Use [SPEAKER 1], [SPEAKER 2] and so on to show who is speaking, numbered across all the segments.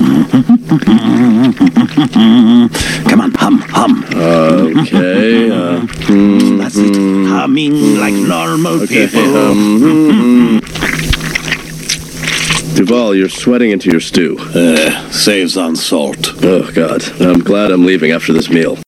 [SPEAKER 1] Come on, hum, hum.
[SPEAKER 2] Okay. Uh,
[SPEAKER 1] That's it. Humming like normal
[SPEAKER 2] okay.
[SPEAKER 1] people.
[SPEAKER 2] Um, Duval, you're sweating into your stew.
[SPEAKER 1] Uh, saves on salt.
[SPEAKER 2] Oh, God. I'm glad I'm leaving after this meal.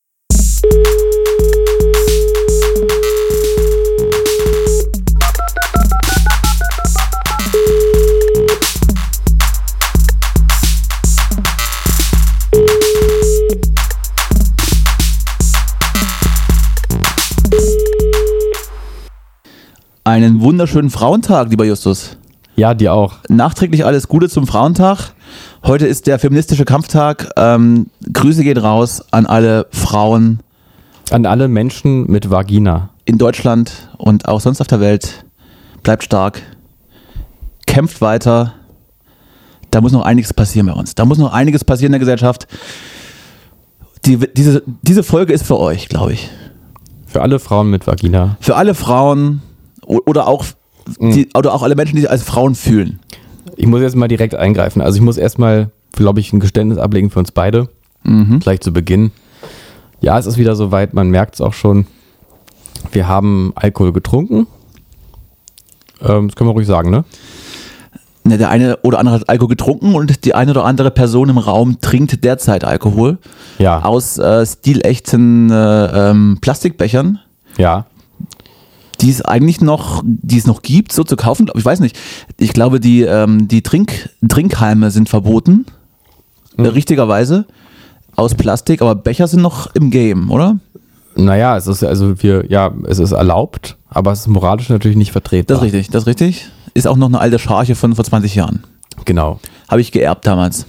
[SPEAKER 3] Einen wunderschönen Frauentag, lieber Justus.
[SPEAKER 4] Ja, dir auch.
[SPEAKER 3] Nachträglich alles Gute zum Frauentag. Heute ist der feministische Kampftag. Ähm, Grüße gehen raus an alle Frauen
[SPEAKER 4] An alle Menschen mit Vagina.
[SPEAKER 3] in Deutschland und auch sonst auf der Welt. Bleibt stark. Kämpft weiter. Da muss noch einiges passieren bei uns. Da muss noch einiges passieren in der Gesellschaft. Die, diese, diese Folge ist für euch, glaube ich.
[SPEAKER 4] Für alle Frauen mit Vagina.
[SPEAKER 3] Für alle Frauen o- oder auch, die, oder auch alle Menschen, die sich als Frauen fühlen.
[SPEAKER 4] Ich muss jetzt mal direkt eingreifen. Also ich muss erstmal, glaube ich, ein Geständnis ablegen für uns beide.
[SPEAKER 3] Mhm.
[SPEAKER 4] Gleich zu Beginn. Ja, es ist wieder soweit, man merkt es auch schon. Wir haben Alkohol getrunken. Ähm, das können wir ruhig sagen, ne?
[SPEAKER 3] Ne, der eine oder andere hat Alkohol getrunken und die eine oder andere Person im Raum trinkt derzeit Alkohol
[SPEAKER 4] Ja.
[SPEAKER 3] aus äh, stilechten äh, ähm, Plastikbechern,
[SPEAKER 4] Ja.
[SPEAKER 3] die es eigentlich noch, die es noch gibt, so zu kaufen. glaub- Ich weiß nicht. Ich glaube, die, ähm, die Trink, Trinkhalme sind verboten, äh, richtigerweise, aus Plastik, aber Becher sind noch im Game, oder?
[SPEAKER 4] Naja, es ist also wir, ja, es ist erlaubt, aber es ist moralisch natürlich nicht vertretbar.
[SPEAKER 3] Das ist richtig, das ist richtig. Ist auch noch eine alte Scharche von vor 20 Jahren.
[SPEAKER 4] Genau.
[SPEAKER 3] Habe ich geerbt damals.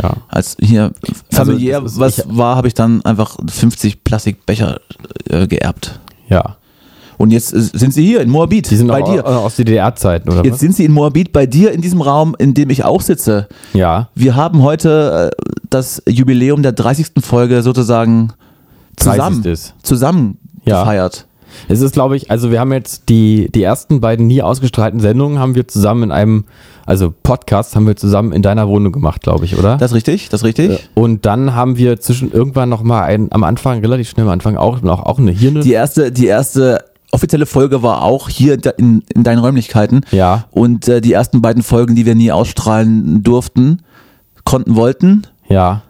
[SPEAKER 4] Ja.
[SPEAKER 3] als hier
[SPEAKER 4] Also,
[SPEAKER 3] familiär
[SPEAKER 4] das ist-
[SPEAKER 3] was
[SPEAKER 4] ich-
[SPEAKER 3] war, habe ich dann einfach 50 Plastikbecher äh, geerbt.
[SPEAKER 4] Ja.
[SPEAKER 3] Und jetzt äh, sind sie hier in Moabit
[SPEAKER 4] Die sind
[SPEAKER 3] bei
[SPEAKER 4] auch
[SPEAKER 3] dir.
[SPEAKER 4] aus DDR-Zeiten, oder
[SPEAKER 3] Jetzt sind sie in Moabit bei dir in diesem Raum, in dem ich auch sitze.
[SPEAKER 4] was? Ja.
[SPEAKER 3] Wir haben heute äh, das Jubiläum der 30. Folge sozusagen zusammen
[SPEAKER 4] 30. ist.
[SPEAKER 3] zusammen
[SPEAKER 4] Ja.
[SPEAKER 3] gefeiert.
[SPEAKER 4] Es ist, glaube ich, also wir haben jetzt die, die ersten beiden nie ausgestrahlten Sendungen haben wir zusammen in einem, also Podcast haben wir zusammen in deiner Wohnung gemacht, glaube ich, oder?
[SPEAKER 3] Das ist richtig, das ist richtig.
[SPEAKER 4] und dann haben wir zwischen irgendwann nochmal einen, am Anfang, relativ schnell am Anfang auch noch auch eine hier eine.
[SPEAKER 3] Die erste die erste offizielle Folge war auch hier da- in, in deinen Räumlichkeiten.
[SPEAKER 4] Ja.
[SPEAKER 3] Und äh, die ersten beiden Folgen, die wir nie ausstrahlen durften, konnten wollten,
[SPEAKER 4] ja.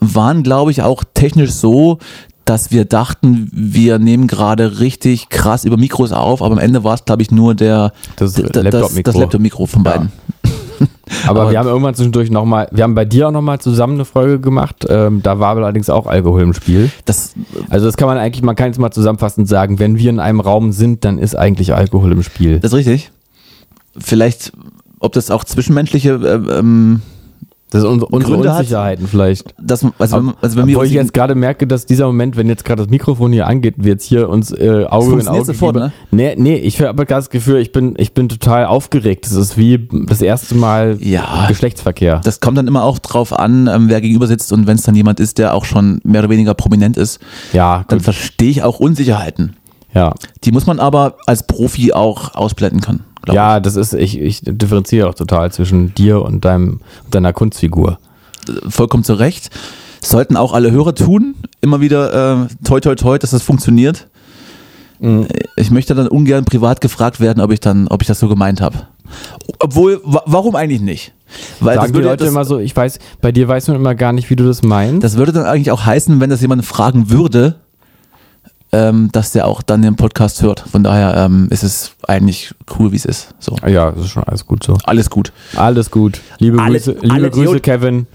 [SPEAKER 3] waren, glaube ich, auch technisch so, dass wir dachten, wir nehmen gerade richtig krass über Mikros auf, aber am Ende war es, glaube ich, nur der
[SPEAKER 4] Das
[SPEAKER 3] d- d-
[SPEAKER 4] Laptop-Mikro.
[SPEAKER 3] das, das Laptop-Mikro von beiden.
[SPEAKER 4] Aber,
[SPEAKER 3] Aber-
[SPEAKER 4] wir haben irgendwann zwischendurch nochmal, wir haben bei dir auch nochmal zusammen eine Folge gemacht. Ähm, da war allerdings auch Alkohol im Spiel.
[SPEAKER 3] Das,
[SPEAKER 4] Also das kann man eigentlich, man kann jetzt mal zusammenfassend sagen, wenn wir in einem Raum sind, dann ist eigentlich Alkohol im Spiel.
[SPEAKER 3] das ist richtig. Vielleicht, ob das auch zwischenmenschliche, äh, ähm,
[SPEAKER 4] Das sind unsere, unsere
[SPEAKER 3] Gründe hat-
[SPEAKER 4] Unsicherheiten vielleicht.
[SPEAKER 3] das, also, wenn- also wenn wir
[SPEAKER 4] Obwohl
[SPEAKER 3] uns
[SPEAKER 4] ich jetzt gerade merke, dass dieser Moment, wenn jetzt gerade das Mikrofon hier angeht, wir jetzt hier uns äh, Auge in
[SPEAKER 3] funktioniert
[SPEAKER 4] Auge
[SPEAKER 3] sofort, ne?
[SPEAKER 4] gegenüber- Nee, nee, ich habe gerade das Gefühl, ich bin, ich bin total aufgeregt. Das ist wie das erste Mal
[SPEAKER 3] Ja.
[SPEAKER 4] Geschlechtsverkehr.
[SPEAKER 3] das kommt dann immer auch drauf an, ähm, wer gegenüber sitzt und wenn es dann jemand ist, der auch schon mehr oder weniger prominent ist,
[SPEAKER 4] ja,
[SPEAKER 3] dann
[SPEAKER 4] gut,
[SPEAKER 3] verstehe ich auch Unsicherheiten.
[SPEAKER 4] ja.
[SPEAKER 3] Die muss man aber als Profi auch ausblenden können. glaub ich.
[SPEAKER 4] ja, das ist, ich, ich differenziere auch total zwischen dir und deinem und deiner Kunstfigur.
[SPEAKER 3] vollkommen zu Recht. Sollten auch alle Hörer tun. Immer wieder äh, toi toi toi, dass das funktioniert.
[SPEAKER 4] Mhm.
[SPEAKER 3] Ich möchte dann ungern privat gefragt werden, ob ich dann, ob ich das so gemeint habe. Obwohl, wa warum eigentlich nicht? Weil Also
[SPEAKER 4] Sagen
[SPEAKER 3] das
[SPEAKER 4] die
[SPEAKER 3] würde,
[SPEAKER 4] Leute
[SPEAKER 3] das,
[SPEAKER 4] immer so, ich weiß, bei dir weiß man immer gar nicht, wie du das meinst.
[SPEAKER 3] das würde dann eigentlich auch heißen, wenn das jemand fragen würde, ähm, dass der auch dann den Podcast hört. Von daher ähm, ist es eigentlich cool, wie es ist. So.
[SPEAKER 4] Ja, das ist schon alles gut so.
[SPEAKER 3] Alles gut.
[SPEAKER 4] Alles gut. Liebe
[SPEAKER 3] Alle-
[SPEAKER 4] Grüße, liebe
[SPEAKER 3] alle
[SPEAKER 4] Grüße
[SPEAKER 3] Dude.
[SPEAKER 4] Kevin.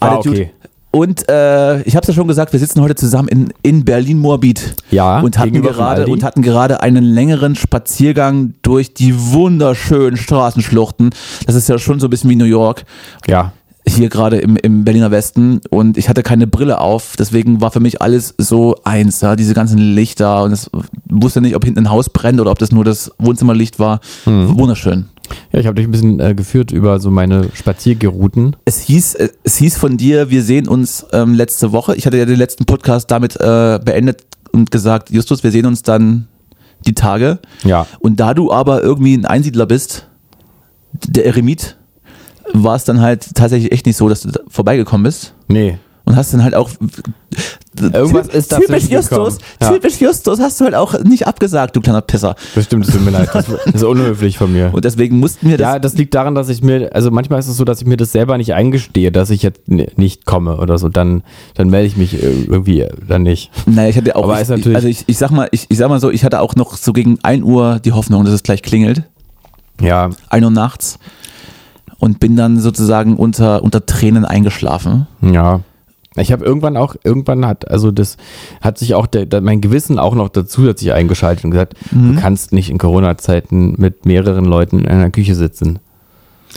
[SPEAKER 4] War
[SPEAKER 3] Alle
[SPEAKER 4] okay.
[SPEAKER 3] Dude. Und äh, ich habe es ja schon gesagt, wir sitzen heute zusammen in, in Berlin Moabit
[SPEAKER 4] Ja,
[SPEAKER 3] und hatten
[SPEAKER 4] gegenüber von
[SPEAKER 3] gerade
[SPEAKER 4] Aldi.
[SPEAKER 3] und hatten gerade einen längeren Spaziergang durch die wunderschönen Straßenschluchten. Das ist ja schon so ein bisschen wie New York
[SPEAKER 4] Ja.
[SPEAKER 3] hier gerade im, im Berliner Westen und ich hatte keine Brille auf, deswegen war für mich alles so eins, ja, diese ganzen Lichter und es wusste nicht, ob hinten ein Haus brennt oder ob das nur das Wohnzimmerlicht war. Wunderschön.
[SPEAKER 4] Ja, ich habe dich ein bisschen äh, geführt über so meine Spaziergerouten.
[SPEAKER 3] Es hieß, äh, es hieß von dir, wir sehen uns ähm, letzte Woche. Ich hatte ja den letzten Podcast damit äh, beendet und gesagt, Justus, wir sehen uns dann die Tage.
[SPEAKER 4] Ja.
[SPEAKER 3] Und da du aber irgendwie ein Einsiedler bist, der Eremit, war es dann halt tatsächlich echt nicht so, dass du da vorbeigekommen bist.
[SPEAKER 4] Nee.
[SPEAKER 3] Und hast dann halt auch.
[SPEAKER 4] Irgendwas ist
[SPEAKER 3] Typisch
[SPEAKER 4] dazwischen
[SPEAKER 3] Justus,
[SPEAKER 4] gekommen. Ja.
[SPEAKER 3] typisch Justus, hast du halt auch nicht abgesagt, du kleiner Pisser.
[SPEAKER 4] Bestimmt, es tut mir leid. Das ist unhöflich von mir.
[SPEAKER 3] Und deswegen mussten wir das.
[SPEAKER 4] ja, das liegt daran, dass ich mir, also manchmal ist es so, dass ich mir das selber nicht eingestehe, dass ich jetzt n- nicht komme oder so. Dann, dann melde ich mich äh, irgendwie dann nicht.
[SPEAKER 3] naja, ich hatte auch.
[SPEAKER 4] Aber
[SPEAKER 3] ich,
[SPEAKER 4] ist natürlich-
[SPEAKER 3] also ich, ich sag mal, ich, ich sag mal so, ich hatte auch noch so gegen 1 Uhr die Hoffnung, dass es gleich klingelt.
[SPEAKER 4] Ja,
[SPEAKER 3] 1 Uhr nachts. Und bin dann sozusagen unter, unter Tränen eingeschlafen.
[SPEAKER 4] ja. Ich habe irgendwann auch, irgendwann hat, also das hat sich auch der, der, mein Gewissen auch noch dazu hat sich eingeschaltet und gesagt,
[SPEAKER 3] Mhm.
[SPEAKER 4] du kannst nicht in Corona-Zeiten mit mehreren Leuten in einer Küche sitzen.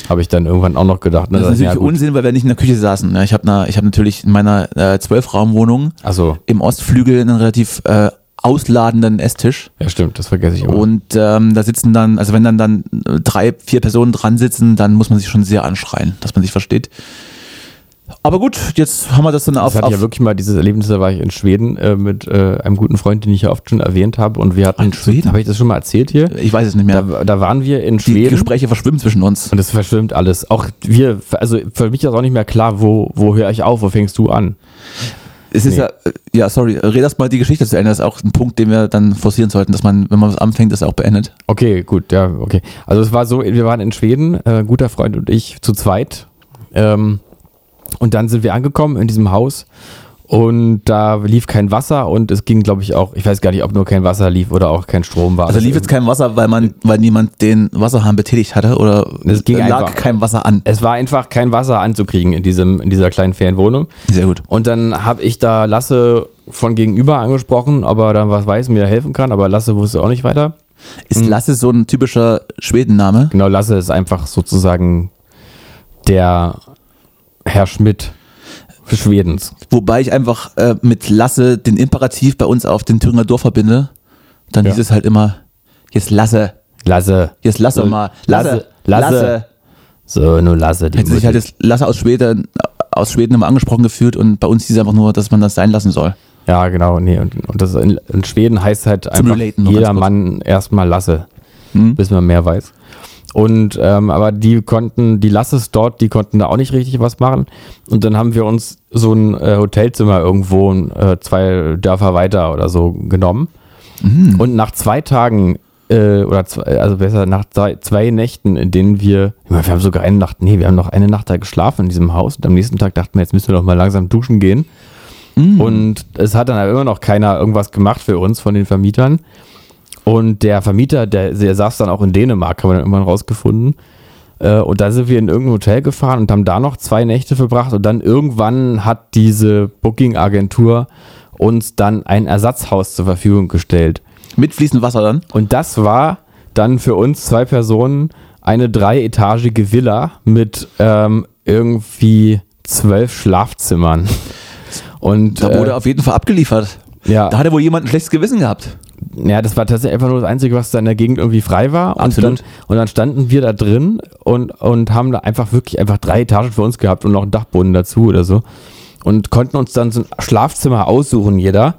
[SPEAKER 4] Habe ich dann irgendwann auch noch gedacht. Ne?
[SPEAKER 3] Das ist
[SPEAKER 4] Sag ich,
[SPEAKER 3] natürlich
[SPEAKER 4] ja, gut.
[SPEAKER 3] Unsinn, weil wir nicht in der Küche saßen. ne? Ich habe na, ich hab natürlich in meiner äh, 12-Raum-Wohnung
[SPEAKER 4] Ach so.
[SPEAKER 3] im Ostflügel einen relativ äh, ausladenden Esstisch.
[SPEAKER 4] Ja, stimmt, das vergesse ich immer.
[SPEAKER 3] Und ähm, da sitzen dann, also wenn dann dann äh, drei, vier Personen dran sitzen, dann muss man sich schon sehr anschreien, dass man sich versteht. Aber gut, jetzt haben wir das dann auf,
[SPEAKER 4] Das hatte
[SPEAKER 3] auf
[SPEAKER 4] ich ja wirklich mal dieses Erlebnis, da war ich in Schweden äh, mit äh, einem guten Freund, den ich ja oft schon erwähnt habe. Und wir hatten.
[SPEAKER 3] Ah, In Schweden?
[SPEAKER 4] Habe ich das schon mal erzählt hier?
[SPEAKER 3] ich weiß es nicht mehr.
[SPEAKER 4] Da, da waren wir in
[SPEAKER 3] Die
[SPEAKER 4] Schweden.
[SPEAKER 3] Gespräche verschwimmen zwischen uns.
[SPEAKER 4] und es verschwimmt alles. Auch wir, also für mich ist auch nicht mehr klar, wo, wo höre ich auf, wo fängst du an?
[SPEAKER 3] Es ist
[SPEAKER 4] Nee.
[SPEAKER 3] ja, äh, ja, sorry, red erst mal die Geschichte zu Ende. Das ist auch ein Punkt, den wir dann forcieren sollten, dass man, wenn man was anfängt, das auch beendet.
[SPEAKER 4] Okay, gut, ja, okay. Also es war so, wir waren in Schweden, äh, ein guter Freund und ich zu zweit. Ähm, und dann sind wir angekommen in diesem Haus und da lief kein Wasser und es ging, glaube ich, auch, ich weiß gar nicht, ob nur kein Wasser lief oder auch kein Strom war.
[SPEAKER 3] Also
[SPEAKER 4] Das
[SPEAKER 3] lief jetzt kein Wasser, weil man, weil niemand den Wasserhahn betätigt hatte oder
[SPEAKER 4] Es ging
[SPEAKER 3] lag
[SPEAKER 4] einfach. Äh,
[SPEAKER 3] kein Wasser an.
[SPEAKER 4] Es war einfach kein Wasser anzukriegen in, diesem, in dieser kleinen Ferienwohnung.
[SPEAKER 3] Sehr gut.
[SPEAKER 4] Und dann habe ich da Lasse von gegenüber angesprochen, ob er dann was weiß, mir helfen kann, aber Lasse wusste auch nicht weiter.
[SPEAKER 3] Ist
[SPEAKER 4] mhm.
[SPEAKER 3] Lasse so ein typischer Schwedenname?
[SPEAKER 4] Genau, Lasse ist einfach sozusagen der Herr Schmidt Schwedens.
[SPEAKER 3] Wobei ich einfach äh, mit Lasse den Imperativ bei uns auf den Thüringer Dorf verbinde. Dann
[SPEAKER 4] Ja.
[SPEAKER 3] hieß es halt immer, jetzt Lasse,
[SPEAKER 4] Lasse.
[SPEAKER 3] jetzt Lasse mal. Lasse,
[SPEAKER 4] Lasse. So, nur Lasse. Die
[SPEAKER 3] Hätte sich
[SPEAKER 4] Mutti.
[SPEAKER 3] halt jetzt Lasse aus Schweden, aus Schweden immer angesprochen gefühlt und bei uns hieß es einfach nur, dass man das sein lassen soll.
[SPEAKER 4] ja, genau. Nee, und, und das in, in Schweden heißt halt einfach
[SPEAKER 3] Relaten noch
[SPEAKER 4] jeder
[SPEAKER 3] ganz kurz. Mhm.
[SPEAKER 4] Mann erstmal Lasse, bis man mehr weiß. Und ähm, aber die konnten, die Lasses dort, die konnten da auch nicht richtig was machen. Und dann haben wir uns so ein äh, Hotelzimmer irgendwo äh, zwei Dörfer weiter oder so genommen.
[SPEAKER 3] Mhm.
[SPEAKER 4] Und nach zwei Tagen, äh, oder zwei, also besser, nach zwei, zwei Nächten, in denen wir, ich meine, wir haben sogar eine Nacht, nee, wir haben noch eine Nacht da geschlafen in diesem Haus und am nächsten Tag dachten wir, jetzt müssen wir doch mal langsam duschen gehen.
[SPEAKER 3] Mhm.
[SPEAKER 4] Und es hat dann aber immer noch keiner irgendwas gemacht für uns von den Vermietern. Und der Vermieter, der, der saß dann auch in Dänemark, haben wir dann irgendwann rausgefunden. Äh, Und da sind wir in irgendein Hotel gefahren und haben da noch zwei Nächte verbracht. Und dann irgendwann hat diese Booking-Agentur uns dann ein Ersatzhaus zur Verfügung gestellt.
[SPEAKER 3] Mit fließendem Wasser dann.
[SPEAKER 4] Und das war dann für uns zwei Personen eine dreietage Villa mit ähm, irgendwie zwölf Schlafzimmern. Und
[SPEAKER 3] Da wurde
[SPEAKER 4] äh,
[SPEAKER 3] auf jeden Fall abgeliefert.
[SPEAKER 4] ja,
[SPEAKER 3] Da hatte wohl jemand ein schlechtes Gewissen gehabt.
[SPEAKER 4] ja, das war tatsächlich einfach nur das Einzige, was da in der Gegend irgendwie frei war. Und
[SPEAKER 3] Absolut.
[SPEAKER 4] dann, und dann standen wir da drin und, und haben da einfach wirklich einfach drei Etagen für uns gehabt und noch einen Dachboden dazu oder so. Und konnten uns dann so ein Schlafzimmer aussuchen, jeder.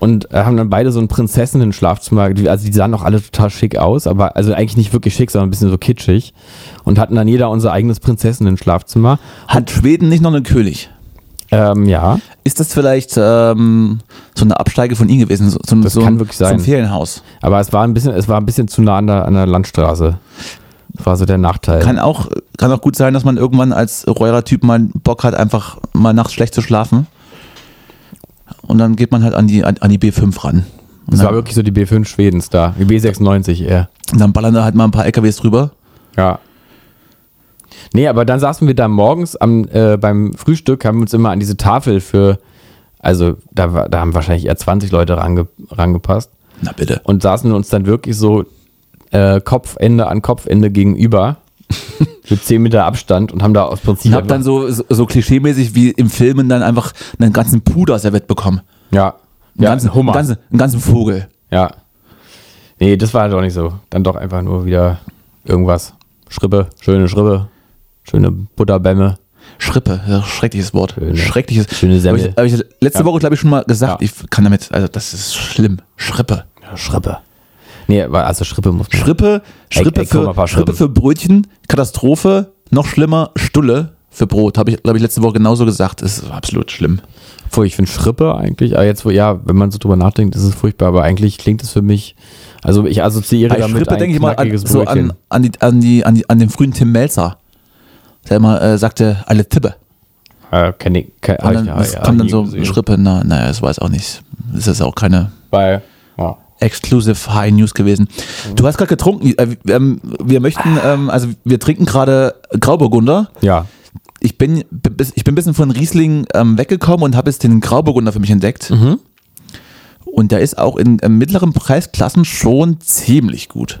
[SPEAKER 4] Und äh, haben dann beide so ein Prinzessinnen-Schlafzimmer. die- Also die sahen auch alle total schick aus, aber also eigentlich nicht wirklich schick, sondern ein bisschen so kitschig. Und hatten dann jeder unser eigenes Prinzessinnen-Schlafzimmer.
[SPEAKER 3] Hat Schweden nicht noch einen König?
[SPEAKER 4] Ähm, ja.
[SPEAKER 3] Ist das vielleicht ähm, so eine Absteige von ihm gewesen? So, so,
[SPEAKER 4] Das
[SPEAKER 3] so
[SPEAKER 4] kann
[SPEAKER 3] ein-
[SPEAKER 4] wirklich
[SPEAKER 3] so ein
[SPEAKER 4] sein.
[SPEAKER 3] Ferienhaus.
[SPEAKER 4] Aber es war ein bisschen, es war ein bisschen zu nah an der, an der Landstraße. Das war so der Nachteil.
[SPEAKER 3] Kann auch, kann auch gut sein, dass man irgendwann als reuerer Typ mal Bock hat, einfach mal nachts schlecht zu schlafen. Und dann geht man halt an die, an, an die B5 ran.
[SPEAKER 4] Das war wirklich so die B5 Schwedens da. Die B96 eher.
[SPEAKER 3] Und dann ballern da halt mal ein paar LKWs drüber.
[SPEAKER 4] Ja. Nee, aber dann saßen wir da morgens am, äh, beim Frühstück, haben uns immer an diese Tafel für, also da, war- da haben wahrscheinlich eher 20 Leute range, rangepasst
[SPEAKER 3] Na bitte.
[SPEAKER 4] und saßen uns dann wirklich so äh, Kopfende an Kopfende gegenüber für 10 Meter Abstand und haben da aus Prinzip.
[SPEAKER 3] Ich habe dann so, so, so klischeemäßig wie im Filmen dann einfach einen ganzen Puder serviert bekommen.
[SPEAKER 4] ja,
[SPEAKER 3] Einen
[SPEAKER 4] ja,
[SPEAKER 3] ganzen
[SPEAKER 4] Hummer.
[SPEAKER 3] Einen ganzen, einen ganzen Vogel.
[SPEAKER 4] Ja. Nee, das war doch nicht so. Dann doch einfach nur wieder irgendwas. Schrippe, schöne Schrippe, schöne Butterbämme.
[SPEAKER 3] Schrippe, ja, schreckliches Wort.
[SPEAKER 4] Schöne-
[SPEAKER 3] schreckliches.
[SPEAKER 4] schöne Semmel.
[SPEAKER 3] Hab ich, hab ich letzte
[SPEAKER 4] Ja.
[SPEAKER 3] Woche, glaube ich, schon mal gesagt,
[SPEAKER 4] Ja.
[SPEAKER 3] ich kann damit, also das ist schlimm. Schrippe.
[SPEAKER 4] Schrippe. Nee, aber also Schrippe muss man.
[SPEAKER 3] Schrippe, Schrippe,
[SPEAKER 4] ey, komm, ein
[SPEAKER 3] für,
[SPEAKER 4] paar
[SPEAKER 3] Schrippe
[SPEAKER 4] Schrippen.
[SPEAKER 3] für Brötchen, Katastrophe, noch schlimmer, Stulle für Brot. Habe ich, glaube ich, letzte Woche genauso gesagt. Das ist absolut schlimm.
[SPEAKER 4] Obwohl, ich finde Schrippe eigentlich, aber jetzt, wo, ja, wenn man so drüber nachdenkt, ist es furchtbar, aber eigentlich klingt es für mich, also ich assoziiere
[SPEAKER 3] Bei
[SPEAKER 4] damit
[SPEAKER 3] Schrippe
[SPEAKER 4] ein
[SPEAKER 3] denke ich mal an,
[SPEAKER 4] knackiges
[SPEAKER 3] so an,
[SPEAKER 4] Brötchen.
[SPEAKER 3] an, die, an, die, an, die, an den frühen Tim Melzer, der immer äh, sagte, alle Tippe.
[SPEAKER 4] äh, kenn ich, kenn,
[SPEAKER 3] Und
[SPEAKER 4] hab
[SPEAKER 3] dann,
[SPEAKER 4] ich-
[SPEAKER 3] was
[SPEAKER 4] ja,
[SPEAKER 3] kam dann
[SPEAKER 4] nie
[SPEAKER 3] so
[SPEAKER 4] gesehen.
[SPEAKER 3] Schrippe, na, naja, das weiß auch nicht. Ist das auch keine
[SPEAKER 4] Bei, ja.
[SPEAKER 3] Exclusive High News gewesen.
[SPEAKER 4] Mhm.
[SPEAKER 3] Du hast gerade getrunken. Äh, wir, ähm, wir möchten, ähm, also wir trinken gerade Grauburgunder.
[SPEAKER 4] ja.
[SPEAKER 3] Ich bin, b- bis- ich bin ein bisschen von Riesling ähm, weggekommen und habe jetzt den Grauburgunder für mich entdeckt.
[SPEAKER 4] Mhm.
[SPEAKER 3] Und der ist auch in, ähm, mittleren Preisklassen schon ziemlich gut.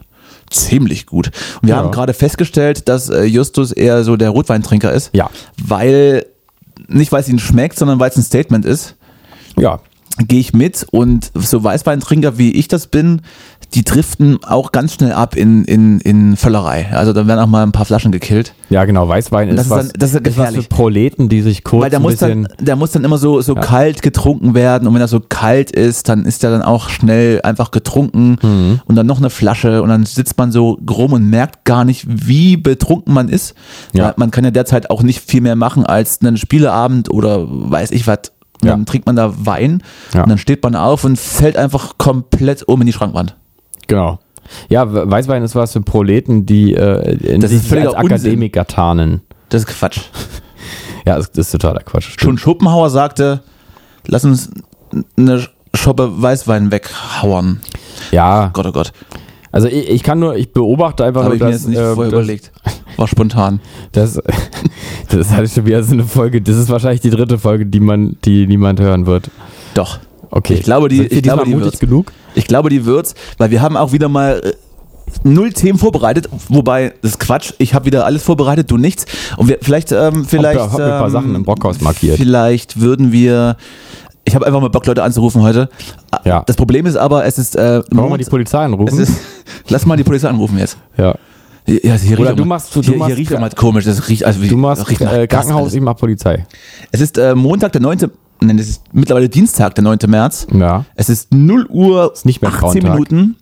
[SPEAKER 3] Ziemlich gut. Und wir
[SPEAKER 4] Ja.
[SPEAKER 3] haben gerade festgestellt, dass äh, Justus eher so der Rotweintrinker ist.
[SPEAKER 4] Ja.
[SPEAKER 3] Weil, nicht weil es ihm schmeckt, sondern weil es ein Statement ist
[SPEAKER 4] Ja.
[SPEAKER 3] gehe ich mit und so Weißweintrinker wie ich das bin, die driften auch ganz schnell ab in, in, in Völlerei. Also dann werden auch mal ein paar Flaschen gekillt.
[SPEAKER 4] Ja, genau, Weißwein ist,
[SPEAKER 3] Das ist
[SPEAKER 4] was,
[SPEAKER 3] dann- das ist
[SPEAKER 4] was für
[SPEAKER 3] gefährlich.
[SPEAKER 4] Proleten, die sich kurz
[SPEAKER 3] Weil der
[SPEAKER 4] ein
[SPEAKER 3] muss,
[SPEAKER 4] bisschen...
[SPEAKER 3] dann, der muss dann immer so, so kalt getrunken werden und wenn er so kalt ist, dann ist er dann auch schnell einfach getrunken
[SPEAKER 4] Mhm.
[SPEAKER 3] und dann noch eine Flasche und dann sitzt man so rum und merkt gar nicht, wie betrunken man ist.
[SPEAKER 4] Ja.
[SPEAKER 3] Weil Man kann ja derzeit auch nicht viel mehr machen als einen Spieleabend oder weiß ich was. Und
[SPEAKER 4] Ja.
[SPEAKER 3] Dann trinkt man da Wein
[SPEAKER 4] Ja.
[SPEAKER 3] und dann steht man auf und fällt einfach komplett um in die Schrankwand.
[SPEAKER 4] Genau. Ja, We- Weißwein ist was für Proleten, die, äh, in-
[SPEAKER 3] Das
[SPEAKER 4] die
[SPEAKER 3] ist
[SPEAKER 4] sich
[SPEAKER 3] völliger
[SPEAKER 4] als Akademiker tarnen.
[SPEAKER 3] Das ist Quatsch.
[SPEAKER 4] Ja, das, das ist totaler Quatsch.
[SPEAKER 3] Schon Schopenhauer sagte, lass uns eine Schoppe Weißwein weghauern.
[SPEAKER 4] Ja,
[SPEAKER 3] Gott, oh Gott.
[SPEAKER 4] also ich, ich kann nur, ich beobachte einfach
[SPEAKER 3] Habe
[SPEAKER 4] nur, ähm,
[SPEAKER 3] ich mir jetzt nicht vorher überlegt. ähm, War spontan.
[SPEAKER 4] Das, das hatte ich schon wieder so eine Folge. Das ist wahrscheinlich die dritte Folge, die man, die niemand hören wird.
[SPEAKER 3] Doch.
[SPEAKER 4] Okay.
[SPEAKER 3] Ich glaube, die-
[SPEAKER 4] Sind wir
[SPEAKER 3] ich glaube,
[SPEAKER 4] diesmal
[SPEAKER 3] die
[SPEAKER 4] mutig
[SPEAKER 3] wird's.
[SPEAKER 4] genug.
[SPEAKER 3] Ich glaube, die wird's, weil wir haben auch wieder mal äh, null Themen vorbereitet. Wobei, das ist Quatsch. Ich habe wieder alles vorbereitet, du nichts. Und wir, vielleicht, ähm, vielleicht. ähm,
[SPEAKER 4] hab mir ein paar Sachen im Brockhaus markiert.
[SPEAKER 3] Vielleicht würden wir. Ich habe einfach mal Bock, Leute anzurufen heute. Ah,
[SPEAKER 4] Ja.
[SPEAKER 3] Das Problem ist aber, es ist. Äh,
[SPEAKER 4] Wollen wir mal die Polizei
[SPEAKER 3] es
[SPEAKER 4] anrufen?
[SPEAKER 3] ist, lass mal die Polizei anrufen jetzt.
[SPEAKER 4] ja.
[SPEAKER 3] Ja, hier
[SPEAKER 4] Oder
[SPEAKER 3] riecht
[SPEAKER 4] du
[SPEAKER 3] auch mal-
[SPEAKER 4] machst- du
[SPEAKER 3] hier, hier
[SPEAKER 4] machst-
[SPEAKER 3] riecht immer komisch. Das riecht, also, wie-
[SPEAKER 4] Du machst
[SPEAKER 3] riecht nach
[SPEAKER 4] äh,
[SPEAKER 3] Gas
[SPEAKER 4] Krankenhaus,
[SPEAKER 3] alles.
[SPEAKER 4] ich mach Polizei.
[SPEAKER 3] Es ist äh, Montag, der 9. Nein, es ist mittlerweile Dienstag, der 9. März.
[SPEAKER 4] Ja.
[SPEAKER 3] Es ist 0 Uhr
[SPEAKER 4] Ist nicht mehr
[SPEAKER 3] 18
[SPEAKER 4] Frauentag.
[SPEAKER 3] Minuten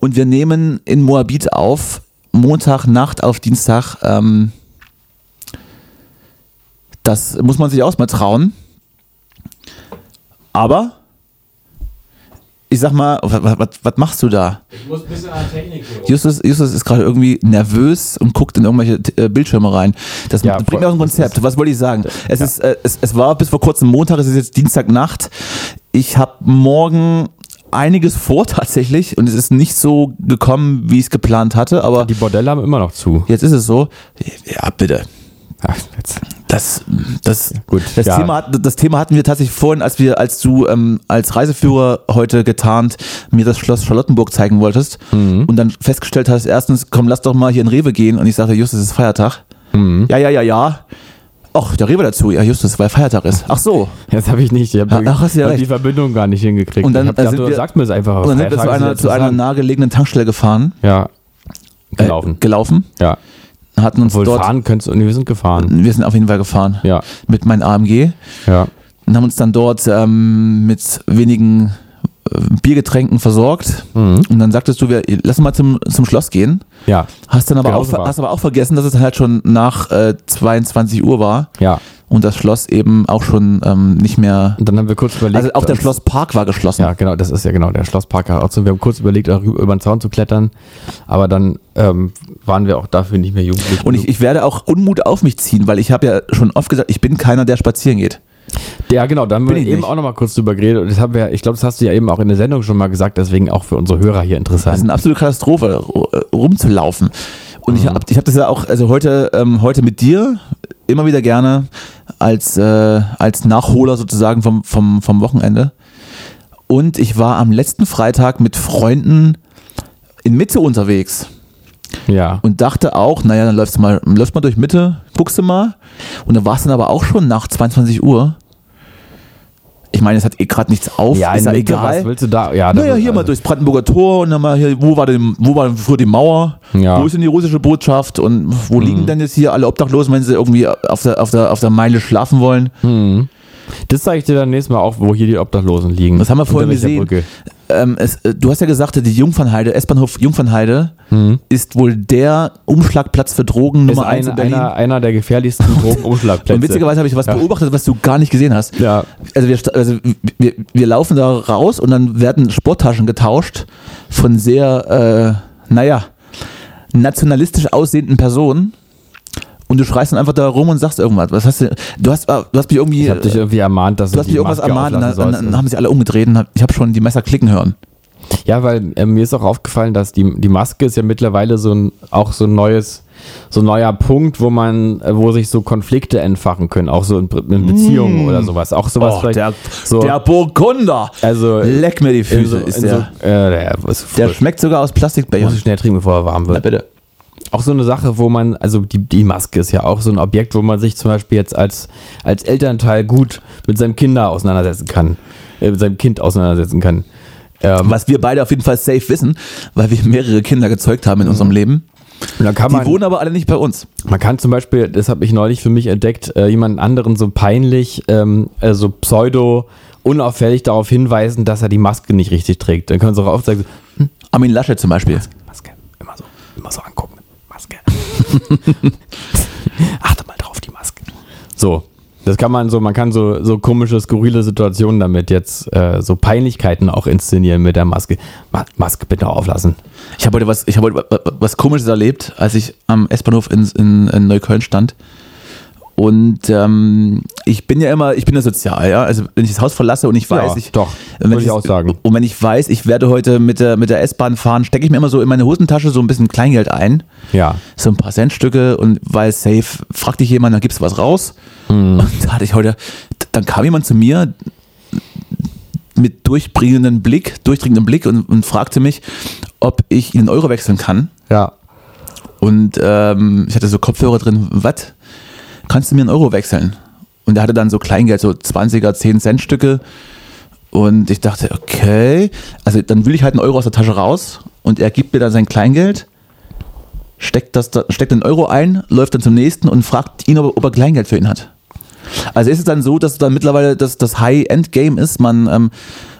[SPEAKER 3] und wir nehmen in Moabit auf, Montagnacht auf Dienstag. Ähm, das muss man sich auch mal trauen. Aber ich sag mal, was, was, was machst du da?
[SPEAKER 4] Ich muss ein bisschen an Technik
[SPEAKER 3] Justus, Justus ist gerade irgendwie nervös und guckt in irgendwelche äh, Bildschirme rein. Das
[SPEAKER 4] Ja,
[SPEAKER 3] bringt mir aus dem
[SPEAKER 4] voll.
[SPEAKER 3] Konzept. Was wollte ich sagen? Es, ist, äh, es, es war bis vor kurzem Montag, es ist jetzt Dienstagnacht. Ich habe morgen einiges vor tatsächlich und es ist nicht so gekommen, wie ich es geplant hatte, aber
[SPEAKER 4] Die Bordelle haben immer noch zu.
[SPEAKER 3] jetzt ist es so. Ja, bitte.
[SPEAKER 4] Ach, jetzt.
[SPEAKER 3] Das, das,
[SPEAKER 4] Gut,
[SPEAKER 3] das,
[SPEAKER 4] ja.
[SPEAKER 3] Thema, hat- das Thema hatten wir tatsächlich vorhin, als wir, als du ähm, als Reiseführer heute getarnt mir das Schloss Charlottenburg zeigen wolltest
[SPEAKER 4] Mhm.
[SPEAKER 3] und dann festgestellt hast, erstens, komm, lass doch mal hier in Rewe gehen und ich sagte, Justus, es ist Feiertag.
[SPEAKER 4] Mhm.
[SPEAKER 3] Ja, ja, ja, ja. Ach, der Rewe dazu. Ja, Justus, weil Feiertag ist. Ach so.
[SPEAKER 4] Jetzt habe ich nicht. Ich habe
[SPEAKER 3] Ach, hast du ja
[SPEAKER 4] die
[SPEAKER 3] recht.
[SPEAKER 4] Verbindung gar nicht hingekriegt.
[SPEAKER 3] Und dann,
[SPEAKER 4] ich hab
[SPEAKER 3] äh,
[SPEAKER 4] gedacht,
[SPEAKER 3] sind
[SPEAKER 4] du
[SPEAKER 3] wir-
[SPEAKER 4] sagst mir es einfach.
[SPEAKER 3] Und dann sind wir zu
[SPEAKER 4] Freitag ist
[SPEAKER 3] einer, zu einer
[SPEAKER 4] interessant.
[SPEAKER 3] nahegelegenen Tankstelle gefahren.
[SPEAKER 4] Ja,
[SPEAKER 3] äh,
[SPEAKER 4] gelaufen.
[SPEAKER 3] gelaufen.
[SPEAKER 4] ja.
[SPEAKER 3] Hatten uns
[SPEAKER 4] Obwohl
[SPEAKER 3] dort.
[SPEAKER 4] fahren könntest du, nee, wir sind gefahren.
[SPEAKER 3] Wir sind auf jeden Fall gefahren.
[SPEAKER 4] Ja.
[SPEAKER 3] Mit meinem AMG.
[SPEAKER 4] Ja.
[SPEAKER 3] und haben uns dann dort ähm, mit wenigen äh, Biergetränken versorgt.
[SPEAKER 4] Mhm.
[SPEAKER 3] Und dann sagtest du, wir lass uns mal zum, zum Schloss gehen.
[SPEAKER 4] Ja.
[SPEAKER 3] Hast dann aber,
[SPEAKER 4] Genau
[SPEAKER 3] auch,
[SPEAKER 4] so
[SPEAKER 3] ver-
[SPEAKER 4] war's.
[SPEAKER 3] hast aber auch vergessen, dass es halt schon nach äh, 22 Uhr war
[SPEAKER 4] Ja.
[SPEAKER 3] und das Schloss eben auch schon ähm, nicht mehr.
[SPEAKER 4] Und dann haben wir kurz überlegt.
[SPEAKER 3] Also auch der
[SPEAKER 4] uns-
[SPEAKER 3] Schlosspark war geschlossen.
[SPEAKER 4] Ja, genau, das ist ja genau der Schlosspark. Also wir haben kurz überlegt, auch über über den Zaun zu klettern, aber dann ähm, waren wir auch dafür nicht mehr jugendlich.
[SPEAKER 3] Und ich, ich werde auch Unmut auf mich ziehen, weil ich habe ja schon oft gesagt, ich bin keiner, der spazieren geht.
[SPEAKER 4] genug. Ja, genau, da haben wir
[SPEAKER 3] Bin ich
[SPEAKER 4] eben
[SPEAKER 3] nicht.
[SPEAKER 4] auch nochmal kurz drüber geredet. Und das haben wir, ich glaube, das hast du ja eben auch in der Sendung schon mal gesagt, deswegen auch für unsere Hörer hier
[SPEAKER 3] Das
[SPEAKER 4] interessant.
[SPEAKER 3] ist eine absolute Katastrophe, ru- äh, rumzulaufen. Und
[SPEAKER 4] Mhm.
[SPEAKER 3] ich habe ich hab das ja auch, also heute, ähm, heute mit dir immer wieder gerne als, äh, als Nachholer sozusagen vom, vom, vom Wochenende. Und ich war am letzten Freitag mit Freunden in Mitte unterwegs
[SPEAKER 4] ja.
[SPEAKER 3] und dachte auch, naja, dann läufst du mal, läufst mal durch Mitte, guckst du mal. Und dann war es dann aber auch schon nach 22 Uhr. Ich meine, es hat eh gerade nichts auf, ist ja
[SPEAKER 4] Mitte,
[SPEAKER 3] egal.
[SPEAKER 4] Was willst du da? also Ja,
[SPEAKER 3] Naja, hier mal durchs Brandenburger Tor und dann mal hier, wo war denn, wo war denn früher die Mauer?
[SPEAKER 4] Ja. Hm.
[SPEAKER 3] Wo ist denn die russische Botschaft? Und wo liegen denn jetzt hier alle Obdachlosen, wenn sie irgendwie auf der, auf der, auf der Meile schlafen wollen?
[SPEAKER 4] Hm. Das zeige ich dir dann nächstes Mal auch, wo hier die Obdachlosen liegen.
[SPEAKER 3] Das haben wir
[SPEAKER 4] Unter
[SPEAKER 3] vorhin
[SPEAKER 4] welcher
[SPEAKER 3] gesehen.
[SPEAKER 4] Brücke.
[SPEAKER 3] Ähm, es, äh, du hast ja gesagt, die Jungfernheide, S-Bahnhof Jungfernheide ist wohl der Umschlagplatz für Drogen
[SPEAKER 4] Hm. Ist
[SPEAKER 3] Nummer eins in
[SPEAKER 4] ein,
[SPEAKER 3] Berlin.
[SPEAKER 4] einer, einer der gefährlichsten Drogenumschlagplätze.
[SPEAKER 3] Und witzigerweise habe ich was
[SPEAKER 4] Ja.
[SPEAKER 3] beobachtet, was du gar nicht gesehen hast.
[SPEAKER 4] Ja.
[SPEAKER 3] Also, wir, sta- also wir, wir laufen da raus und dann werden Sporttaschen getauscht von sehr, äh, naja, nationalistisch aussehenden Personen. Und du schreist dann einfach da rum und sagst irgendwas. Was hast du? Du hast, äh, du hast mich irgendwie,
[SPEAKER 4] Ich habe dich
[SPEAKER 3] du
[SPEAKER 4] irgendwie ermahnt, dass
[SPEAKER 3] hast mich irgendwas ermahnt und dann,
[SPEAKER 4] auflassen
[SPEAKER 3] dann,
[SPEAKER 4] sollst.
[SPEAKER 3] dann haben sie alle umgedreht und hab, ich habe schon die Messer klicken hören.
[SPEAKER 4] Ja, weil äh, mir ist auch aufgefallen, dass die, die Maske ist ja mittlerweile so ein, auch so ein neues, so ein neuer Punkt, wo man, äh, wo sich so Konflikte entfachen können, auch so in, Be- in
[SPEAKER 3] Mm.
[SPEAKER 4] Beziehungen oder sowas. Auch sowas vielleicht. so,
[SPEAKER 3] Burgunder!
[SPEAKER 4] also
[SPEAKER 3] Oh, Leck mir die
[SPEAKER 4] in
[SPEAKER 3] Füße.
[SPEAKER 4] so,
[SPEAKER 3] ist
[SPEAKER 4] in so,
[SPEAKER 3] der,
[SPEAKER 4] äh, der, ist
[SPEAKER 3] der
[SPEAKER 4] frisch.
[SPEAKER 3] schmeckt sogar aus
[SPEAKER 4] muss
[SPEAKER 3] Plastikbecher.
[SPEAKER 4] ich schnell trinken, bevor er warm wird.
[SPEAKER 3] bitte.
[SPEAKER 4] Auch so eine Sache, wo man, also die, die Maske ist ja auch so ein Objekt, wo man sich zum Beispiel jetzt als, als Elternteil gut mit seinem Kinder auseinandersetzen kann, äh, mit seinem Kind auseinandersetzen kann. Ähm,
[SPEAKER 3] Was wir beide auf jeden Fall safe wissen, weil wir mehrere Kinder gezeugt haben in
[SPEAKER 4] Mhm.
[SPEAKER 3] unserem Leben.
[SPEAKER 4] und dann kann
[SPEAKER 3] Die wohnen aber alle nicht bei uns.
[SPEAKER 4] Man kann zum Beispiel, das habe ich neulich für mich entdeckt, äh, jemanden anderen so peinlich, ähm, äh, so pseudo unauffällig darauf hinweisen, dass er die Maske nicht richtig trägt. Dann können sie auch oft sagen, so,
[SPEAKER 3] Armin Laschet zum Beispiel.
[SPEAKER 4] Maske, immer so, immer so angucken, Maske. Achte mal drauf, die Maske. So, das kann man so, man kann so, so komische, skurrile Situationen damit jetzt, äh, so Peinlichkeiten auch inszenieren mit der Maske. Ma Maske bitte auflassen.
[SPEAKER 3] Ich habe heute, was, ich hab heute wa- wa- was Komisches erlebt, als ich am S-Bahnhof in, in, in Neukölln stand. Und ähm, ich bin ja immer, ich bin ja sozial, ja. Also wenn ich das Haus verlasse und ich weiß,
[SPEAKER 4] Ja,
[SPEAKER 3] ich.
[SPEAKER 4] doch.
[SPEAKER 3] wenn
[SPEAKER 4] Würde ich auch sagen.
[SPEAKER 3] Und wenn ich weiß, ich werde heute mit der, mit der S-Bahn fahren, stecke ich mir immer so in meine Hosentasche so ein bisschen Kleingeld ein.
[SPEAKER 4] Ja.
[SPEAKER 3] so ein paar Centstücke und weil safe, fragt dich jemand, dann gibst du was raus. Und da hatte ich heute, dann kam jemand zu mir mit durchdringendem Blick, durchdringendem Blick und, und fragte mich, ob ich ihn in Euro wechseln kann.
[SPEAKER 4] Ja.
[SPEAKER 3] Und ähm, ich hatte so Kopfhörer drin, was? Kannst du mir einen Euro wechseln? Und er hatte dann so Kleingeld, so 20er, 10 Cent Stücke. Und ich dachte, okay, also dann will ich halt einen Euro aus der Tasche raus. Und er gibt mir dann sein Kleingeld, steckt, das, da- steckt den Euro ein, läuft dann zum nächsten und fragt ihn, ob, er- ob er Kleingeld für ihn hat. Also ist es dann so, dass dann mittlerweile das, das High-End-Game ist, man, ähm,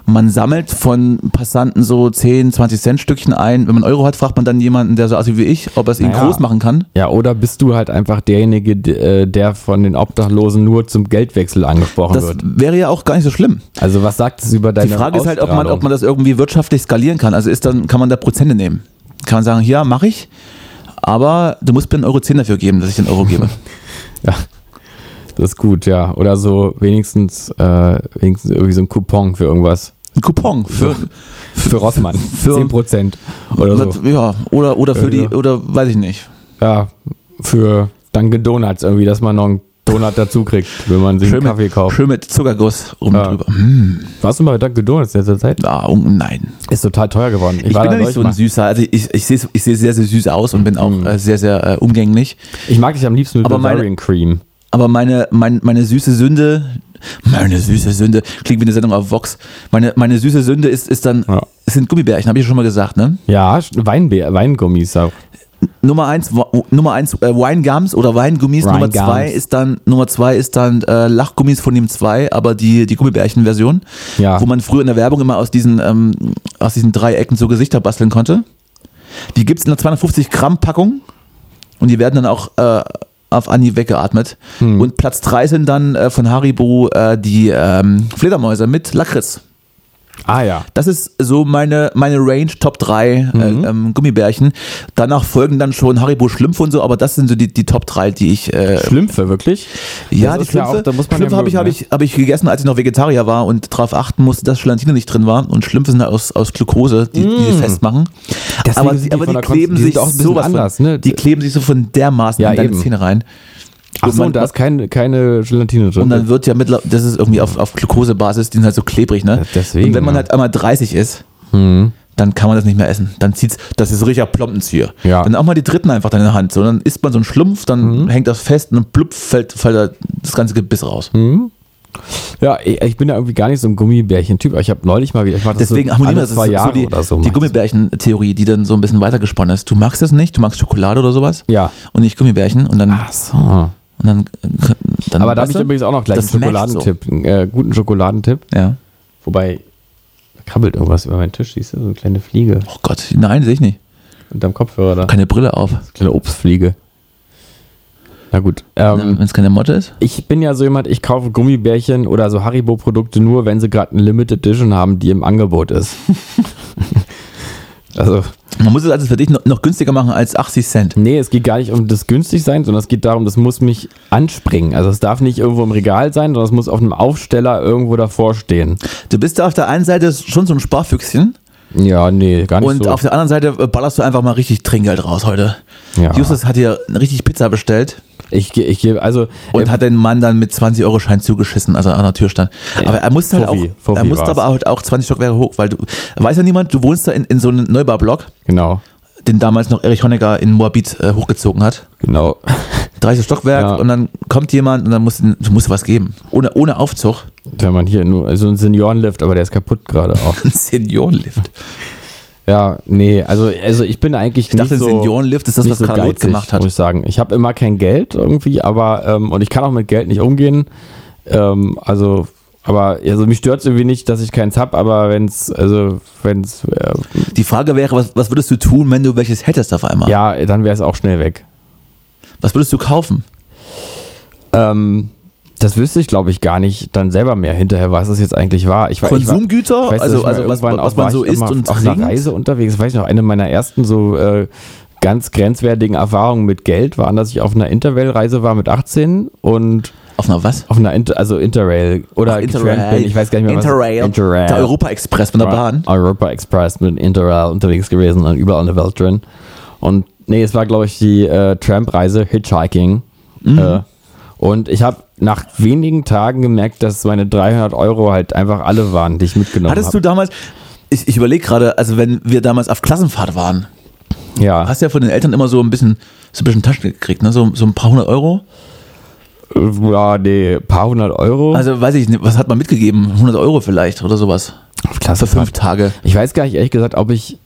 [SPEAKER 3] man sammelt von Passanten so 10, 20 Cent Stückchen ein. Wenn man Euro hat, fragt man dann jemanden, der so aussieht wie ich, ob er es ihm
[SPEAKER 4] Naja.
[SPEAKER 3] groß machen kann.
[SPEAKER 4] Ja, oder bist du halt einfach derjenige, d- äh, der von den Obdachlosen nur zum Geldwechsel angesprochen
[SPEAKER 3] Das
[SPEAKER 4] wird?
[SPEAKER 3] wäre ja auch gar nicht so schlimm.
[SPEAKER 4] Also was sagt es über deine
[SPEAKER 3] Die Frage ist halt, ob man,
[SPEAKER 4] Ausstrahlung?
[SPEAKER 3] ob man das irgendwie wirtschaftlich skalieren kann. Also ist dann, kann man da Prozente nehmen. Kann man sagen, ja, mache ich, aber du musst mir einen Euro 10 dafür geben, dass ich den Euro gebe.
[SPEAKER 4] Ja, das ist gut, ja. Oder so wenigstens, äh, wenigstens irgendwie so ein Coupon für irgendwas.
[SPEAKER 3] Ein Coupon für,
[SPEAKER 4] Für Rossmann.
[SPEAKER 3] Für-
[SPEAKER 4] 10% oder so.
[SPEAKER 3] ja, oder, oder für
[SPEAKER 4] Ja,
[SPEAKER 3] die,
[SPEAKER 4] ja.
[SPEAKER 3] oder weiß ich nicht.
[SPEAKER 4] Ja, für Dunkin' Donuts irgendwie, dass man noch einen Donut dazu kriegt, wenn man sich einen Kaffee
[SPEAKER 3] mit,
[SPEAKER 4] kauft.
[SPEAKER 3] schön mit Zuckerguss rum
[SPEAKER 4] Ja.
[SPEAKER 3] drüber. Hm,
[SPEAKER 4] Warst du mal bei Dunkin' Donuts in letzter Zeit?
[SPEAKER 3] ah, oh, nein.
[SPEAKER 4] Ist total teuer geworden.
[SPEAKER 3] Ich, bin ja nicht
[SPEAKER 4] neulich
[SPEAKER 3] so ein
[SPEAKER 4] mal.
[SPEAKER 3] süßer. Also ich, ich sehe ich seh sehr, sehr süß aus und bin auch äh, sehr, sehr äh, umgänglich.
[SPEAKER 4] ich mag dich am liebsten mit
[SPEAKER 3] Aber meine-
[SPEAKER 4] Bavarian Cream.
[SPEAKER 3] Aber meine, mein, meine süße Sünde, meine süße Sünde, klingt wie eine Sendung auf Vox. Meine, meine süße Sünde ist, ist dann,
[SPEAKER 4] Ja.
[SPEAKER 3] es sind Gummibärchen, habe ich schon mal gesagt, ne?
[SPEAKER 4] Ja, Weinbeer, Weingummis auch.
[SPEAKER 3] Nummer eins, Wo- Nummer eins äh, Weingums oder Weingummis.
[SPEAKER 4] Weingums.
[SPEAKER 3] Nummer zwei ist dann, Nummer zwei ist dann äh, Lachgummis von dem zwei, aber die, die Gummibärchen-Version,
[SPEAKER 4] Ja.
[SPEAKER 3] wo man früher in der Werbung immer aus diesen, ähm, aus diesen Dreiecken so Gesichter basteln konnte. Die gibt's in einer 250 Gramm Packung und die werden dann auch äh, auf Anni weggeatmet. Und Platz drei sind dann äh, von Haribo äh, die ähm, Fledermäuse mit Lakritz.
[SPEAKER 4] Ah ja.
[SPEAKER 3] Das ist so meine, meine Range, Top 3
[SPEAKER 4] Mhm.
[SPEAKER 3] äh, ähm, Gummibärchen. Danach folgen dann schon Haribo Schlümpfe und so, aber das sind so die, die Top 3, die ich. Äh,
[SPEAKER 4] Schlümpfe, wirklich?
[SPEAKER 3] ja, die
[SPEAKER 4] Das ist
[SPEAKER 3] Schlümpfe,
[SPEAKER 4] auch- da muss man
[SPEAKER 3] Schlümpfe
[SPEAKER 4] ja
[SPEAKER 3] habe ich,
[SPEAKER 4] mögen, ne?
[SPEAKER 3] hab ich, hab ich gegessen, als ich noch Vegetarier war und darauf achten musste, dass Gelatine nicht drin war. Und Schlümpfe sind aus, aus Glucose, die, die sie festmachen.
[SPEAKER 4] Mm. Deswegen
[SPEAKER 3] aber
[SPEAKER 4] sind
[SPEAKER 3] die,
[SPEAKER 4] die
[SPEAKER 3] aber
[SPEAKER 4] von
[SPEAKER 3] die
[SPEAKER 4] der Konsistenz-
[SPEAKER 3] kleben
[SPEAKER 4] die sind
[SPEAKER 3] sich
[SPEAKER 4] auch ein bisschen
[SPEAKER 3] sowas
[SPEAKER 4] anders,
[SPEAKER 3] von,
[SPEAKER 4] ne?
[SPEAKER 3] Die kleben sich so von dermaßen
[SPEAKER 4] Ja,
[SPEAKER 3] in deine
[SPEAKER 4] eben.
[SPEAKER 3] Zähne rein.
[SPEAKER 4] Ach so,
[SPEAKER 3] Äh, man-
[SPEAKER 4] und da ist kein, keine Gelatine drin.
[SPEAKER 3] Und dann wird ja mittlerweile, das ist irgendwie auf, auf Glukosebasis, die sind halt so klebrig, ne?
[SPEAKER 4] Ja, deswegen,
[SPEAKER 3] und wenn man
[SPEAKER 4] ja. Mhm.
[SPEAKER 3] halt einmal 30 ist, dann kann man das nicht mehr essen. Dann zieht's, das ist so richtiger Plompenzieher.
[SPEAKER 4] Ja. Mhm.
[SPEAKER 3] Dann auch mal die dritten einfach dann in der Hand. So, dann isst man so einen Schlumpf, dann hängt das fest und dann plupp fällt, fällt da das ganze Gebiss raus.
[SPEAKER 4] Mhm. ja, ich, ich bin ja irgendwie gar nicht so ein Gummibärchen-Typ, aber ich habe neulich mal, ge- ich mach das
[SPEAKER 3] Deswegen
[SPEAKER 4] so
[SPEAKER 3] harmonieren
[SPEAKER 4] alle
[SPEAKER 3] das ist
[SPEAKER 4] zwei Jahre
[SPEAKER 3] so die,
[SPEAKER 4] oder so.
[SPEAKER 3] die
[SPEAKER 4] mach ich das.
[SPEAKER 3] Gummibärchen-Theorie, die dann so ein bisschen weitergesponnen ist. Du magst das nicht, du magst Schokolade oder sowas.
[SPEAKER 4] Ja.
[SPEAKER 3] Und nicht Gummibärchen. Und dann,
[SPEAKER 4] Ach so.
[SPEAKER 3] und dann, dann
[SPEAKER 4] Aber da habe
[SPEAKER 3] weißt
[SPEAKER 4] ich
[SPEAKER 3] du,
[SPEAKER 4] übrigens auch noch gleich
[SPEAKER 3] das
[SPEAKER 4] einen
[SPEAKER 3] merkst du.
[SPEAKER 4] Schokoladentipp, einen äh, guten Schokoladentipp.
[SPEAKER 3] Ja.
[SPEAKER 4] Wobei, da krabbelt irgendwas über meinen Tisch, siehst du? So eine kleine Fliege
[SPEAKER 3] Oh Gott, nein, sehe ich nicht.
[SPEAKER 4] unterm Kopfhörer da.
[SPEAKER 3] Keine Brille auf.
[SPEAKER 4] Kleine Obstfliege. Na gut. Ähm,
[SPEAKER 3] Wenn es keine Motte ist.
[SPEAKER 4] Ich bin ja so jemand, ich kaufe Gummibärchen oder so Haribo-Produkte nur, wenn sie gerade eine Limited Edition haben, die im Angebot ist. also,
[SPEAKER 3] Man muss es also für dich noch, noch günstiger machen als 80 Cent.
[SPEAKER 4] nee, es geht gar nicht um das günstig sein, sondern es geht darum, das muss mich anspringen. Also, es darf nicht irgendwo im Regal sein, sondern es muss auf einem Aufsteller irgendwo davor stehen.
[SPEAKER 3] Du bist da auf der einen Seite schon so ein Sparfüchschen
[SPEAKER 4] Ja, nee, gar nicht
[SPEAKER 3] und
[SPEAKER 4] so.
[SPEAKER 3] auf der anderen Seite äh, ballerst du einfach mal richtig Trinkgeld raus heute.
[SPEAKER 4] Ja.
[SPEAKER 3] Justus hat hier richtig Pizza bestellt
[SPEAKER 4] ich ge- ich gebe, also,
[SPEAKER 3] und
[SPEAKER 4] äh,
[SPEAKER 3] hat den Mann dann mit 20 Euro Schein zugeschissen, als er an der Tür stand. Aber er musste halt
[SPEAKER 4] Fuffi,
[SPEAKER 3] auch, er
[SPEAKER 4] Fuffi
[SPEAKER 3] musste
[SPEAKER 4] war's.
[SPEAKER 3] aber halt auch 20 Stockwerke hoch, weil du, weiß ja niemand, du wohnst da in, in so einem Neubau-Block,
[SPEAKER 4] genau,
[SPEAKER 3] den damals noch Erich Honecker in Moabit äh, hochgezogen hat.
[SPEAKER 4] genau.
[SPEAKER 3] 30 Stockwerk
[SPEAKER 4] Ja.
[SPEAKER 3] und dann kommt jemand und dann musst du, du musst was geben. Ohne, ohne Aufzug.
[SPEAKER 4] Wenn man hier nur, also ein Seniorenlift, aber der ist kaputt gerade auch.
[SPEAKER 3] Ein Seniorenlift.
[SPEAKER 4] Ja, nee, also, also ich bin eigentlich
[SPEAKER 3] Ich dachte,
[SPEAKER 4] nicht so,
[SPEAKER 3] Seniorenlift ist das,
[SPEAKER 4] nicht
[SPEAKER 3] was Karl Roth
[SPEAKER 4] geizig,
[SPEAKER 3] gemacht hat.
[SPEAKER 4] Muss ich sagen. Ich habe immer kein Geld irgendwie, aber ähm, und ich kann auch mit Geld nicht umgehen. Ähm, also, aber also mich stört irgendwie nicht, dass ich keins hab, aber wenn's, also wenn's, äh,
[SPEAKER 3] Die Frage wäre, was, was würdest du tun, wenn du welches hättest auf einmal?
[SPEAKER 4] ja, dann wäre es auch schnell weg.
[SPEAKER 3] Was würdest du kaufen?
[SPEAKER 4] Ähm, das wüsste ich, glaube ich, gar nicht dann selber mehr hinterher, was es jetzt eigentlich war. Ich war ich war-
[SPEAKER 3] Konsumgüter,
[SPEAKER 4] Ich weiß,
[SPEAKER 3] also,
[SPEAKER 4] dass ich
[SPEAKER 3] also
[SPEAKER 4] mal
[SPEAKER 3] was,
[SPEAKER 4] irgendwann
[SPEAKER 3] was
[SPEAKER 4] auch
[SPEAKER 3] man
[SPEAKER 4] war
[SPEAKER 3] so
[SPEAKER 4] ich
[SPEAKER 3] isst
[SPEAKER 4] immer
[SPEAKER 3] und
[SPEAKER 4] auf einer
[SPEAKER 3] trinkt.
[SPEAKER 4] Reise unterwegs, weiß ich noch, eine meiner ersten so äh, ganz grenzwertigen Erfahrungen mit Geld waren, dass ich auf einer Interrail-Reise war mit 18 und
[SPEAKER 3] Auf einer was?
[SPEAKER 4] auf einer Inter also Interrail oder getrennt bin, ich weiß gar nicht mehr
[SPEAKER 3] Interrail.
[SPEAKER 4] was. Interrail.
[SPEAKER 3] Der Europa-Express mit der Bahn.
[SPEAKER 4] Europa Express mit Interrail unterwegs gewesen und überall in der Welt drin. Und nee, es war, glaube ich, die äh, Tramp-Reise, Hitchhiking.
[SPEAKER 3] Mhm.
[SPEAKER 4] Äh, und ich habe nach wenigen Tagen gemerkt, dass meine 300 Euro halt einfach alle waren, die ich mitgenommen habe.
[SPEAKER 3] Hattest du damals, ich, ich überlege gerade, also wenn wir damals auf Klassenfahrt waren,
[SPEAKER 4] du ja.
[SPEAKER 3] hast du ja von den Eltern immer so ein bisschen, so ein bisschen Taschen gekriegt, ne? so, so ein paar hundert Euro.
[SPEAKER 4] ja, nee, paar hundert Euro.
[SPEAKER 3] Also weiß ich nicht, was hat man mitgegeben? 100 Euro vielleicht oder sowas. Für fünf Tage.
[SPEAKER 4] Ich weiß gar nicht, ehrlich gesagt, ob ich.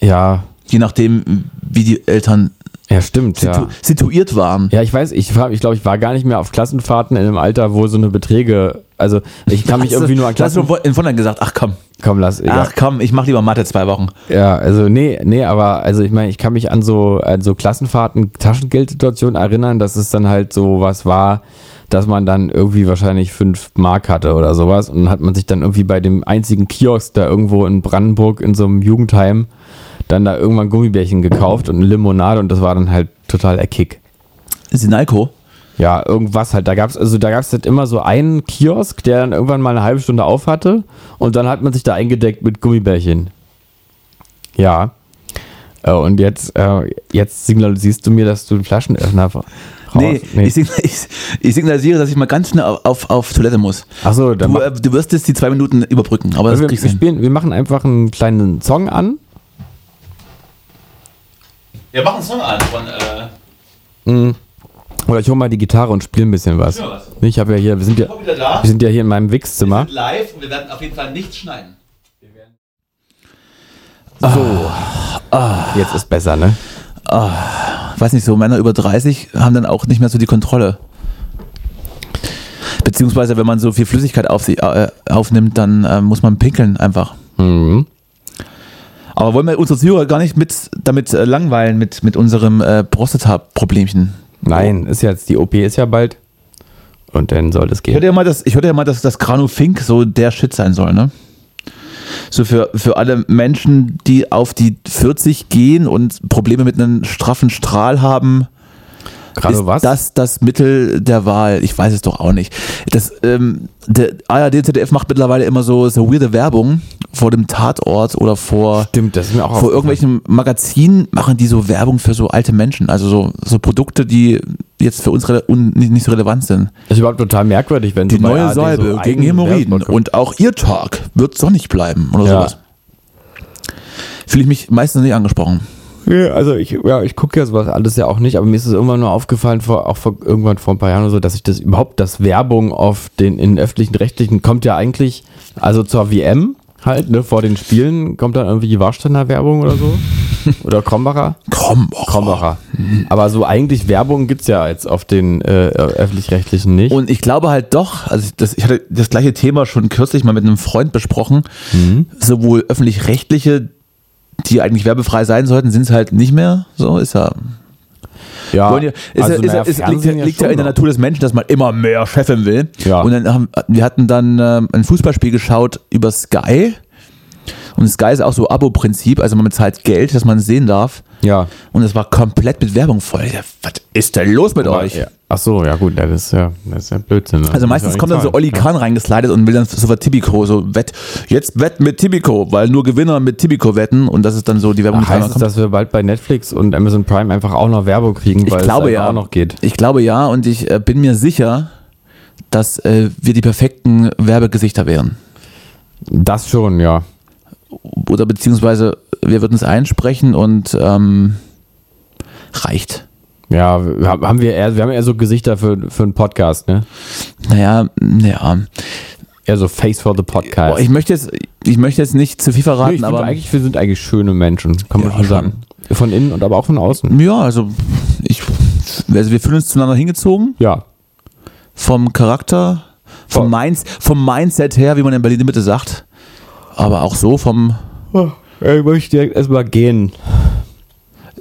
[SPEAKER 4] Ja,
[SPEAKER 3] Je nachdem, wie die Eltern
[SPEAKER 4] ja, stimmt. Ja.
[SPEAKER 3] situ situiert waren.
[SPEAKER 4] Ja, ich weiß, ich, war- ich glaube, ich war gar nicht mehr auf Klassenfahrten in einem Alter, wo so eine Beträge. Also, ich kann mich
[SPEAKER 3] Hast du-
[SPEAKER 4] irgendwie nur
[SPEAKER 3] du
[SPEAKER 4] an
[SPEAKER 3] hast
[SPEAKER 4] Klassen.
[SPEAKER 3] schon vor- in Vornherein gesagt, ach komm,
[SPEAKER 4] Komm, lass. egal.
[SPEAKER 3] ach komm, ich mach lieber Mathe zwei Wochen.
[SPEAKER 4] Ja, also, nee, nee, aber, also, ich meine, ich kann mich an so, an so Klassenfahrten, Taschengeldsituationen erinnern, dass es dann halt so was war, dass man dann irgendwie wahrscheinlich fünf Mark hatte oder sowas. Und dann hat man sich dann irgendwie bei dem einzigen Kiosk da irgendwo in Brandenburg in so einem Jugendheim dann da irgendwann Gummibärchen gekauft und eine Limonade und das war dann halt total der Kick.
[SPEAKER 3] Sinalco.
[SPEAKER 4] Ja, irgendwas halt. Da gab's also da gab's halt immer so einen Kiosk, der dann irgendwann mal eine halbe Stunde auf hatte und dann hat man sich da eingedeckt mit Gummibärchen. Ja. Äh, Und jetzt, äh, jetzt signalisierst du mir, dass du einen Flaschenöffner ra- raus.
[SPEAKER 3] Nee, Ich, sign ich, ich signalisiere, dass ich mal ganz schnell auf, auf, auf Toilette muss.
[SPEAKER 4] Achso, dann
[SPEAKER 3] Du,
[SPEAKER 4] mach-
[SPEAKER 3] äh, du wirst jetzt die zwei Minuten überbrücken, aber das
[SPEAKER 4] wir, wir,
[SPEAKER 3] kriegst du hin.
[SPEAKER 4] spielen, wir machen einfach einen kleinen Song an.
[SPEAKER 3] Wir machen einen Song an von äh,
[SPEAKER 4] Mhm. Oder ich hole mal die Gitarre und spiele ein bisschen was.
[SPEAKER 3] Ja, was?
[SPEAKER 4] Ich habe ja hier, wir sind ja,
[SPEAKER 3] wieder da.
[SPEAKER 4] wir sind ja hier in meinem Wichszimmer.
[SPEAKER 3] live und wir werden auf jeden Fall nichts schneiden. Ah.
[SPEAKER 4] Jetzt ist besser, ne?
[SPEAKER 3] Weiß nicht, so Männer über 30 haben dann auch nicht mehr so die Kontrolle. Beziehungsweise, wenn man so viel Flüssigkeit auf sich, äh, aufnimmt, dann äh, muss man pinkeln einfach.
[SPEAKER 4] Mhm.
[SPEAKER 3] Aber wollen wir unsere Zuhörer gar nicht mit, damit äh, langweilen, mit, mit unserem äh, Prostata-Problemchen?
[SPEAKER 4] Nein, ist jetzt, die OP ist ja bald. Und dann soll es
[SPEAKER 3] Ich
[SPEAKER 4] gehen.
[SPEAKER 3] hörte ja mal, dass, ich hörte ja mal, dass das Grano Fink so der Shit sein soll, ne? So für, für alle Menschen, die auf die 40 gehen und Probleme mit einem straffen Strahl haben,
[SPEAKER 4] Gerade
[SPEAKER 3] ist
[SPEAKER 4] was?
[SPEAKER 3] das das Mittel der Wahl? Ich weiß es doch auch nicht. Das, ähm, der ARD, ZDF macht mittlerweile immer so, so weirde Werbung vor dem Tatort oder vor,
[SPEAKER 4] Stimmt, das ist mir auch
[SPEAKER 3] vor
[SPEAKER 4] aufgefallen.
[SPEAKER 3] irgendwelchen Magazinen machen die so Werbung für so alte Menschen. Also so, so Produkte, die jetzt für uns rele- un nicht, nicht so relevant sind.
[SPEAKER 4] Das ist überhaupt total merkwürdig, wenn
[SPEAKER 3] Die
[SPEAKER 4] du bei
[SPEAKER 3] neue
[SPEAKER 4] ARD so
[SPEAKER 3] Salbe
[SPEAKER 4] einen
[SPEAKER 3] gegen Hämorrhoiden
[SPEAKER 4] Werbespot guckst.
[SPEAKER 3] und auch ihr Tag wird sonnig bleiben oder
[SPEAKER 4] Ja.
[SPEAKER 3] sowas. Fühle ich mich meistens nicht angesprochen.
[SPEAKER 4] Ja, also ich, ja, ich gucke ja sowas alles ja auch nicht, aber mir ist es irgendwann nur aufgefallen, vor, auch vor, irgendwann vor ein paar Jahren oder so, dass ich das überhaupt, das Werbung auf den, in den öffentlichen Rechtlichen kommt ja eigentlich, also zur WM halt, ne, vor den Spielen kommt dann irgendwie die Warsteiner Werbung oder so. Oder Krombacher?
[SPEAKER 3] Komm, oh,
[SPEAKER 4] Krombacher. Aber so eigentlich Werbung gibt's ja jetzt auf den äh, öffentlich-rechtlichen nicht.
[SPEAKER 3] Und ich glaube halt doch, also ich- das, ich hatte das gleiche Thema schon kürzlich mal mit einem Freund besprochen, Mhm. sowohl öffentlich-rechtliche, die eigentlich werbefrei sein sollten, sind es halt nicht mehr. So ist ja.
[SPEAKER 4] ja, also
[SPEAKER 3] Wollen ja- Ist ja- ist ja- ist- Liegt ja-
[SPEAKER 4] Fernsehen
[SPEAKER 3] liegt ja
[SPEAKER 4] schon
[SPEAKER 3] in der
[SPEAKER 4] noch.
[SPEAKER 3] Natur des Menschen, dass man immer mehr scheffeln will.
[SPEAKER 4] Ja.
[SPEAKER 3] Und dann haben, wir hatten dann ähm, ein Fußballspiel geschaut über Sky. Und Sky ist auch so Abo-Prinzip, also man bezahlt Geld, dass man es sehen darf.
[SPEAKER 4] Ja.
[SPEAKER 3] Und es war komplett mit Werbung voll. Ich dachte, Was ist denn los mit
[SPEAKER 4] Aber,
[SPEAKER 3] euch?
[SPEAKER 4] ja. Ach so, ja gut, ja, das ist ja, das ist ja Blödsinn. ne?
[SPEAKER 3] Also
[SPEAKER 4] Das
[SPEAKER 3] meistens
[SPEAKER 4] ist ja
[SPEAKER 3] kommt dann so
[SPEAKER 4] eigentlich
[SPEAKER 3] Olli Kahn reingeslidet und will dann so was Tipico, so Wett, jetzt Wett mit Tipico, weil nur Gewinner mit Tipico wetten und das ist dann so die Werbung. die
[SPEAKER 4] Heißt
[SPEAKER 3] dann
[SPEAKER 4] es,
[SPEAKER 3] kommt.
[SPEAKER 4] dass wir bald bei Netflix und Amazon Prime einfach auch noch Werbung kriegen,
[SPEAKER 3] ich
[SPEAKER 4] weil
[SPEAKER 3] glaube
[SPEAKER 4] es einfach
[SPEAKER 3] ja.
[SPEAKER 4] auch noch geht?
[SPEAKER 3] Ich glaube ja und ich äh, bin mir sicher, dass äh, wir die perfekten Werbegesichter wären.
[SPEAKER 4] Das schon, ja.
[SPEAKER 3] Oder beziehungsweise wir würden es einsprechen und ähm, reicht.
[SPEAKER 4] Ja, wir- haben wir eher, wir haben eher so Gesichter für, für einen Podcast, ne?
[SPEAKER 3] Naja, ja.
[SPEAKER 4] Eher so Face for the Podcast.
[SPEAKER 3] Boah, ich möchte jetzt, ich möchte jetzt nicht zu viel
[SPEAKER 4] Äh, Nee,
[SPEAKER 3] verraten,
[SPEAKER 4] ich finde
[SPEAKER 3] aber
[SPEAKER 4] eigentlich, wir sind eigentlich schöne Menschen, kann man
[SPEAKER 3] Ja,
[SPEAKER 4] schon sagen. Von innen und aber auch von außen.
[SPEAKER 3] ja, also ich, also wir fühlen uns zueinander hingezogen.
[SPEAKER 4] Ja.
[SPEAKER 3] vom Charakter, vom,
[SPEAKER 4] Voll.
[SPEAKER 3] Minds, vom Mindset her, wie man in Berlin in Mitte sagt. Aber auch so vom,
[SPEAKER 4] Ich möchte direkt erstmal gehen.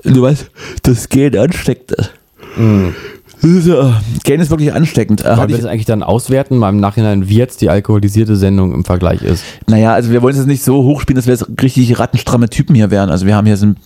[SPEAKER 3] du weißt, das Gehen ansteckt. Das ist ja- Gehen ist wirklich ansteckend. Äh,
[SPEAKER 4] Wollen
[SPEAKER 3] Hatte
[SPEAKER 4] Mhm. wir
[SPEAKER 3] ich,
[SPEAKER 4] das eigentlich dann auswerten, mal im Nachhinein, wie jetzt die alkoholisierte Sendung im Vergleich ist?
[SPEAKER 3] naja, also wir wollen es jetzt nicht so hochspielen, dass wir jetzt richtig rattenstramme Typen hier wären. Also wir haben hier sind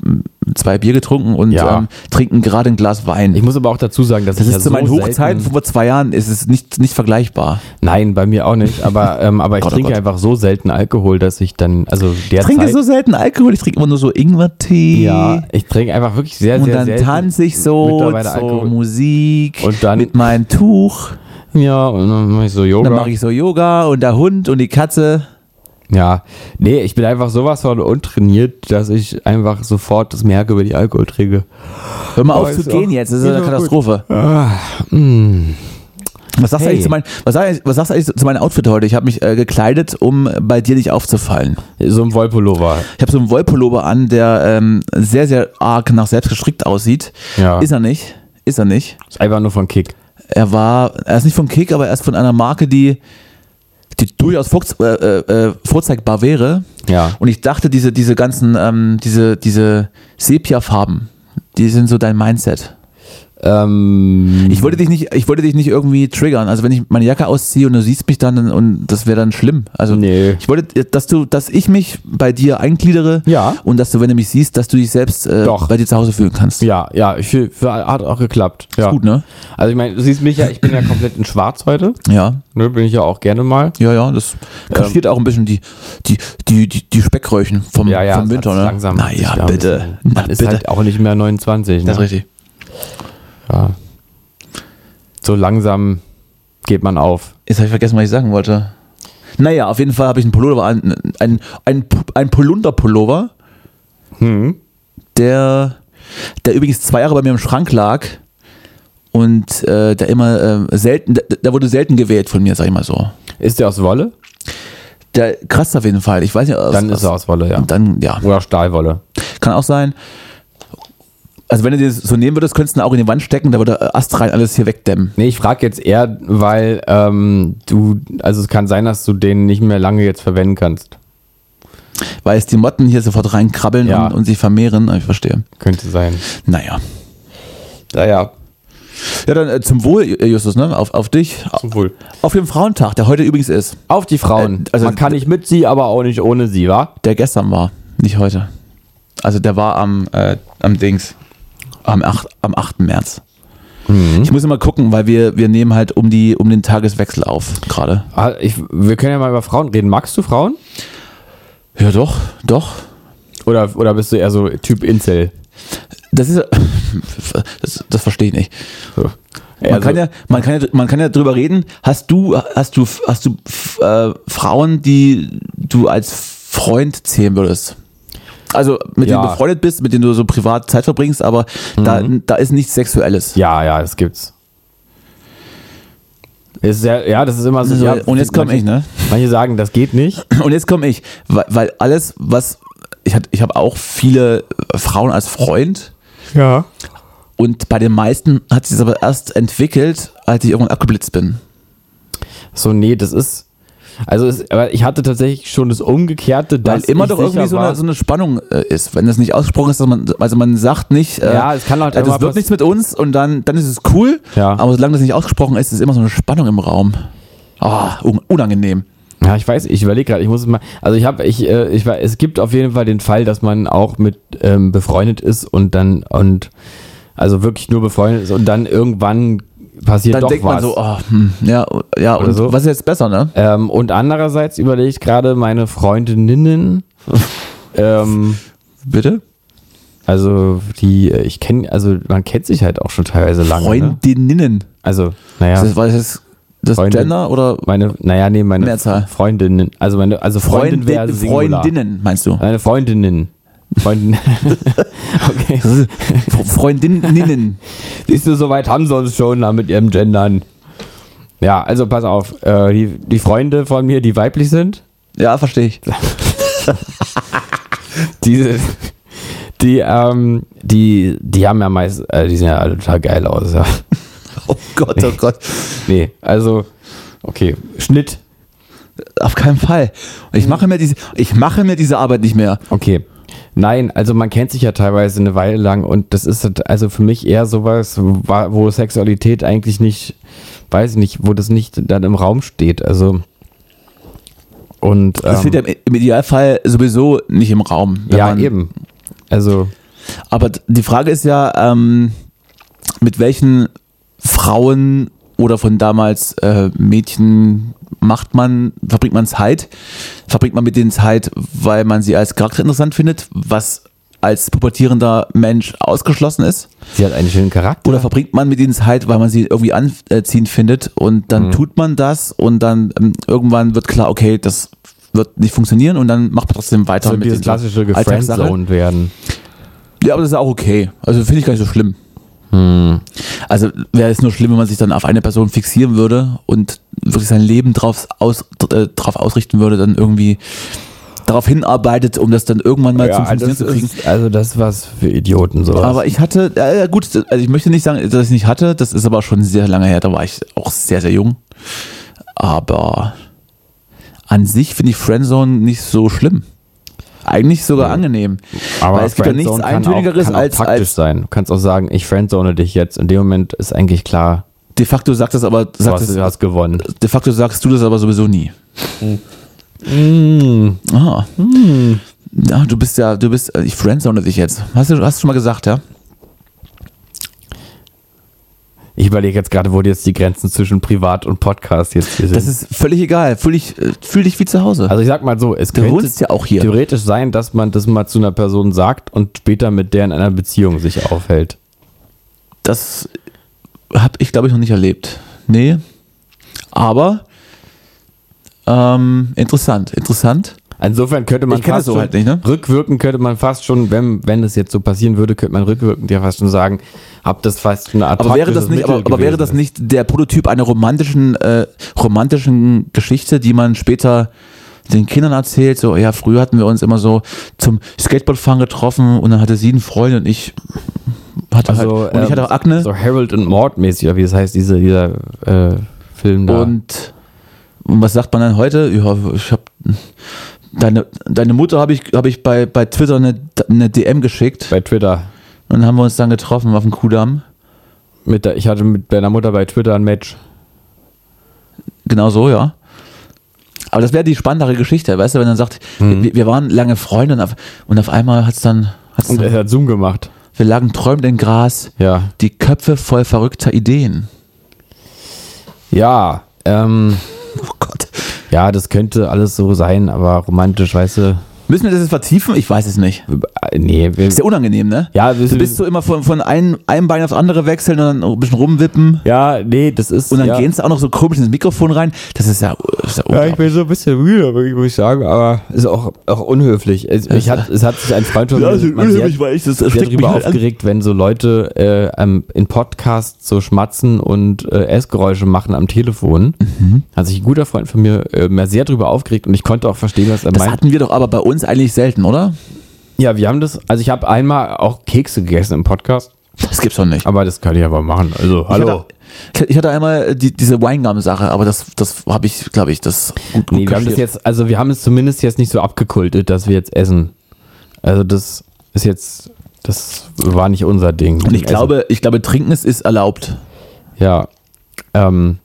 [SPEAKER 3] zwei Bier getrunken und
[SPEAKER 4] Ja.
[SPEAKER 3] ähm, trinken gerade ein Glas Wein.
[SPEAKER 4] Ich muss aber auch dazu sagen, dass
[SPEAKER 3] das
[SPEAKER 4] ich
[SPEAKER 3] ist
[SPEAKER 4] ja
[SPEAKER 3] zu meinen
[SPEAKER 4] so
[SPEAKER 3] Hochzeiten
[SPEAKER 4] selten-
[SPEAKER 3] von vor zwei Jahren, ist es nicht, nicht vergleichbar.
[SPEAKER 4] Nein, bei mir auch nicht. Aber, ähm, aber ich
[SPEAKER 3] Gott, oh
[SPEAKER 4] trinke
[SPEAKER 3] Gott.
[SPEAKER 4] einfach so selten Alkohol, dass ich dann, also
[SPEAKER 3] Ich trinke
[SPEAKER 4] derzeit.
[SPEAKER 3] so selten Alkohol, ich trinke immer nur so Ingwertee.
[SPEAKER 4] Ja, ich trinke einfach wirklich sehr,
[SPEAKER 3] Und
[SPEAKER 4] sehr
[SPEAKER 3] dann
[SPEAKER 4] selten.
[SPEAKER 3] tanze ich so
[SPEAKER 4] mittlerweile
[SPEAKER 3] zur
[SPEAKER 4] Alkohol.
[SPEAKER 3] Musik
[SPEAKER 4] Und dann-
[SPEAKER 3] mit meinem Tuch.
[SPEAKER 4] Ja, und dann mache ich so Yoga.
[SPEAKER 3] Dann mache ich so Yoga und der Hund und die Katze.
[SPEAKER 4] ja, nee, ich bin einfach sowas von untrainiert, dass ich einfach sofort das merke, wenn ich Alkohol trinke.
[SPEAKER 3] Hör mal
[SPEAKER 4] Aber
[SPEAKER 3] auf zu
[SPEAKER 4] ist
[SPEAKER 3] gehen
[SPEAKER 4] auch-
[SPEAKER 3] jetzt, das ist
[SPEAKER 4] ist
[SPEAKER 3] eine
[SPEAKER 4] auch gut.
[SPEAKER 3] Katastrophe.
[SPEAKER 4] Ah, mm.
[SPEAKER 3] Was sagst, du
[SPEAKER 4] Hey.
[SPEAKER 3] eigentlich zu mein, was, sag- was sagst du eigentlich zu meinem Outfit heute? Ich habe mich äh, gekleidet, um bei dir nicht aufzufallen.
[SPEAKER 4] So ein Wollpullover.
[SPEAKER 3] Ich habe so einen Wollpullover an, der ähm, sehr, sehr arg nach selbst gestrickt aussieht.
[SPEAKER 4] Ja.
[SPEAKER 3] Ist er nicht, ist er nicht.
[SPEAKER 4] Ist einfach nur von Kick.
[SPEAKER 3] Er war, er ist nicht vom Kick, aber er ist von einer Marke, die, die durchaus vorz äh, äh, vorzeigbar wäre.
[SPEAKER 4] Ja.
[SPEAKER 3] Und ich dachte, diese, diese ganzen, ähm, diese, diese Sepia-Farben, die sind so dein Mindset.
[SPEAKER 4] Ähm,
[SPEAKER 3] Ich wollte dich nicht, ich wollte dich nicht irgendwie triggern. Also wenn ich meine Jacke ausziehe und du siehst mich dann und das wäre dann schlimm. Also
[SPEAKER 4] Nee.
[SPEAKER 3] ich wollte, dass du, dass ich mich bei dir eingliedere
[SPEAKER 4] Ja.
[SPEAKER 3] und dass du, wenn du mich siehst, dass du dich selbst äh,
[SPEAKER 4] Doch.
[SPEAKER 3] bei dir zu Hause fühlen kannst.
[SPEAKER 4] ja, ja, ich, fühl- hat auch geklappt. Ja.
[SPEAKER 3] Gut, ne?
[SPEAKER 4] Also ich meine, du siehst mich ja, ich bin ja komplett in Schwarz heute.
[SPEAKER 3] Ja,
[SPEAKER 4] Ne, bin ich ja auch gerne mal.
[SPEAKER 3] ja, ja. Das
[SPEAKER 4] Ähm.
[SPEAKER 3] kaschiert auch ein bisschen die, die, die, die, die Speckröhrchen vom,
[SPEAKER 4] Ja, ja,
[SPEAKER 3] vom
[SPEAKER 4] es hat
[SPEAKER 3] Winter,
[SPEAKER 4] sich
[SPEAKER 3] ne?
[SPEAKER 4] langsam. hat sich
[SPEAKER 3] naja,
[SPEAKER 4] da ein
[SPEAKER 3] bitte.
[SPEAKER 4] bisschen-
[SPEAKER 3] Na,
[SPEAKER 4] Man ist
[SPEAKER 3] bitte.
[SPEAKER 4] halt auch nicht mehr 29.
[SPEAKER 3] das ist
[SPEAKER 4] ne?
[SPEAKER 3] richtig.
[SPEAKER 4] ja. So langsam geht man auf.
[SPEAKER 3] Jetzt habe ich vergessen, was ich sagen wollte. Naja, auf jeden Fall habe ich einen Pullover an, ein, ein, ein Polunder-Pullover,
[SPEAKER 4] Hm.
[SPEAKER 3] der, der übrigens zwei Jahre bei mir im Schrank lag und äh, der immer äh, selten, der, der wurde selten gewählt von mir, sag ich mal so.
[SPEAKER 4] Ist der aus Wolle?
[SPEAKER 3] Der krass auf jeden Fall. Ich weiß nicht, aus,
[SPEAKER 4] Dann ist er aus Wolle, ja.
[SPEAKER 3] Dann, ja,
[SPEAKER 4] Oder Stahlwolle.
[SPEAKER 3] kann auch sein. Also wenn du das so nehmen würdest, könntest du ihn auch in die Wand stecken, da würde äh, astrein alles hier wegdämmen.
[SPEAKER 4] Nee, ich frage jetzt eher, weil ähm, du, also es kann sein, dass du den nicht mehr lange jetzt verwenden kannst.
[SPEAKER 3] Weil es die Motten hier sofort reinkrabbeln
[SPEAKER 4] Ja.
[SPEAKER 3] Ah, und, und sich vermehren. Ich verstehe.
[SPEAKER 4] Könnte sein.
[SPEAKER 3] Naja.
[SPEAKER 4] Naja.
[SPEAKER 3] Ja, dann äh, zum Wohl, Justus, ne? Auf, auf dich.
[SPEAKER 4] Zum Wohl.
[SPEAKER 3] Auf den Frauentag, der heute übrigens ist.
[SPEAKER 4] Auf die Frauen.
[SPEAKER 3] Äh, also-
[SPEAKER 4] Man kann nicht mit sie, aber auch nicht ohne sie, wa?
[SPEAKER 3] Der gestern war, nicht heute. Also der war am, äh, am Dings, am 8, am 8. März. Ich muss immer gucken, weil wir, wir nehmen halt um, die, um den Tageswechsel auf gerade.
[SPEAKER 4] Ah, Ich, wir können ja mal über Frauen reden. Magst du Frauen?
[SPEAKER 3] Ja, doch, doch.
[SPEAKER 4] Oder, oder bist du eher so Typ Incel?
[SPEAKER 3] Das ist. Das, das verstehe ich nicht.
[SPEAKER 4] So.
[SPEAKER 3] Man,
[SPEAKER 4] Also
[SPEAKER 3] kann ja, man, kann ja, man kann ja drüber reden. Hast du, hast du, hast du f- äh, Frauen, die du als Freund zählen würdest? Also, mit
[SPEAKER 4] Ja.
[SPEAKER 3] denen
[SPEAKER 4] Mhm.
[SPEAKER 3] du befreundet bist, mit denen du so privat Zeit verbringst, aber da, da ist nichts Sexuelles.
[SPEAKER 4] Ja, ja, das gibt's. Ist ja, ja, das ist immer so.
[SPEAKER 3] Also So,
[SPEAKER 4] ja,
[SPEAKER 3] und jetzt komm
[SPEAKER 4] manche-
[SPEAKER 3] ich, ne?
[SPEAKER 4] Manche sagen, das geht nicht.
[SPEAKER 3] Und jetzt komme ich, weil, weil alles, was ich hatte, ich habe auch viele Frauen als Freund
[SPEAKER 4] Ja.
[SPEAKER 3] und bei den meisten hat sich das aber erst entwickelt, als ich irgendwann abgeblitzt bin.
[SPEAKER 4] So, nee, das ist. Also, es, aber ich hatte tatsächlich schon das Umgekehrte,
[SPEAKER 3] Weil
[SPEAKER 4] dass
[SPEAKER 3] immer
[SPEAKER 4] ich
[SPEAKER 3] doch irgendwie
[SPEAKER 4] sicher
[SPEAKER 3] so
[SPEAKER 4] war-
[SPEAKER 3] eine, so eine Spannung äh, ist, wenn das nicht ausgesprochen ist, dass man, also man sagt nicht, äh,
[SPEAKER 4] Ja, es kann halt
[SPEAKER 3] äh,
[SPEAKER 4] immer
[SPEAKER 3] das wird
[SPEAKER 4] pass-
[SPEAKER 3] nichts mit uns und dann, dann ist es cool,
[SPEAKER 4] Ja.
[SPEAKER 3] aber solange das nicht ausgesprochen ist, ist immer so eine Spannung im Raum. Ah, un- unangenehm.
[SPEAKER 4] Ja, ich weiß, ich überlege gerade, ich muss es mal. Also ich habe, ich, äh, ich war, es gibt auf jeden Fall den Fall, dass man auch mit ähm, befreundet ist und dann und also wirklich nur befreundet ist und dann irgendwann passiert
[SPEAKER 3] Dann
[SPEAKER 4] doch
[SPEAKER 3] denkt
[SPEAKER 4] was.
[SPEAKER 3] man so, ah, hm, ja, ja,
[SPEAKER 4] Oder
[SPEAKER 3] und
[SPEAKER 4] so.
[SPEAKER 3] was ist jetzt besser, ne?
[SPEAKER 4] ähm, und andererseits überlege ich gerade meine Freundinnen, ähm,
[SPEAKER 3] Bitte?
[SPEAKER 4] also die, äh, ich kenne, also man kennt sich halt auch schon teilweise lange. Ne?
[SPEAKER 3] Freundinnen.
[SPEAKER 4] Also naja,
[SPEAKER 3] Das war das, das
[SPEAKER 4] Freundin.
[SPEAKER 3] Gender oder
[SPEAKER 4] meine, naja, nee, meine
[SPEAKER 3] Mehrzahl.
[SPEAKER 4] Freundinnen, also meine, also Freundin wäre
[SPEAKER 3] Freundin-
[SPEAKER 4] Singular.
[SPEAKER 3] Freundinnen, meinst du?
[SPEAKER 4] Meine Freundinnen. Freundin. okay.
[SPEAKER 3] Fre- Freundinnen.
[SPEAKER 4] Siehst du, so weit haben sie uns schon da mit ihrem Gendern. Ja, also pass auf. Äh, die, die Freunde von mir, die weiblich sind,
[SPEAKER 3] ja, verstehe ich.
[SPEAKER 4] die, die, ähm, die, die haben ja meist, äh, die sehen ja alle total geil aus. Ja.
[SPEAKER 3] Oh Gott, oh Gott.
[SPEAKER 4] Nee, also, okay. Schnitt.
[SPEAKER 3] Auf keinen Fall.
[SPEAKER 4] Mhm.
[SPEAKER 3] Ich mache mir diese, ich mache mir diese Arbeit nicht mehr.
[SPEAKER 4] Okay. Nein, also man kennt sich ja teilweise eine Weile lang und das ist halt also für mich eher sowas, wa- wo Sexualität eigentlich nicht, weiß ich nicht, wo das nicht dann im Raum steht. Also und
[SPEAKER 3] Das
[SPEAKER 4] ähm,
[SPEAKER 3] steht ja im- im Idealfall sowieso nicht im Raum. wenn
[SPEAKER 4] ja
[SPEAKER 3] man-
[SPEAKER 4] eben. Also
[SPEAKER 3] Aber d- die Frage ist ja, ähm, mit welchen Frauen oder von damals äh, Mädchen macht man, verbringt man Zeit? Verbringt man mit denen Zeit, weil man sie als Charakter interessant findet, was als pubertierender Mensch ausgeschlossen ist?
[SPEAKER 4] sie hat einen schönen Charakter.
[SPEAKER 3] Oder verbringt man mit ihnen Zeit, weil man sie irgendwie anziehend findet und
[SPEAKER 4] Mhm.
[SPEAKER 3] dann tut man das und dann ähm, irgendwann wird klar, okay, das wird nicht funktionieren und dann macht man trotzdem weiter
[SPEAKER 4] so Also dieses
[SPEAKER 3] den
[SPEAKER 4] klassische
[SPEAKER 3] Alltagssachen.
[SPEAKER 4] gefriendzoned werden.
[SPEAKER 3] Ja, aber das ist auch okay. Also finde ich gar nicht so schlimm.
[SPEAKER 4] Hm.
[SPEAKER 3] Also wäre es nur schlimm, wenn man sich dann auf eine Person fixieren würde und wirklich sein Leben drauf, aus, äh, drauf ausrichten würde, dann irgendwie darauf hinarbeitet, um das dann irgendwann mal zum Funktionieren zu kriegen.
[SPEAKER 4] ist, also das was für Idioten sowas.
[SPEAKER 3] Aber ich hatte, äh, ja, gut, also ich möchte nicht sagen, dass ich nicht hatte, das ist aber schon sehr lange her, da war ich auch sehr, sehr jung. Aber an sich finde ich Friendzone nicht so schlimm. Eigentlich sogar angenehm.
[SPEAKER 4] Aber
[SPEAKER 3] Weil es gibt ja nichts
[SPEAKER 4] Friendzone kann
[SPEAKER 3] Eintönigeres
[SPEAKER 4] auch, kann auch
[SPEAKER 3] als,
[SPEAKER 4] taktisch
[SPEAKER 3] als
[SPEAKER 4] sein. Du kannst auch sagen, ich friendzone dich jetzt. In dem Moment ist eigentlich klar,
[SPEAKER 3] de facto sagt das aber,
[SPEAKER 4] du
[SPEAKER 3] sagt
[SPEAKER 4] hast,
[SPEAKER 3] das,
[SPEAKER 4] du hast gewonnen.
[SPEAKER 3] de facto sagst du das aber sowieso nie.
[SPEAKER 4] Mm.
[SPEAKER 3] Ah. Ja, du bist ja, du bist, äh, ich friendzone dich jetzt. Hast du, hast du schon mal gesagt, ja?
[SPEAKER 4] Ich überlege jetzt gerade, wo jetzt die Grenzen zwischen Privat und Podcast jetzt hier sind.
[SPEAKER 3] Das ist völlig egal. Fühl dich, äh, fühl dich wie zu Hause.
[SPEAKER 4] also ich sag mal so, es
[SPEAKER 3] du
[SPEAKER 4] könnte
[SPEAKER 3] wohnst ja auch hier.
[SPEAKER 4] theoretisch sein, dass man das mal zu einer Person sagt und später mit der in einer Beziehung sich aufhält.
[SPEAKER 3] Das habe ich, glaube ich, noch nicht erlebt. Nee. Aber ähm, interessant, interessant.
[SPEAKER 4] Insofern könnte man
[SPEAKER 3] Ich kenn das so
[SPEAKER 4] schon,
[SPEAKER 3] halt nicht, ne?
[SPEAKER 4] rückwirkend könnte man fast schon, wenn, wenn es jetzt so passieren würde, könnte man rückwirkend ja fast schon sagen, hab das fast eine Art
[SPEAKER 3] Aber wäre das
[SPEAKER 4] taktisches
[SPEAKER 3] nicht, aber,
[SPEAKER 4] Mittel
[SPEAKER 3] aber wäre das
[SPEAKER 4] gewesen.
[SPEAKER 3] nicht der Prototyp einer romantischen, äh, romantischen Geschichte, die man später den Kindern erzählt, so, ja, früher hatten wir uns immer so zum Skateboardfahren getroffen und dann hatte sie einen Freund und ich hatte
[SPEAKER 4] Also,
[SPEAKER 3] halt, und ich
[SPEAKER 4] ähm,
[SPEAKER 3] hatte auch Akne
[SPEAKER 4] So Harold und Mord mäßig, oder wie das heißt, diese, dieser äh, Film da.
[SPEAKER 3] und, und was sagt man dann heute? Ja, ich habe deine, deine Mutter habe ich, hab ich bei, bei Twitter eine, eine DM geschickt
[SPEAKER 4] bei Twitter.
[SPEAKER 3] und haben wir uns dann getroffen auf dem Kudamm
[SPEAKER 4] Mit der, ich hatte mit meiner Mutter bei Twitter ein Match.
[SPEAKER 3] Genau so, ja. Aber das wäre die spannendere Geschichte, weißt du, wenn dann sagt,
[SPEAKER 4] Hm.
[SPEAKER 3] wir, wir waren lange Freunde und auf, und auf einmal hat's dann, hat's
[SPEAKER 4] Und er
[SPEAKER 3] dann
[SPEAKER 4] hat Zoom gemacht.
[SPEAKER 3] wir lagen träumend im Gras,
[SPEAKER 4] Ja.
[SPEAKER 3] die Köpfe voll verrückter Ideen.
[SPEAKER 4] Ja, ähm,
[SPEAKER 3] Oh Gott.
[SPEAKER 4] ja, das könnte alles so sein, aber romantisch, weißt du.
[SPEAKER 3] Müssen wir das jetzt vertiefen? Ich weiß es nicht.
[SPEAKER 4] äh, Nee, wir,
[SPEAKER 3] Ist ja unangenehm, ne?
[SPEAKER 4] Ja, wir-
[SPEAKER 3] du bist so immer von, von einem, einem Bein aufs andere wechseln und dann ein bisschen rumwippen.
[SPEAKER 4] ja, nee, das ist.
[SPEAKER 3] Und dann
[SPEAKER 4] ja.
[SPEAKER 3] gehst du auch noch so komisch ins Mikrofon rein. Das ist ja, das ist ja
[SPEAKER 4] Ja, ich
[SPEAKER 3] unglaublich.
[SPEAKER 4] bin so ein bisschen müde, muss ich sagen, aber ist auch, auch unhöflich. Es, ich hat, es hat sich ein Freund von mir man sehr-
[SPEAKER 3] weil ich das halt
[SPEAKER 4] sehr drüber aufgeregt, wenn so Leute äh, ähm, in Podcasts so schmatzen und äh, Essgeräusche machen am Telefon. Hat sich ein guter Freund von mir äh, mal sehr drüber aufgeregt und ich konnte auch verstehen, was er
[SPEAKER 3] Das
[SPEAKER 4] meint.
[SPEAKER 3] hatten wir doch aber bei uns eigentlich selten, oder?
[SPEAKER 4] Ja, wir haben das, also ich habe einmal auch Kekse gegessen im Podcast,
[SPEAKER 3] Das gibt's doch nicht.
[SPEAKER 4] aber das kann ich aber machen. Also, hallo.
[SPEAKER 3] Ich hatte, ich hatte einmal die, diese Weingum-Sache, aber das, das habe ich, glaube ich, das gut, gut
[SPEAKER 4] Nee, wir haben das
[SPEAKER 3] kaschiert.
[SPEAKER 4] jetzt, also wir haben es zumindest jetzt nicht so abgekultet, dass wir jetzt essen. Also das ist jetzt, das war nicht unser Ding.
[SPEAKER 3] Und ich glaube, ich glaube, trinken es ist erlaubt.
[SPEAKER 4] Ja. Ähm,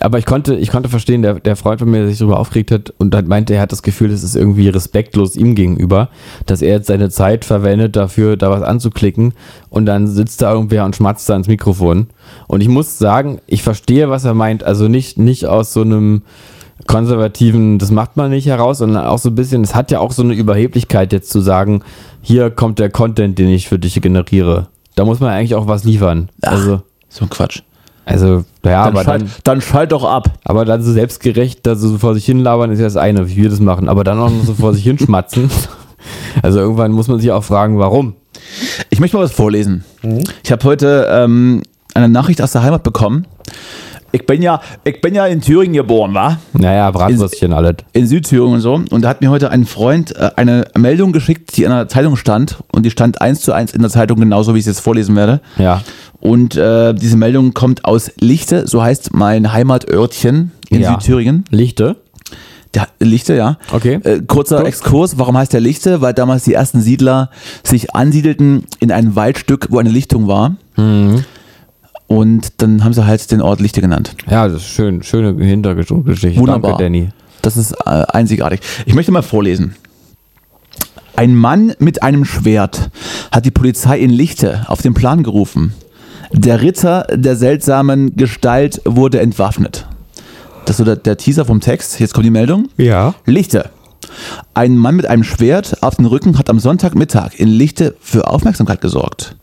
[SPEAKER 4] aber ich konnte, ich konnte verstehen, der, der Freund von mir, der sich darüber aufgeregt hat und dann meinte, er hat das Gefühl, es ist irgendwie respektlos ihm gegenüber, dass er jetzt seine Zeit verwendet dafür, da was anzuklicken und dann sitzt da irgendwer und schmatzt da ins Mikrofon. Und ich muss sagen, ich verstehe, was er meint. Also nicht, nicht aus so einem konservativen, das macht man nicht heraus, sondern auch so ein bisschen, es hat ja auch so eine Überheblichkeit jetzt zu sagen, hier kommt der Content, den ich für dich generiere. Da muss man eigentlich auch was liefern.
[SPEAKER 3] Ach,
[SPEAKER 4] Also.
[SPEAKER 3] so ein Quatsch.
[SPEAKER 4] Also, ja,
[SPEAKER 3] Dann,
[SPEAKER 4] aber
[SPEAKER 3] schalt,
[SPEAKER 4] dann,
[SPEAKER 3] dann schalt doch ab.
[SPEAKER 4] aber dann so selbstgerecht, da so vor sich hin labern, ist ja das eine, wie wir das machen. Aber dann auch noch so vor sich hin schmatzen. Also irgendwann muss man sich auch fragen, warum.
[SPEAKER 3] Ich möchte mal was vorlesen.
[SPEAKER 4] Mhm.
[SPEAKER 3] Ich habe heute ähm, eine Nachricht aus der Heimat bekommen. Ich bin ja, ich bin ja in Thüringen geboren, war?
[SPEAKER 4] Naja, Bratwürstchen alles.
[SPEAKER 3] in Südthüringen und so. Und da hat mir heute ein Freund äh, eine Meldung geschickt, die in einer Zeitung stand. Und die stand eins zu eins in der Zeitung, genauso wie ich es jetzt vorlesen werde.
[SPEAKER 4] Ja.
[SPEAKER 3] Und äh, diese Meldung kommt aus Lichte, so heißt mein Heimatörtchen in
[SPEAKER 4] ja.
[SPEAKER 3] Südthüringen.
[SPEAKER 4] Lichte.
[SPEAKER 3] Der Lichte, ja.
[SPEAKER 4] Okay.
[SPEAKER 3] Äh, kurzer Exkurs, warum heißt der Lichte? Weil damals die ersten Siedler sich ansiedelten in ein Waldstück, wo eine Lichtung war.
[SPEAKER 4] Mhm.
[SPEAKER 3] Und dann haben sie halt den Ort Lichte genannt.
[SPEAKER 4] Ja, das ist schön, schöne Hintergrundgeschichte.
[SPEAKER 3] Wunderbar.
[SPEAKER 4] Danke, Danny.
[SPEAKER 3] Das ist äh, einzigartig. Ich möchte mal vorlesen. Ein Mann mit einem Schwert hat die Polizei in Lichte auf den Plan gerufen. Der Ritter der seltsamen Gestalt wurde entwaffnet. Das ist so der, der Teaser vom Text. Jetzt kommt die Meldung.
[SPEAKER 4] Ja.
[SPEAKER 3] Lichte. Ein Mann mit einem Schwert auf dem Rücken hat am Sonntagmittag in Lichte für Aufmerksamkeit gesorgt.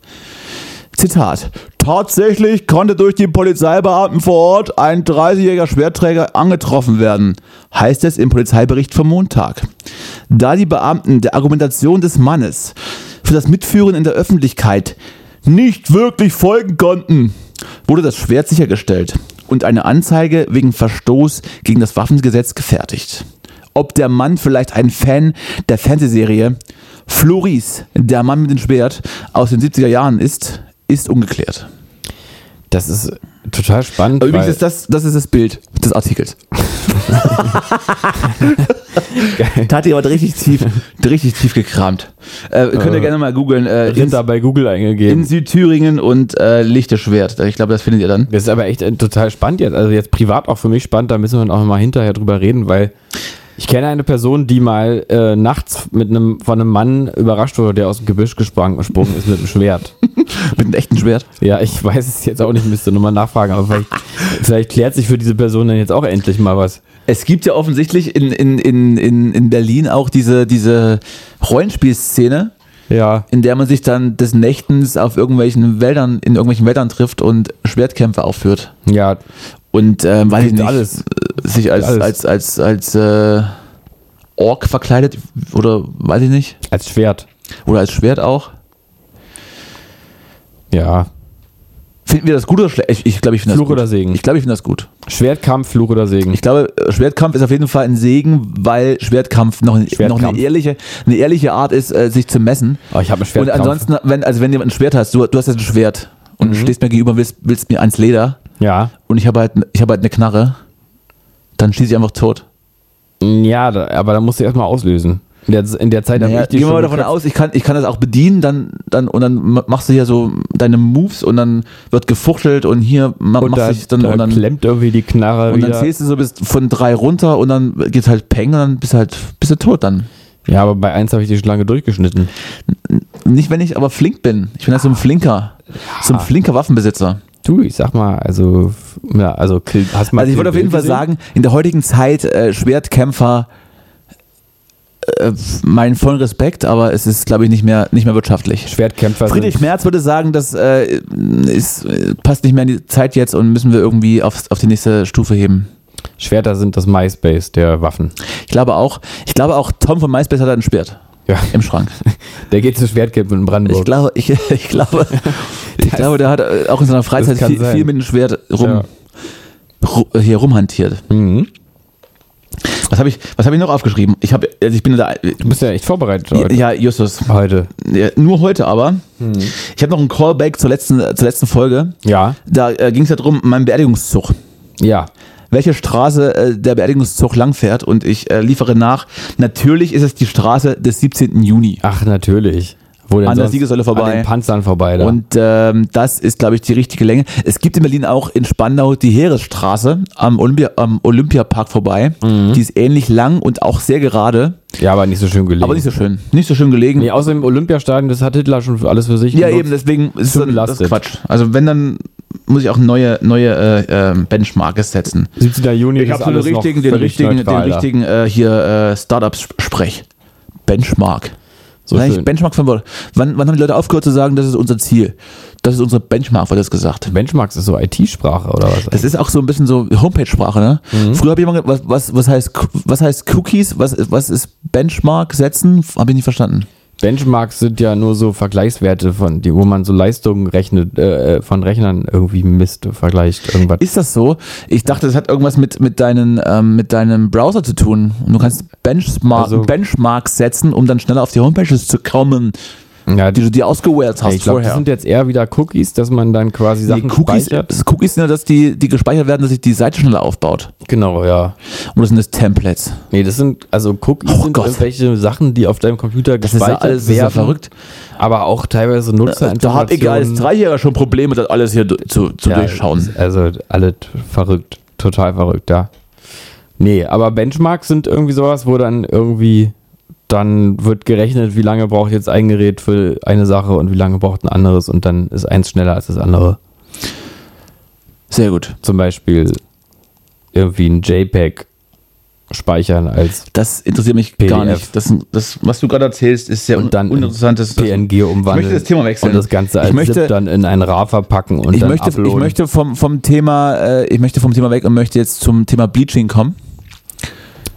[SPEAKER 3] Zitat. Tatsächlich konnte durch die Polizeibeamten vor Ort ein 30-jähriger Schwertträger angetroffen werden, heißt es im Polizeibericht vom Montag. Da die Beamten der Argumentation des Mannes für das Mitführen in der Öffentlichkeit nicht wirklich folgen konnten, wurde das Schwert sichergestellt und eine Anzeige wegen Verstoß gegen das Waffengesetz gefertigt. Ob der Mann vielleicht ein Fan der Fernsehserie Floris, der Mann mit dem Schwert aus den 70er Jahren ist, ist ungeklärt.
[SPEAKER 4] Das ist total spannend.
[SPEAKER 3] Also Übrigens
[SPEAKER 4] weil-
[SPEAKER 3] ist das, das ist das Bild des Artikels. da hat jemand richtig tief, richtig tief gekramt. Äh, könnt ihr gerne mal googeln. Äh, in,
[SPEAKER 4] Ritter bei Google eingegeben.
[SPEAKER 3] in Südthüringen und äh, Lichteschwert. Ich glaube, das findet ihr dann.
[SPEAKER 4] das ist aber echt äh, total spannend jetzt. Also jetzt privat auch für mich spannend, da müssen wir auch mal hinterher drüber reden, weil ich kenne eine Person, die mal äh, nachts mit einem, von einem Mann überrascht wurde, der aus dem Gebüsch gesprungen, gesprungen ist mit einem Schwert.
[SPEAKER 3] Mit einem echten Schwert.
[SPEAKER 4] Ja, ich weiß es jetzt auch nicht, müsste nochmal nachfragen, aber vielleicht, vielleicht klärt sich für diese Person dann jetzt auch endlich mal was.
[SPEAKER 3] Es gibt ja offensichtlich in, in, in, in, in Berlin auch diese, diese Rollenspielszene,
[SPEAKER 4] Ja.
[SPEAKER 3] in der man sich dann des Nächtens auf irgendwelchen Wäldern, in irgendwelchen Wäldern trifft und Schwertkämpfe aufführt.
[SPEAKER 4] Ja,
[SPEAKER 3] Und ähm, weiß ich
[SPEAKER 4] Gibt
[SPEAKER 3] nicht,
[SPEAKER 4] alles.
[SPEAKER 3] äh, sich als,
[SPEAKER 4] Alles.
[SPEAKER 3] als, als, als äh, Ork verkleidet oder weiß ich nicht.
[SPEAKER 4] als Schwert.
[SPEAKER 3] Oder als Schwert auch.
[SPEAKER 4] Ja.
[SPEAKER 3] Finden wir das gut oder schlecht? Ich, ich glaube, ich finde das
[SPEAKER 4] Fluch
[SPEAKER 3] gut.
[SPEAKER 4] oder Segen?
[SPEAKER 3] Ich glaube, ich finde das gut.
[SPEAKER 4] Schwertkampf, Fluch oder Segen.
[SPEAKER 3] Ich glaube, äh, Schwertkampf ist auf jeden Fall ein Segen, weil Schwertkampf noch,
[SPEAKER 4] Schwertkampf.
[SPEAKER 3] noch eine, ehrliche, eine ehrliche Art ist, äh, sich zu messen.
[SPEAKER 4] Oh, ich habe ein
[SPEAKER 3] Und
[SPEAKER 4] Schwertkampf. Mhm.
[SPEAKER 3] ansonsten, wenn, also wenn jemand ein Schwert hast, du, du hast jetzt ein Schwert und stehst mir gegenüber, willst, willst mir ans Leder
[SPEAKER 4] ja.
[SPEAKER 3] und ich habe halt, ich habe halt eine Knarre, dann schieße ich einfach tot.
[SPEAKER 4] Ja, da, aber da musst du erstmal auslösen. In der, in der Zeit habe
[SPEAKER 3] Naja,
[SPEAKER 4] ich die
[SPEAKER 3] gehen wir mal davon
[SPEAKER 4] schon geköpft.
[SPEAKER 3] aus, ich kann, ich kann das auch bedienen, dann, dann, und dann ma- machst du hier so deine Moves und dann wird gefuchtelt und hier ma-
[SPEAKER 4] Und
[SPEAKER 3] machst
[SPEAKER 4] da,
[SPEAKER 3] du dich dann,
[SPEAKER 4] da
[SPEAKER 3] und dann,
[SPEAKER 4] klemmt irgendwie die Knarre
[SPEAKER 3] und dann
[SPEAKER 4] wieder.
[SPEAKER 3] zählst du so bis von drei runter und dann geht halt Peng und dann bist du halt, bist du tot dann.
[SPEAKER 4] Ja, aber bei eins habe ich die Schlange durchgeschnitten.
[SPEAKER 3] Nicht, wenn ich aber flink bin. Ich bin halt so ein flinker, so
[SPEAKER 4] Ah.
[SPEAKER 3] ein flinker Waffenbesitzer.
[SPEAKER 4] Du, ich sag mal, also, f- ja, also Kill, hast mal
[SPEAKER 3] Also ich
[SPEAKER 4] Kill
[SPEAKER 3] würde auf jeden
[SPEAKER 4] Bill
[SPEAKER 3] Fall
[SPEAKER 4] gesehen?
[SPEAKER 3] sagen, in der heutigen Zeit äh, Schwertkämpfer äh, meinen vollen Respekt, aber es ist, glaube ich, nicht mehr, nicht mehr wirtschaftlich.
[SPEAKER 4] Schwertkämpfer
[SPEAKER 3] Friedrich Merz würde sagen, das äh, ist, äh, passt nicht mehr in die Zeit jetzt und müssen wir irgendwie aufs, auf die nächste Stufe heben.
[SPEAKER 4] sind, Schwerter sind das MySpace der Waffen.
[SPEAKER 3] Ich glaube auch, ich glaube auch, Tom von MySpace hat ein Schwert
[SPEAKER 4] Ja,
[SPEAKER 3] im Schrank.
[SPEAKER 4] der geht zu Schwertkämpfen in Brandenburg.
[SPEAKER 3] Ich glaube, ich, ich glaube, ich glaube, der hat äh, auch in seiner Freizeit
[SPEAKER 4] kann
[SPEAKER 3] viel,
[SPEAKER 4] sein.
[SPEAKER 3] viel mit dem Schwert rum, ru, hier rumhantiert.
[SPEAKER 4] Mhm.
[SPEAKER 3] Was habe ich, was habe ich noch aufgeschrieben? Ich habe, also ich bin da,
[SPEAKER 4] Du bist ja echt vorbereitet heute.
[SPEAKER 3] ja, Justus,
[SPEAKER 4] Heute.
[SPEAKER 3] ja, nur heute aber. Ich habe noch einen Callback zur letzten, zur letzten Folge.
[SPEAKER 4] Mhm. Ja.
[SPEAKER 3] Da äh, ging es ja drum, mein Beerdigungszug.
[SPEAKER 4] Ja.
[SPEAKER 3] welche Straße äh, der Beerdigungszug langfährt und ich äh, liefere nach. Natürlich ist es die Straße des 17. Juni.
[SPEAKER 4] Ach, natürlich. Wo denn
[SPEAKER 3] An der
[SPEAKER 4] sonst?
[SPEAKER 3] Siegessäule vorbei.
[SPEAKER 4] An den Panzern vorbei. Da.
[SPEAKER 3] Und ähm, das ist, glaube ich, die richtige Länge. Es gibt in Berlin auch in Spandau die Heeresstraße am, Olympia, am Olympiapark vorbei.
[SPEAKER 4] Mhm.
[SPEAKER 3] Die ist ähnlich lang und auch sehr gerade,
[SPEAKER 4] ja, aber nicht so schön gelegen.
[SPEAKER 3] aber nicht so schön. Nicht so schön gelegen.
[SPEAKER 4] Nee, außer im Olympiastadion, das hat Hitler schon für alles für sich
[SPEAKER 3] ja,
[SPEAKER 4] genutzt.
[SPEAKER 3] eben, deswegen ist
[SPEAKER 4] Zu
[SPEAKER 3] dann, das
[SPEAKER 4] belastet.
[SPEAKER 3] Quatsch. Also wenn, dann muss ich auch neue, neue äh, ähm, Benchmarks setzen.
[SPEAKER 4] 17. Juni
[SPEAKER 3] Ich
[SPEAKER 4] ist
[SPEAKER 3] habe so den
[SPEAKER 4] alles noch
[SPEAKER 3] richtigen, den
[SPEAKER 4] völlig
[SPEAKER 3] richtigen, den
[SPEAKER 4] neutral da.
[SPEAKER 3] richtigen äh, hier äh, Startup-Sprech. Benchmark.
[SPEAKER 4] So
[SPEAKER 3] Nein,
[SPEAKER 4] schön.
[SPEAKER 3] ich Benchmark von Wort. Wann, wann haben die Leute aufgehört zu sagen, das ist unser Ziel? Das ist unsere Benchmark, wird das gesagt.
[SPEAKER 4] Benchmarks ist so IT-Sprache oder was?
[SPEAKER 3] Das ist auch so ein bisschen so Homepage-Sprache, ne?
[SPEAKER 4] Mhm.
[SPEAKER 3] Früher habe ich immer gedacht, was, was, was, heißt, Cu- was heißt Cookies? Was, was ist Benchmark setzen? Habe ich nicht verstanden.
[SPEAKER 4] Benchmarks sind ja nur so Vergleichswerte von, die, wo man so Leistungen rechnet, äh, von Rechnern irgendwie misst, vergleicht irgendwas.
[SPEAKER 3] Ist das so? Ich dachte, das hat irgendwas mit, mit, deinen, ähm, mit deinem Browser zu tun. Und du kannst Benchmark,
[SPEAKER 4] Also-
[SPEAKER 3] Benchmarks setzen, um dann schneller auf die Homepages zu kommen,
[SPEAKER 4] ja,
[SPEAKER 3] die du dir ausgewählt hast
[SPEAKER 4] ich glaube, das
[SPEAKER 3] vorher.
[SPEAKER 4] sind jetzt eher wieder Cookies, dass man dann quasi Sachen
[SPEAKER 3] die Cookies,
[SPEAKER 4] speichert.
[SPEAKER 3] das Cookies sind ja, dass die, die gespeichert werden, dass sich die Seite schneller aufbaut.
[SPEAKER 4] Genau, ja.
[SPEAKER 3] Und das sind das Templates.
[SPEAKER 4] Nee, das sind, also Cookies
[SPEAKER 3] Oh
[SPEAKER 4] sind
[SPEAKER 3] Gott.
[SPEAKER 4] irgendwelche Sachen, die auf deinem Computer
[SPEAKER 3] Das ist ja
[SPEAKER 4] gespeichert
[SPEAKER 3] alles
[SPEAKER 4] werden.
[SPEAKER 3] sehr verrückt.
[SPEAKER 4] Aber auch teilweise Nutzerinformationen.
[SPEAKER 3] Äh, Da habe ich als Dreijähriger schon Probleme, das alles hier du- zu, zu
[SPEAKER 4] Ja,
[SPEAKER 3] durchschauen.
[SPEAKER 4] ist Also alle t- verrückt, total verrückt, ja. Nee, aber Benchmarks sind irgendwie sowas, wo dann irgendwie dann wird gerechnet, wie lange braucht jetzt ein Gerät für eine Sache und wie lange braucht ein anderes und dann ist eins schneller als das andere.
[SPEAKER 3] Sehr gut.
[SPEAKER 4] Zum Beispiel irgendwie ein JPEG speichern als
[SPEAKER 3] Das interessiert mich gar
[SPEAKER 4] PDF.
[SPEAKER 3] nicht. Das, das, was du gerade erzählst, ist sehr
[SPEAKER 4] und dann äh, in
[SPEAKER 3] uninteressant. Das- das-
[SPEAKER 4] PNG umwandeln
[SPEAKER 3] Ich möchte das Thema wechseln.
[SPEAKER 4] und das Ganze als
[SPEAKER 3] ich möchte,
[SPEAKER 4] ZIP dann in ein RAR verpacken und
[SPEAKER 3] ich
[SPEAKER 4] dann
[SPEAKER 3] möchte, ich
[SPEAKER 4] uploaden.
[SPEAKER 3] möchte vom, vom Thema, äh, ich möchte vom Thema weg und möchte jetzt zum Thema Bleaching kommen.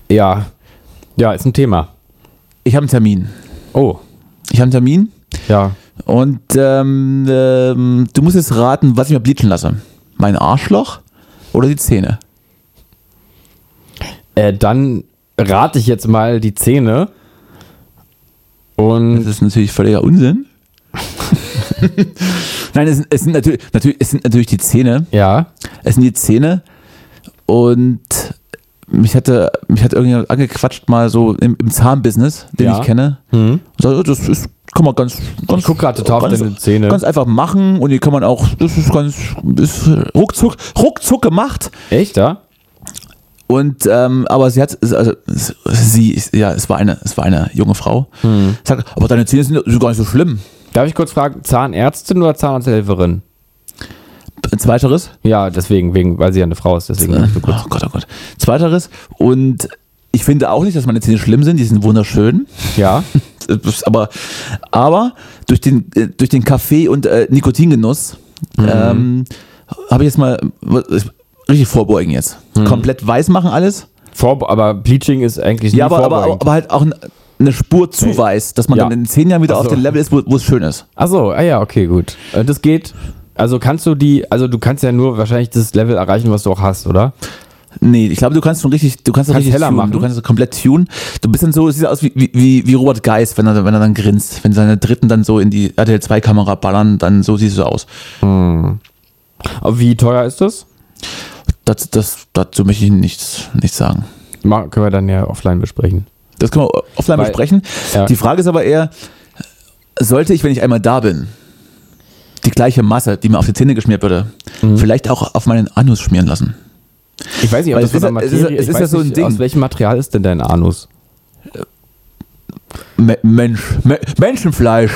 [SPEAKER 4] ja. ja, ist ein Thema.
[SPEAKER 3] Ich habe einen Termin.
[SPEAKER 4] Oh,
[SPEAKER 3] Ich habe einen Termin
[SPEAKER 4] ja.
[SPEAKER 3] und ähm, ähm, du musst jetzt raten, was ich mir bleachen lasse. Mein Arschloch oder die Zähne?
[SPEAKER 4] Äh, dann rate ich jetzt mal die Zähne.
[SPEAKER 3] Das
[SPEAKER 4] Und
[SPEAKER 3] ist natürlich völliger Unsinn. Nein, es sind, es, sind natürlich, natürlich, es sind natürlich die Zähne.
[SPEAKER 4] ja,
[SPEAKER 3] Es sind die Zähne. Und mich hatte, mich hat irgendjemand angequatscht, mal so im, im Zahnbusiness, den
[SPEAKER 4] Ja. Mhm.
[SPEAKER 3] ich kenne. Und sagt, oh, das ist, kann man ganz, ganz,
[SPEAKER 4] Ich guck grad total auf
[SPEAKER 3] ganz,
[SPEAKER 4] deine Zähne.
[SPEAKER 3] ganz einfach machen und die kann man auch, das ist ganz ist ruckzuck, ruckzuck gemacht.
[SPEAKER 4] echt, ja?
[SPEAKER 3] Und ähm, aber sie hat, also sie, ja, es war eine, es war eine junge Frau.
[SPEAKER 4] Mhm.
[SPEAKER 3] Sagt, aber deine Zähne sind so gar nicht so schlimm.
[SPEAKER 4] Darf ich kurz fragen, Zahnärztin oder Zahnarzthelferin?
[SPEAKER 3] Zweiteres.
[SPEAKER 4] Ja, deswegen, wegen, weil sie ja eine Frau ist, deswegen.
[SPEAKER 3] Äh, oh Gott, oh Gott. Zweiteres. Und ich finde auch nicht, dass meine Zähne schlimm sind. Die sind wunderschön.
[SPEAKER 4] Ja,
[SPEAKER 3] Äh, Aber, aber durch den, äh, durch den Kaffee und äh, Nikotingenuss
[SPEAKER 4] Mhm.
[SPEAKER 3] ähm, habe ich jetzt mal äh, richtig vorbeugen jetzt.
[SPEAKER 4] Mhm.
[SPEAKER 3] Komplett weiß machen alles.
[SPEAKER 4] Vor, aber Bleaching ist eigentlich nie
[SPEAKER 3] Ja, aber, aber,
[SPEAKER 4] vorbeugend.
[SPEAKER 3] aber halt auch n- eine Spur zu weiß, dass man
[SPEAKER 4] Ja.
[SPEAKER 3] dann in zehn Jahren wieder
[SPEAKER 4] Ach
[SPEAKER 3] auf
[SPEAKER 4] so.
[SPEAKER 3] dem Level ist, wo wo es schön ist.
[SPEAKER 4] Ach so, ah ja, okay, gut. Äh, Das geht. Also kannst du die, also du kannst ja nur wahrscheinlich das Level erreichen, was du auch hast, oder?
[SPEAKER 3] Nee, ich glaube, du kannst schon richtig, du kannst, das
[SPEAKER 4] Kannst
[SPEAKER 3] richtig
[SPEAKER 4] heller
[SPEAKER 3] tunen.
[SPEAKER 4] machen.
[SPEAKER 3] Du kannst es komplett tun. Du bist dann so, es sieht aus wie, wie- wie, wie Robert Geis, wenn er, wenn er dann grinst. Wenn seine Dritten dann so in die RTL 2 Kamera ballern, dann so siehst du aus.
[SPEAKER 4] Aber wie teuer ist das?
[SPEAKER 3] Das, das, dazu möchte ich nichts, nichts sagen.
[SPEAKER 4] Ma- können wir dann ja offline besprechen.
[SPEAKER 3] Das können wir offline
[SPEAKER 4] Weil-
[SPEAKER 3] besprechen.
[SPEAKER 4] Ja.
[SPEAKER 3] Die Frage ist aber eher, sollte ich, wenn ich einmal da bin, die gleiche Masse, die mir auf die Zähne geschmiert würde,
[SPEAKER 4] Mhm.
[SPEAKER 3] vielleicht auch auf meinen Anus schmieren lassen?
[SPEAKER 4] Ich weiß nicht, ob
[SPEAKER 3] Weil
[SPEAKER 4] das
[SPEAKER 3] es ist
[SPEAKER 4] von der
[SPEAKER 3] ja- es
[SPEAKER 4] Materie,
[SPEAKER 3] ist ja- es
[SPEAKER 4] ich
[SPEAKER 3] ist ja
[SPEAKER 4] weiß
[SPEAKER 3] so ein
[SPEAKER 4] nicht,
[SPEAKER 3] Ding.
[SPEAKER 4] aus welchem Material ist denn dein Anus?
[SPEAKER 3] Me Mensch, Me Menschenfleisch.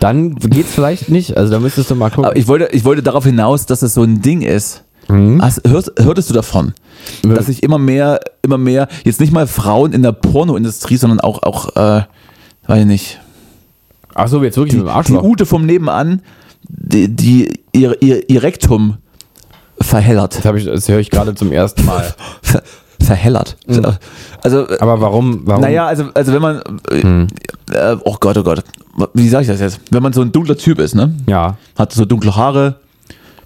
[SPEAKER 4] Dann geht's vielleicht nicht. Also da müsstest du mal gucken.
[SPEAKER 3] Aber ich wollte, ich wollte darauf hinaus, dass es so ein Ding ist.
[SPEAKER 4] Mhm.
[SPEAKER 3] Hast, hörst, hörtest du davon, dass sich immer mehr, immer mehr, jetzt nicht mal Frauen in der Pornoindustrie, sondern auch, auch äh, weiß ich nicht,
[SPEAKER 4] Achso, jetzt wirklich
[SPEAKER 3] die,
[SPEAKER 4] mit dem
[SPEAKER 3] die
[SPEAKER 4] Arschloch.
[SPEAKER 3] Ute vom Nebenan, die, die ihr, ihr, ihr Rektum verhellert.
[SPEAKER 4] das hab ich- das höre ich gerade zum ersten Mal. Mhm.
[SPEAKER 3] Ver, verhellert. Also, äh,
[SPEAKER 4] Aber warum? warum? Mhm.
[SPEAKER 3] naja, also, also wenn man, äh, äh, oh Gott, oh Gott, wie sage ich das jetzt? Wenn man so ein dunkler Typ ist, ne?
[SPEAKER 4] Ja.
[SPEAKER 3] Hat so dunkle Haare,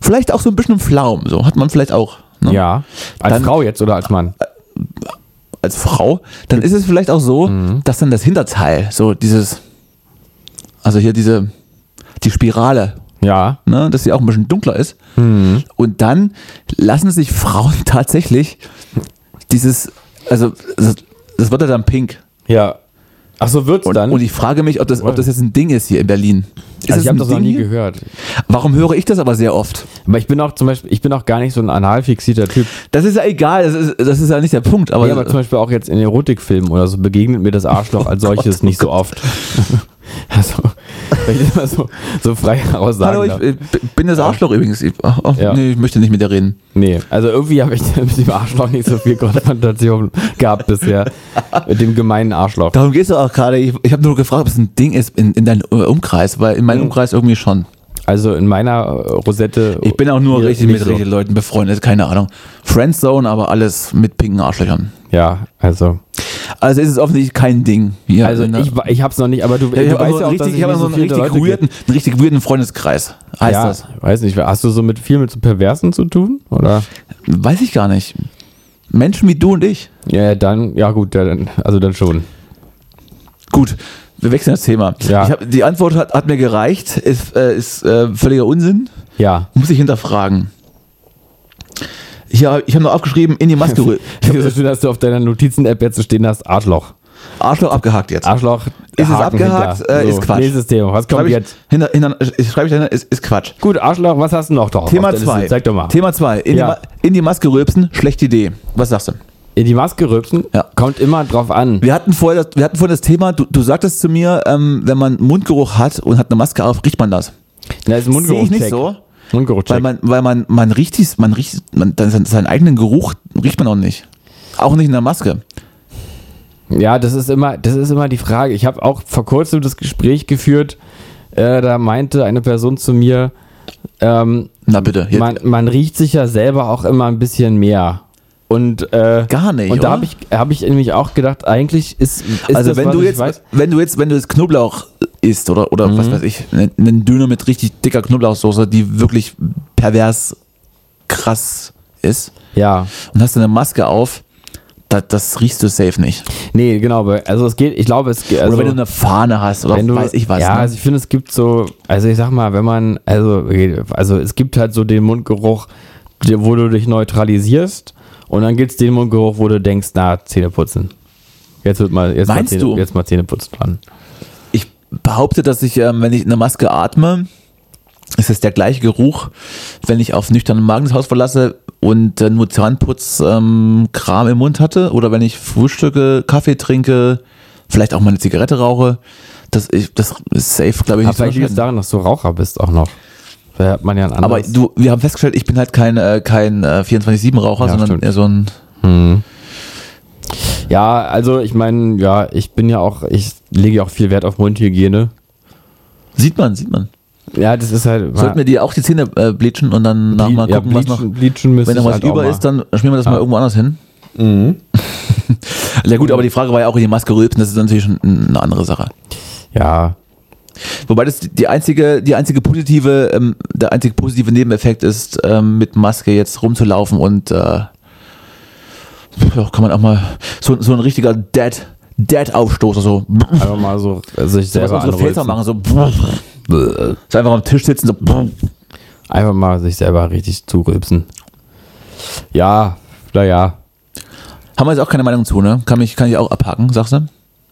[SPEAKER 3] vielleicht auch so ein bisschen Flaum, so hat man vielleicht auch. Ne?
[SPEAKER 4] Ja. Als
[SPEAKER 3] Dann-
[SPEAKER 4] Frau jetzt oder als Mann?
[SPEAKER 3] als Frau, dann ist es vielleicht auch so,
[SPEAKER 4] Mhm.
[SPEAKER 3] dass dann das Hinterteil, so dieses, also hier diese, die Spirale,
[SPEAKER 4] Ja.
[SPEAKER 3] ne, dass sie auch ein bisschen dunkler ist.
[SPEAKER 4] Mhm.
[SPEAKER 3] Und dann lassen sich Frauen tatsächlich dieses, also das, das wird ja dann pink.
[SPEAKER 4] Ja. Achso, wird's
[SPEAKER 3] Und,
[SPEAKER 4] dann?
[SPEAKER 3] und ich frage mich, ob das, ob das jetzt ein Ding ist hier in Berlin. Ist
[SPEAKER 4] also ich
[SPEAKER 3] ein
[SPEAKER 4] habe das noch
[SPEAKER 3] Ding
[SPEAKER 4] nie
[SPEAKER 3] hier?
[SPEAKER 4] gehört.
[SPEAKER 3] Warum höre ich das aber sehr oft?
[SPEAKER 4] Aber ich bin auch zum Beispiel, ich bin auch gar nicht so ein analfixierter Typ.
[SPEAKER 3] Das ist ja egal, das ist, das ist ja nicht der Punkt, aber, äh,
[SPEAKER 4] Ja, aber zum Beispiel auch jetzt in Erotikfilmen oder so begegnet mir das Arschloch
[SPEAKER 3] Oh
[SPEAKER 4] als solches nicht so oft. also, wenn ich das mal so, so frei heraus sagen
[SPEAKER 3] Hallo, ich,
[SPEAKER 4] darf.
[SPEAKER 3] ich bin das Arschloch übrigens. Ich, oh, oh,
[SPEAKER 4] Ja.
[SPEAKER 3] Nee, ich möchte nicht mit dir reden.
[SPEAKER 4] Nee, also irgendwie habe ich mit dem Arschloch nicht so viel Konfrontation gehabt bisher. Mit dem gemeinen Arschloch.
[SPEAKER 3] Darum geht's doch auch gerade. Ich, ich habe nur gefragt, ob es ein Ding ist in, in deinem Umkreis, weil in meinem Umkreis irgendwie schon.
[SPEAKER 4] Also in meiner äh, Rosette.
[SPEAKER 3] Ich bin auch nur
[SPEAKER 4] hier
[SPEAKER 3] richtig
[SPEAKER 4] nicht
[SPEAKER 3] mit
[SPEAKER 4] so.
[SPEAKER 3] richtigen Leuten befreundet, also keine Ahnung. Friendzone, aber alles mit pinken Arschlöchern.
[SPEAKER 4] Ja, also.
[SPEAKER 3] Also ist es offensichtlich kein Ding. Ja,
[SPEAKER 4] Also
[SPEAKER 3] ne?
[SPEAKER 4] ich, wa- ich hab's noch nicht, aber du,
[SPEAKER 3] Ja, ich
[SPEAKER 4] du
[SPEAKER 3] habe also richtig, ich hab
[SPEAKER 4] nicht
[SPEAKER 3] so einen
[SPEAKER 4] viele
[SPEAKER 3] richtig,
[SPEAKER 4] Leute kenn.
[SPEAKER 3] weirden, einen richtig weirden Freundeskreis. Heißt
[SPEAKER 4] ja,
[SPEAKER 3] das?
[SPEAKER 4] Weiß nicht, hast du so mit viel mit so Perversen zu tun? Oder?
[SPEAKER 3] Weiß ich gar nicht. Menschen wie du und ich.
[SPEAKER 4] Ja, ja, dann, ja gut, ja, dann, also dann schon.
[SPEAKER 3] Gut, wir wechseln das Thema.
[SPEAKER 4] Ja.
[SPEAKER 3] Ich hab, die Antwort hat, hat mir gereicht. Ist, äh, ist äh, völliger Unsinn.
[SPEAKER 4] Ja.
[SPEAKER 3] Muss ich hinterfragen. Hier, ich habe noch aufgeschrieben, in die Maske rü-
[SPEAKER 4] Ich finde es so schön, dass du auf deiner Notizen-App jetzt so stehen hast, Arschloch.
[SPEAKER 3] Arschloch abgehakt jetzt.
[SPEAKER 4] Arschloch.
[SPEAKER 3] es
[SPEAKER 4] Haken
[SPEAKER 3] abgehakt? Äh, ist Quatsch.
[SPEAKER 4] Nächstes Thema. Was kommt
[SPEAKER 3] Schreib ich,
[SPEAKER 4] jetzt?
[SPEAKER 3] Hinter, hinter, ich schreibe ich dahinter, ist, ist Quatsch.
[SPEAKER 4] Gut, Arschloch, was hast du noch drauf?
[SPEAKER 3] Thema
[SPEAKER 4] auf der Liste?
[SPEAKER 3] 2.
[SPEAKER 4] Zeig doch mal.
[SPEAKER 3] Thema 2. In, die
[SPEAKER 4] Ja.
[SPEAKER 3] Ma- in die Maske rülpsen, schlechte Idee. Was sagst du?
[SPEAKER 4] In die Maske rülpsen
[SPEAKER 3] Ja.
[SPEAKER 4] kommt immer drauf an.
[SPEAKER 3] Wir hatten vorher das, wir hatten vorher das Thema, du, du sagtest zu mir, ähm, wenn man Mundgeruch hat und hat eine Maske auf, riecht man das.
[SPEAKER 4] Da ist ein
[SPEAKER 3] Sehe ich nicht
[SPEAKER 4] Mundgeruchcheck.
[SPEAKER 3] so. Weil
[SPEAKER 4] Mundgeruchcheck.
[SPEAKER 3] man, weil man, man riecht dies, man riecht, man, dann seinen- seinen eigenen Geruch riecht man auch nicht. Auch nicht in der Maske.
[SPEAKER 4] Ja, das ist immer, das ist immer die Frage. Ich habe auch vor kurzem das Gespräch geführt. Äh, da meinte eine Person zu mir, ähm,
[SPEAKER 3] Na bitte. Hier,
[SPEAKER 4] man, man riecht sich ja selber auch immer ein bisschen mehr. Und äh,
[SPEAKER 3] Gar nicht,
[SPEAKER 4] Und da
[SPEAKER 3] oder?
[SPEAKER 4] habe ich, hab ich nämlich auch gedacht, eigentlich ist, ist
[SPEAKER 3] also
[SPEAKER 4] das,
[SPEAKER 3] wenn
[SPEAKER 4] was
[SPEAKER 3] du
[SPEAKER 4] ich
[SPEAKER 3] jetzt,
[SPEAKER 4] weiß,
[SPEAKER 3] wenn du jetzt, wenn du jetzt Knoblauch isst oder oder was
[SPEAKER 4] Mhm.
[SPEAKER 3] weiß ich, ne- einen Döner mit richtig dicker Knoblauchsoße, die wirklich pervers krass ist,
[SPEAKER 4] ja,
[SPEAKER 3] und hast eine Maske auf, da, das riechst du safe nicht.
[SPEAKER 4] nee, genau. weil- Also es geht, ich glaube, es geht. Also,
[SPEAKER 3] oder wenn du eine Fahne hast oder
[SPEAKER 4] wenn du-
[SPEAKER 3] weiß ich was.
[SPEAKER 4] Ja,
[SPEAKER 3] ne?
[SPEAKER 4] also ich finde, es gibt so, also ich sag mal, wenn man, also, also es gibt halt so den Mundgeruch, der- wo du dich neutralisierst und dann gibt's den Mundgeruch, wo du denkst, na, Zähne putzen. Jetzt wird mal, jetzt
[SPEAKER 3] Meinst
[SPEAKER 4] mal Zähne,
[SPEAKER 3] du?
[SPEAKER 4] jetzt mal Zähne putzen dran.
[SPEAKER 3] ich behaupte, dass ich, ähm, wenn ich eine Maske atme, es ist der gleiche Geruch, wenn ich auf nüchternen Magen das Haus verlasse und äh, nur Zahnputzkram ähm, Kram im Mund hatte oder wenn ich frühstücke, Kaffee trinke, vielleicht auch mal eine Zigarette rauche. Das, ich, das ist safe, glaube ich, nicht
[SPEAKER 4] Aber
[SPEAKER 3] zu
[SPEAKER 4] vielleicht liegt es
[SPEAKER 3] unterscheiden.
[SPEAKER 4] daran, dass du Raucher bist auch noch. Da hat man ja ein
[SPEAKER 3] Aber
[SPEAKER 4] anderes.
[SPEAKER 3] du, wir haben festgestellt, ich bin halt kein, äh, kein äh, 24-7-Raucher,
[SPEAKER 4] Ja,
[SPEAKER 3] sondern
[SPEAKER 4] stimmt.
[SPEAKER 3] eher so ein.
[SPEAKER 4] Ja, also ich meine, ja, ich bin ja auch, ich lege ja auch viel Wert auf Mundhygiene.
[SPEAKER 3] Sieht man, sieht man.
[SPEAKER 4] Ja, das ist halt.
[SPEAKER 3] Sollten wir die auch die Zähne äh, bleachen und dann
[SPEAKER 4] ja,
[SPEAKER 3] nochmal
[SPEAKER 4] ja,
[SPEAKER 3] gucken, was noch.
[SPEAKER 4] bleachen- bleachen müsste
[SPEAKER 3] Wenn noch was
[SPEAKER 4] ich halt auch
[SPEAKER 3] über
[SPEAKER 4] mal. Mhm.
[SPEAKER 3] ist, dann schmieren wir das mal irgendwo anders hin. ja gut, aber die Frage war ja auch in die Maske rülpsen, das ist natürlich schon eine andere Sache.
[SPEAKER 4] Ja,
[SPEAKER 3] Wobei das die einzige, die einzige positive, ähm, der einzige positive Nebeneffekt ist, ähm, mit Maske jetzt rumzulaufen und äh, ja, kann man auch mal so, so ein richtiger Dead, Dead-Aufstoß oder so.
[SPEAKER 4] einfach mal so sich
[SPEAKER 3] Was
[SPEAKER 4] selber
[SPEAKER 3] unsere Väter
[SPEAKER 4] anrülpsen.
[SPEAKER 3] machen, so, so einfach am Tisch sitzen, so
[SPEAKER 4] Einfach mal sich selber richtig zurülpsen. Ja, naja.
[SPEAKER 3] haben wir jetzt auch keine Meinung zu, ne? Kann, mich, kann ich auch abhaken, sagst du?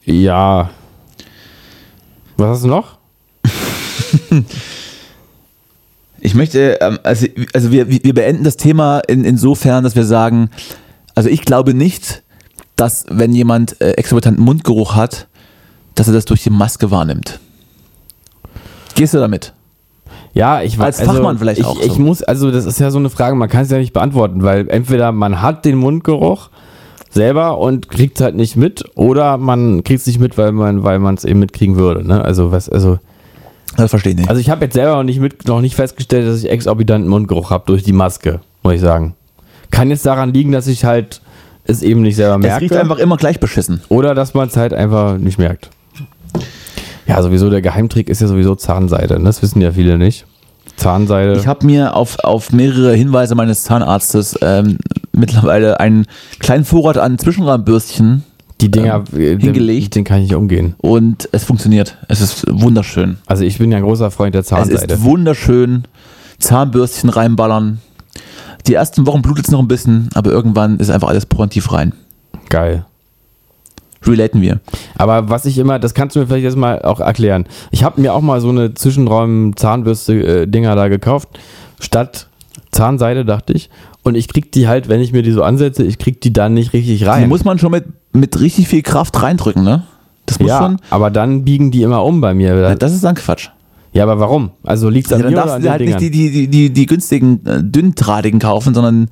[SPEAKER 4] Ja. Was hast du noch?
[SPEAKER 3] Ich möchte, ähm, also, also wir, wir beenden das Thema in, insofern, dass wir sagen, also ich glaube nicht, dass wenn jemand äh, exorbitanten Mundgeruch hat, dass er das durch die Maske wahrnimmt. Gehst du damit?
[SPEAKER 4] Ja, ich weiß.
[SPEAKER 3] Als Fachmann vielleicht
[SPEAKER 4] ich,
[SPEAKER 3] auch
[SPEAKER 4] Ich
[SPEAKER 3] so.
[SPEAKER 4] muss, also das ist ja so eine Frage, man kann es ja nicht beantworten, weil entweder man hat den Mundgeruch selber und kriegt es halt nicht mit, oder man kriegt es nicht mit, weil man, weil man es eben mitkriegen würde. Ne? Also was, also,
[SPEAKER 3] Das verstehe ich nicht.
[SPEAKER 4] also ich habe jetzt selber noch nicht mit, noch nicht festgestellt, dass ich exorbitanten Mundgeruch habe durch die Maske, muss ich sagen. Kann jetzt daran liegen, dass ich halt es eben nicht selber merke.
[SPEAKER 3] es riecht einfach immer gleich beschissen.
[SPEAKER 4] Oder dass man es halt einfach nicht merkt. Ja, sowieso, der Geheimtrick ist ja sowieso Zahnseide. ne? Das wissen ja viele nicht. Zahnseide.
[SPEAKER 3] Ich habe mir auf, auf mehrere Hinweise meines Zahnarztes ähm, mittlerweile einen kleinen Vorrat an Zwischenrahmbürstchen
[SPEAKER 4] die Dinger äh,
[SPEAKER 3] ähm, hingelegt.
[SPEAKER 4] Den, den kann ich nicht umgehen.
[SPEAKER 3] und es funktioniert. Es ist wunderschön.
[SPEAKER 4] Also ich bin ja ein großer Freund der
[SPEAKER 3] Es
[SPEAKER 4] Zahnseide.
[SPEAKER 3] ist wunderschön. Zahnbürstchen reinballern. Die ersten Wochen blutet es noch ein bisschen, aber irgendwann ist einfach alles prontiv rein.
[SPEAKER 4] Geil.
[SPEAKER 3] Relaten wir.
[SPEAKER 4] Aber was ich immer, das kannst du mir vielleicht jetzt mal auch erklären. Ich habe mir auch mal so eine Zwischenraum-Zahnbürste-Dinger da gekauft, statt Zahnseide, dachte ich. Und ich krieg die halt, wenn ich mir die so ansetze, ich krieg die dann nicht richtig
[SPEAKER 3] Die
[SPEAKER 4] rein.
[SPEAKER 3] muss man schon mit, mit richtig viel Kraft reindrücken, ne? Das muss
[SPEAKER 4] ja,
[SPEAKER 3] schon.
[SPEAKER 4] aber dann biegen die immer um bei mir.
[SPEAKER 3] Ja, das ist dann Quatsch.
[SPEAKER 4] Ja, aber warum? Also liegt
[SPEAKER 3] Ja,
[SPEAKER 4] es an
[SPEAKER 3] dann
[SPEAKER 4] mir oder an
[SPEAKER 3] darfst du
[SPEAKER 4] den
[SPEAKER 3] halt
[SPEAKER 4] Dingern?
[SPEAKER 3] nicht die, die, die, die, die günstigen, äh, dünndrahtigen kaufen, sondern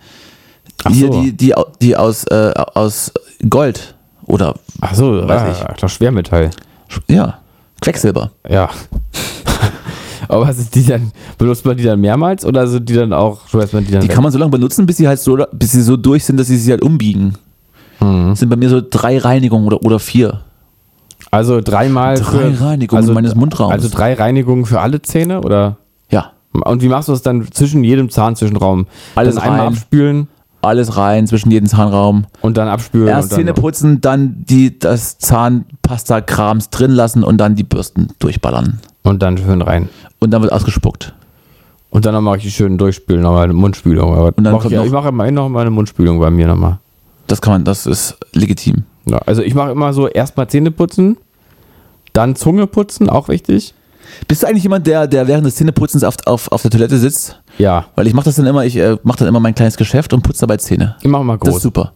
[SPEAKER 4] Ach
[SPEAKER 3] hier
[SPEAKER 4] so.
[SPEAKER 3] die, die, au- die aus, äh, aus Gold oder
[SPEAKER 4] Ach so,
[SPEAKER 3] Weiß
[SPEAKER 4] weiß ah, ich. Klar, Schwermetall.
[SPEAKER 3] ja, Quecksilber.
[SPEAKER 4] Ja. aber sind die dann, benutzt man die dann mehrmals oder sind die dann auch, schmeißt man die dann
[SPEAKER 3] Die
[SPEAKER 4] weg?
[SPEAKER 3] kann man so lange benutzen, bis sie halt so, bis sie so durch sind, dass sie sich halt umbiegen.
[SPEAKER 4] Mhm.
[SPEAKER 3] Das sind bei mir so drei Reinigungen oder, oder vier.
[SPEAKER 4] Also dreimal
[SPEAKER 3] Drei Reinigungen
[SPEAKER 4] also,
[SPEAKER 3] meines Mundraums.
[SPEAKER 4] Also drei Reinigungen für alle Zähne oder?
[SPEAKER 3] Ja,
[SPEAKER 4] Und wie machst du das dann zwischen jedem Zahnzwischenraum?
[SPEAKER 3] Alles
[SPEAKER 4] dann einmal
[SPEAKER 3] rein.
[SPEAKER 4] abspülen
[SPEAKER 3] alles rein zwischen jeden Zahnraum.
[SPEAKER 4] und dann abspülen.
[SPEAKER 3] Erst
[SPEAKER 4] und
[SPEAKER 3] Zähne
[SPEAKER 4] dann
[SPEAKER 3] putzen, dann die, das Zahnpasta-Krams drin lassen und dann die Bürsten durchballern.
[SPEAKER 4] und dann schön rein.
[SPEAKER 3] Und dann wird ausgespuckt.
[SPEAKER 4] Und dann nochmal richtig schön durchspülen, nochmal eine Mundspülung. Aber
[SPEAKER 3] dann
[SPEAKER 4] mach
[SPEAKER 3] kommt
[SPEAKER 4] ich,
[SPEAKER 3] noch-
[SPEAKER 4] ich mache immerhin nochmal eine Mundspülung bei mir nochmal.
[SPEAKER 3] Das kann man, das ist legitim.
[SPEAKER 4] Ja, also ich mache immer so erstmal Zähne putzen, dann Zunge putzen, auch wichtig.
[SPEAKER 3] Bist du eigentlich jemand, der, der während des Zähneputzens auf, auf, auf der Toilette sitzt?
[SPEAKER 4] Ja,
[SPEAKER 3] Weil ich mache das dann immer, ich äh, mache dann immer mein kleines Geschäft und putze dabei Zähne.
[SPEAKER 4] ich mache mal
[SPEAKER 3] Das ist
[SPEAKER 4] groß.
[SPEAKER 3] super.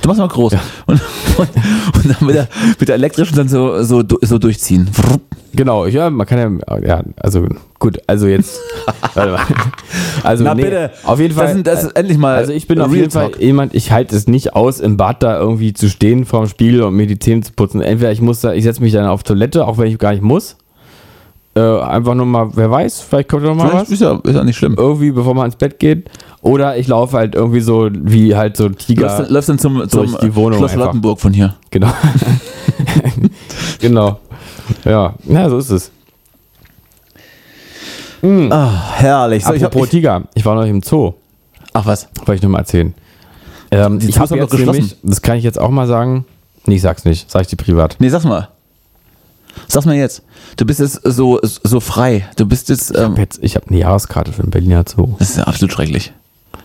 [SPEAKER 3] Du machst mal groß. Und, und, und dann mit der, mit der elektrischen dann so, so, du- so durchziehen. Vrrup.
[SPEAKER 4] Genau, ich- ja, man kann ja, ja, also gut, also jetzt, warte mal. Also
[SPEAKER 3] Na
[SPEAKER 4] nee,
[SPEAKER 3] bitte.
[SPEAKER 4] auf jeden
[SPEAKER 3] Das,
[SPEAKER 4] Fall.
[SPEAKER 3] sind- das ist
[SPEAKER 4] äh,
[SPEAKER 3] endlich mal.
[SPEAKER 4] also ich bin auf
[SPEAKER 3] Real
[SPEAKER 4] jeden Fall
[SPEAKER 3] Talk.
[SPEAKER 4] jemand, ich halte es nicht aus, im Bad da irgendwie zu stehen vorm Spiegel und mir die Zähne zu putzen. Entweder ich muss da, ich setze mich dann auf Toilette, auch wenn ich gar nicht muss. Äh, einfach nur mal, wer weiß, vielleicht kommt noch mal was.
[SPEAKER 3] Vielleicht Ist ja, ist ja nicht schlimm.
[SPEAKER 4] irgendwie, bevor man ins Bett geht. Oder ich laufe halt irgendwie so wie halt so ein Tiger.
[SPEAKER 3] Läufst, dann, läufst dann zum, zum
[SPEAKER 4] Durch die Wohnung
[SPEAKER 3] Schloss
[SPEAKER 4] einfach.
[SPEAKER 3] Lottenburg von hier.
[SPEAKER 4] Genau. genau. Ja, na, so ist es.
[SPEAKER 3] Herrlich. So, ich hab,
[SPEAKER 4] Apropos
[SPEAKER 3] ich,
[SPEAKER 4] Tiger, ich war noch im Zoo,
[SPEAKER 3] ach was.
[SPEAKER 4] wollte ich nur mal erzählen. Ähm,
[SPEAKER 3] Die
[SPEAKER 4] ich
[SPEAKER 3] Zoos
[SPEAKER 4] habe
[SPEAKER 3] haben
[SPEAKER 4] jetzt
[SPEAKER 3] doch geschlossen.
[SPEAKER 4] nämlich, das kann ich jetzt auch mal sagen. Nee, ich sag's nicht, sag ich dir privat.
[SPEAKER 3] Nee, sag's mal. Sag's mal jetzt. Du bist jetzt so, so frei. Du bist jetzt.
[SPEAKER 4] Ich hab
[SPEAKER 3] Ähm,
[SPEAKER 4] Jetzt, ich habe eine Jahreskarte für den Berliner Zoo.
[SPEAKER 3] das ist ja absolut schrecklich.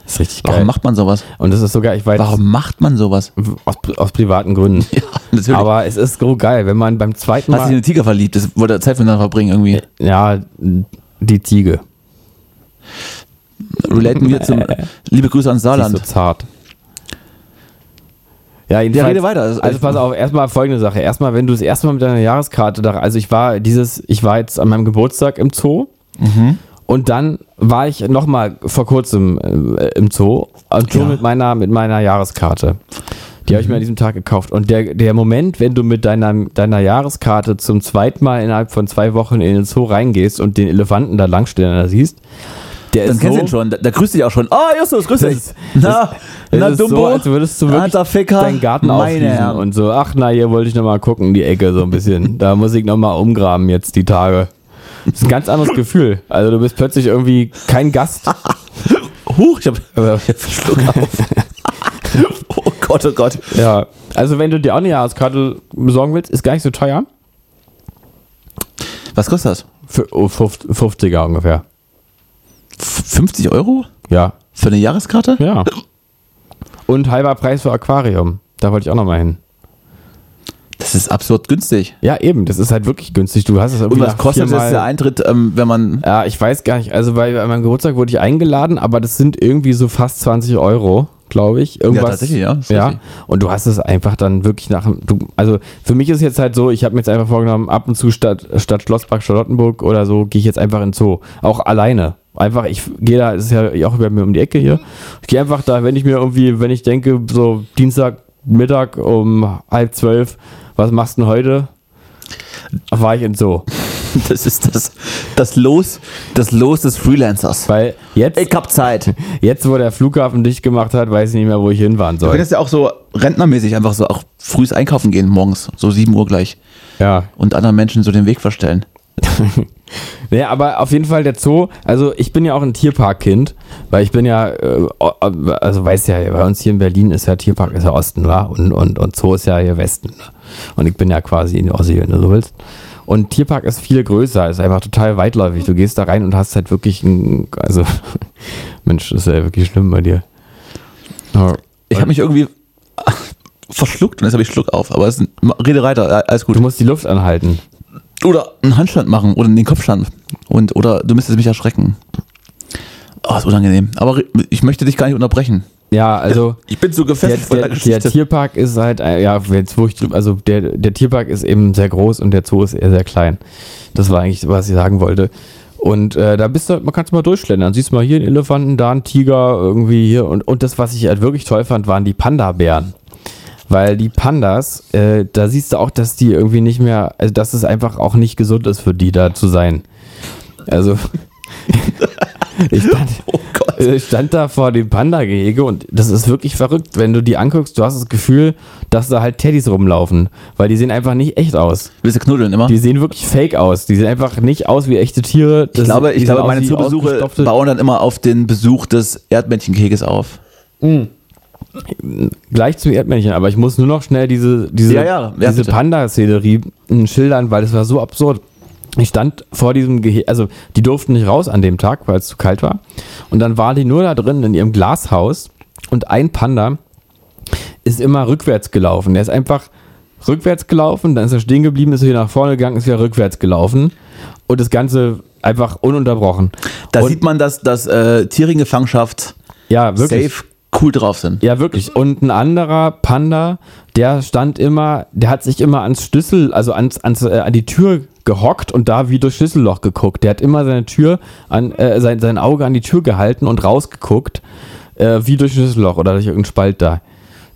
[SPEAKER 4] Das ist richtig
[SPEAKER 3] Warum
[SPEAKER 4] geil.
[SPEAKER 3] macht man sowas?
[SPEAKER 4] Und das ist sogar, ich weiß,
[SPEAKER 3] Warum macht man sowas?
[SPEAKER 4] aus, aus privaten Gründen.
[SPEAKER 3] Ja, natürlich.
[SPEAKER 4] Aber es ist so geil, wenn man beim zweiten
[SPEAKER 3] Hat sich in
[SPEAKER 4] Mal. Äh,
[SPEAKER 3] den Tiger verliebt. Das wollte er Zeit miteinander verbringen irgendwie.
[SPEAKER 4] Ja, die Ziege.
[SPEAKER 3] Relaten wir
[SPEAKER 4] äh,
[SPEAKER 3] zum. Liebe Grüße ans
[SPEAKER 4] Die ist so
[SPEAKER 3] Saarland.
[SPEAKER 4] zart. Ja,
[SPEAKER 3] Ja,
[SPEAKER 4] jedenfalls,
[SPEAKER 3] rede weiter.
[SPEAKER 4] Also, pass auf, erstmal folgende Sache. Erstmal, wenn du es erstmal mit deiner Jahreskarte da, also ich war dieses, ich war jetzt an meinem Geburtstag im Zoo und dann war ich nochmal vor kurzem äh, im Zoo, im Zoo
[SPEAKER 3] Ja. Mhm.
[SPEAKER 4] mit meiner, mit meiner Jahreskarte. Die habe ich mir an diesem Tag gekauft. Und der, der Moment, wenn du mit deiner, deiner Jahreskarte zum zweiten Mal innerhalb von zwei Wochen in den Zoo reingehst und den Elefanten da langstellen da siehst, der
[SPEAKER 3] Dann
[SPEAKER 4] ist
[SPEAKER 3] kennst
[SPEAKER 4] so,
[SPEAKER 3] du ihn schon. Da, da grüßt dich auch schon. Ah, Justus, grüß dich.
[SPEAKER 4] Das-
[SPEAKER 3] Na,
[SPEAKER 4] Es
[SPEAKER 3] na
[SPEAKER 4] ist
[SPEAKER 3] Dumbo.
[SPEAKER 4] so, als würdest du wirklich
[SPEAKER 3] Alter Ficker.
[SPEAKER 4] deinen Garten
[SPEAKER 3] Meine
[SPEAKER 4] aufschließen
[SPEAKER 3] Herren.
[SPEAKER 4] und so, ach na, hier wollte ich nochmal gucken, die Ecke so ein bisschen. da muss ich nochmal umgraben jetzt die Tage. Das ist ein ganz anderes Gefühl. Also du bist plötzlich irgendwie kein Gast.
[SPEAKER 3] Huch, ich hab
[SPEAKER 4] Aber-
[SPEAKER 3] jetzt einen Schluck auf. oh Gott, oh Gott.
[SPEAKER 4] ja. Also wenn du dir auch eine Jahreskarte besorgen willst, ist gar nicht so teuer.
[SPEAKER 3] Was kostet das?
[SPEAKER 4] Für, oh, 50er ungefähr.
[SPEAKER 3] F- 50 Euro?
[SPEAKER 4] Ja.
[SPEAKER 3] Für eine Jahreskarte?
[SPEAKER 4] Ja. Und halber Preis für Aquarium. Da wollte ich auch nochmal hin.
[SPEAKER 3] Das Das ist absurd günstig.
[SPEAKER 4] Ja, eben, das ist halt wirklich günstig. Du hast es irgendwie
[SPEAKER 3] Und was
[SPEAKER 4] nach
[SPEAKER 3] kostet
[SPEAKER 4] viermal-
[SPEAKER 3] jetzt der Eintritt, ähm, wenn man.
[SPEAKER 4] Ja, ich weiß gar nicht. Also bei, bei meinem Geburtstag wurde ich eingeladen, aber das sind irgendwie so fast 20 Euro, glaube ich. Irgendwas.
[SPEAKER 3] tatsächlich, ja, ist
[SPEAKER 4] ja.
[SPEAKER 3] richtig.
[SPEAKER 4] Und du hast es einfach dann wirklich nach. dem- Du, also für mich ist jetzt halt so, ich habe mir jetzt einfach vorgenommen, ab und zu statt, statt Schlosspark Charlottenburg oder so, gehe ich jetzt einfach in den Zoo. Auch alleine. Einfach, ich gehe da, es ist ja auch bei mir um die Ecke hier. Ich gehe einfach da, wenn ich mir irgendwie, wenn ich denke, so Dienstag, Mittag um halb zwölf, was machst du denn heute? War ich in den Zoo.
[SPEAKER 3] Das ist das, das Los, das Los des Freelancers.
[SPEAKER 4] Weil jetzt.
[SPEAKER 3] Ich hab Zeit.
[SPEAKER 4] Jetzt, wo der Flughafen dicht gemacht hat, weiß ich nicht mehr, wo ich hinfahren
[SPEAKER 3] Du
[SPEAKER 4] soll.
[SPEAKER 3] könntest ja auch so rentnermäßig einfach so auch frühs einkaufen gehen morgens, so 7 Uhr gleich.
[SPEAKER 4] Ja.
[SPEAKER 3] Und anderen Menschen so den Weg verstellen.
[SPEAKER 4] Naja, aber auf jeden Fall der Zoo. Also, ich bin ja auch ein Tierparkkind, weil ich bin ja, äh, also weiß ja, bei uns hier in Berlin ist ja Tierpark ist ja Osten, wa? Und, und, und Zoo ist ja hier Westen. Ne? Und ich bin ja quasi in Ossi, wenn du so willst. Und Tierpark ist viel größer, ist einfach total weitläufig. Du gehst da rein und hast halt wirklich ein, also, Mensch, das ist ja wirklich schlimm bei dir. Ja.
[SPEAKER 3] Ich habe mich irgendwie verschluckt und jetzt habe ich Schluck auf. Aber es ist, rede weiter, äh, alles gut.
[SPEAKER 4] Du musst die Luft anhalten.
[SPEAKER 3] Oder einen Handstand machen oder den Kopfstand. Und, oder du müsstest mich erschrecken. Oh, ist unangenehm. Aber re- ich möchte dich gar nicht unterbrechen.
[SPEAKER 4] Ja, also.
[SPEAKER 3] Ich bin so
[SPEAKER 4] der,
[SPEAKER 3] gefesselt von
[SPEAKER 4] der,
[SPEAKER 3] der
[SPEAKER 4] der
[SPEAKER 3] Geschichte.
[SPEAKER 4] Tierpark ist halt, äh, ja, jetzt wo ich, also der, der Tierpark ist eben sehr groß und der Zoo ist eher sehr klein. Das war eigentlich, was ich sagen wollte. Und äh, da bist du, man kannst mal durchschlendern. Siehst mal hier einen Elefanten, da einen Tiger, irgendwie hier. Und, und das, was ich halt wirklich toll fand, waren die Panda-Bären. Weil die Pandas, äh, da siehst du auch, dass die irgendwie nicht mehr, also dass es einfach auch nicht gesund ist für die da zu sein. Also, ich fand,
[SPEAKER 3] Oh Gott.
[SPEAKER 4] äh, stand da vor dem Panda-Gehege und das ist wirklich verrückt, wenn du die anguckst, du hast das Gefühl, dass da halt Teddys rumlaufen, weil die sehen einfach nicht echt aus.
[SPEAKER 3] Willst du knuddeln immer?
[SPEAKER 4] Die sehen wirklich fake aus. Die sehen einfach nicht aus wie echte Tiere.
[SPEAKER 3] Ich
[SPEAKER 4] Das-
[SPEAKER 3] glaube,
[SPEAKER 4] die
[SPEAKER 3] ich
[SPEAKER 4] sehen
[SPEAKER 3] glaube
[SPEAKER 4] aus
[SPEAKER 3] meine
[SPEAKER 4] wie
[SPEAKER 3] Zubesuche
[SPEAKER 4] ausgestopfte-
[SPEAKER 3] bauen dann immer auf den Besuch des Erdmännchenkeges auf.
[SPEAKER 4] gleich zum Erdmännchen, aber ich muss nur noch schnell diese, diese,
[SPEAKER 3] Ja, ja, ja,
[SPEAKER 4] diese
[SPEAKER 3] bitte.
[SPEAKER 4] Panda-Szenerie mh, schildern, weil das war so absurd. Ich stand vor diesem Gehege, also die durften nicht raus an dem Tag, weil es zu kalt war. Und dann waren die nur da drin in ihrem Glashaus und ein Panda ist immer rückwärts gelaufen. Der ist einfach rückwärts gelaufen, dann ist er stehen geblieben, ist wieder nach vorne gegangen, ist wieder rückwärts gelaufen und das Ganze einfach ununterbrochen.
[SPEAKER 3] Da
[SPEAKER 4] und,
[SPEAKER 3] sieht man, dass, dass äh, Tiere in Gefangenschaft
[SPEAKER 4] ja, wirklich.
[SPEAKER 3] safe cool drauf sind.
[SPEAKER 4] Ja, wirklich. Und ein anderer Panda, der stand immer, der hat sich immer ans Schlüssel, also ans, ans, äh, an die Tür gehockt und da wie durch Schlüsselloch geguckt. Der hat immer seine Tür, an, äh, sein, sein Auge an die Tür gehalten und rausgeguckt, äh, wie durch Schlüsselloch oder durch irgendeinen Spalt da.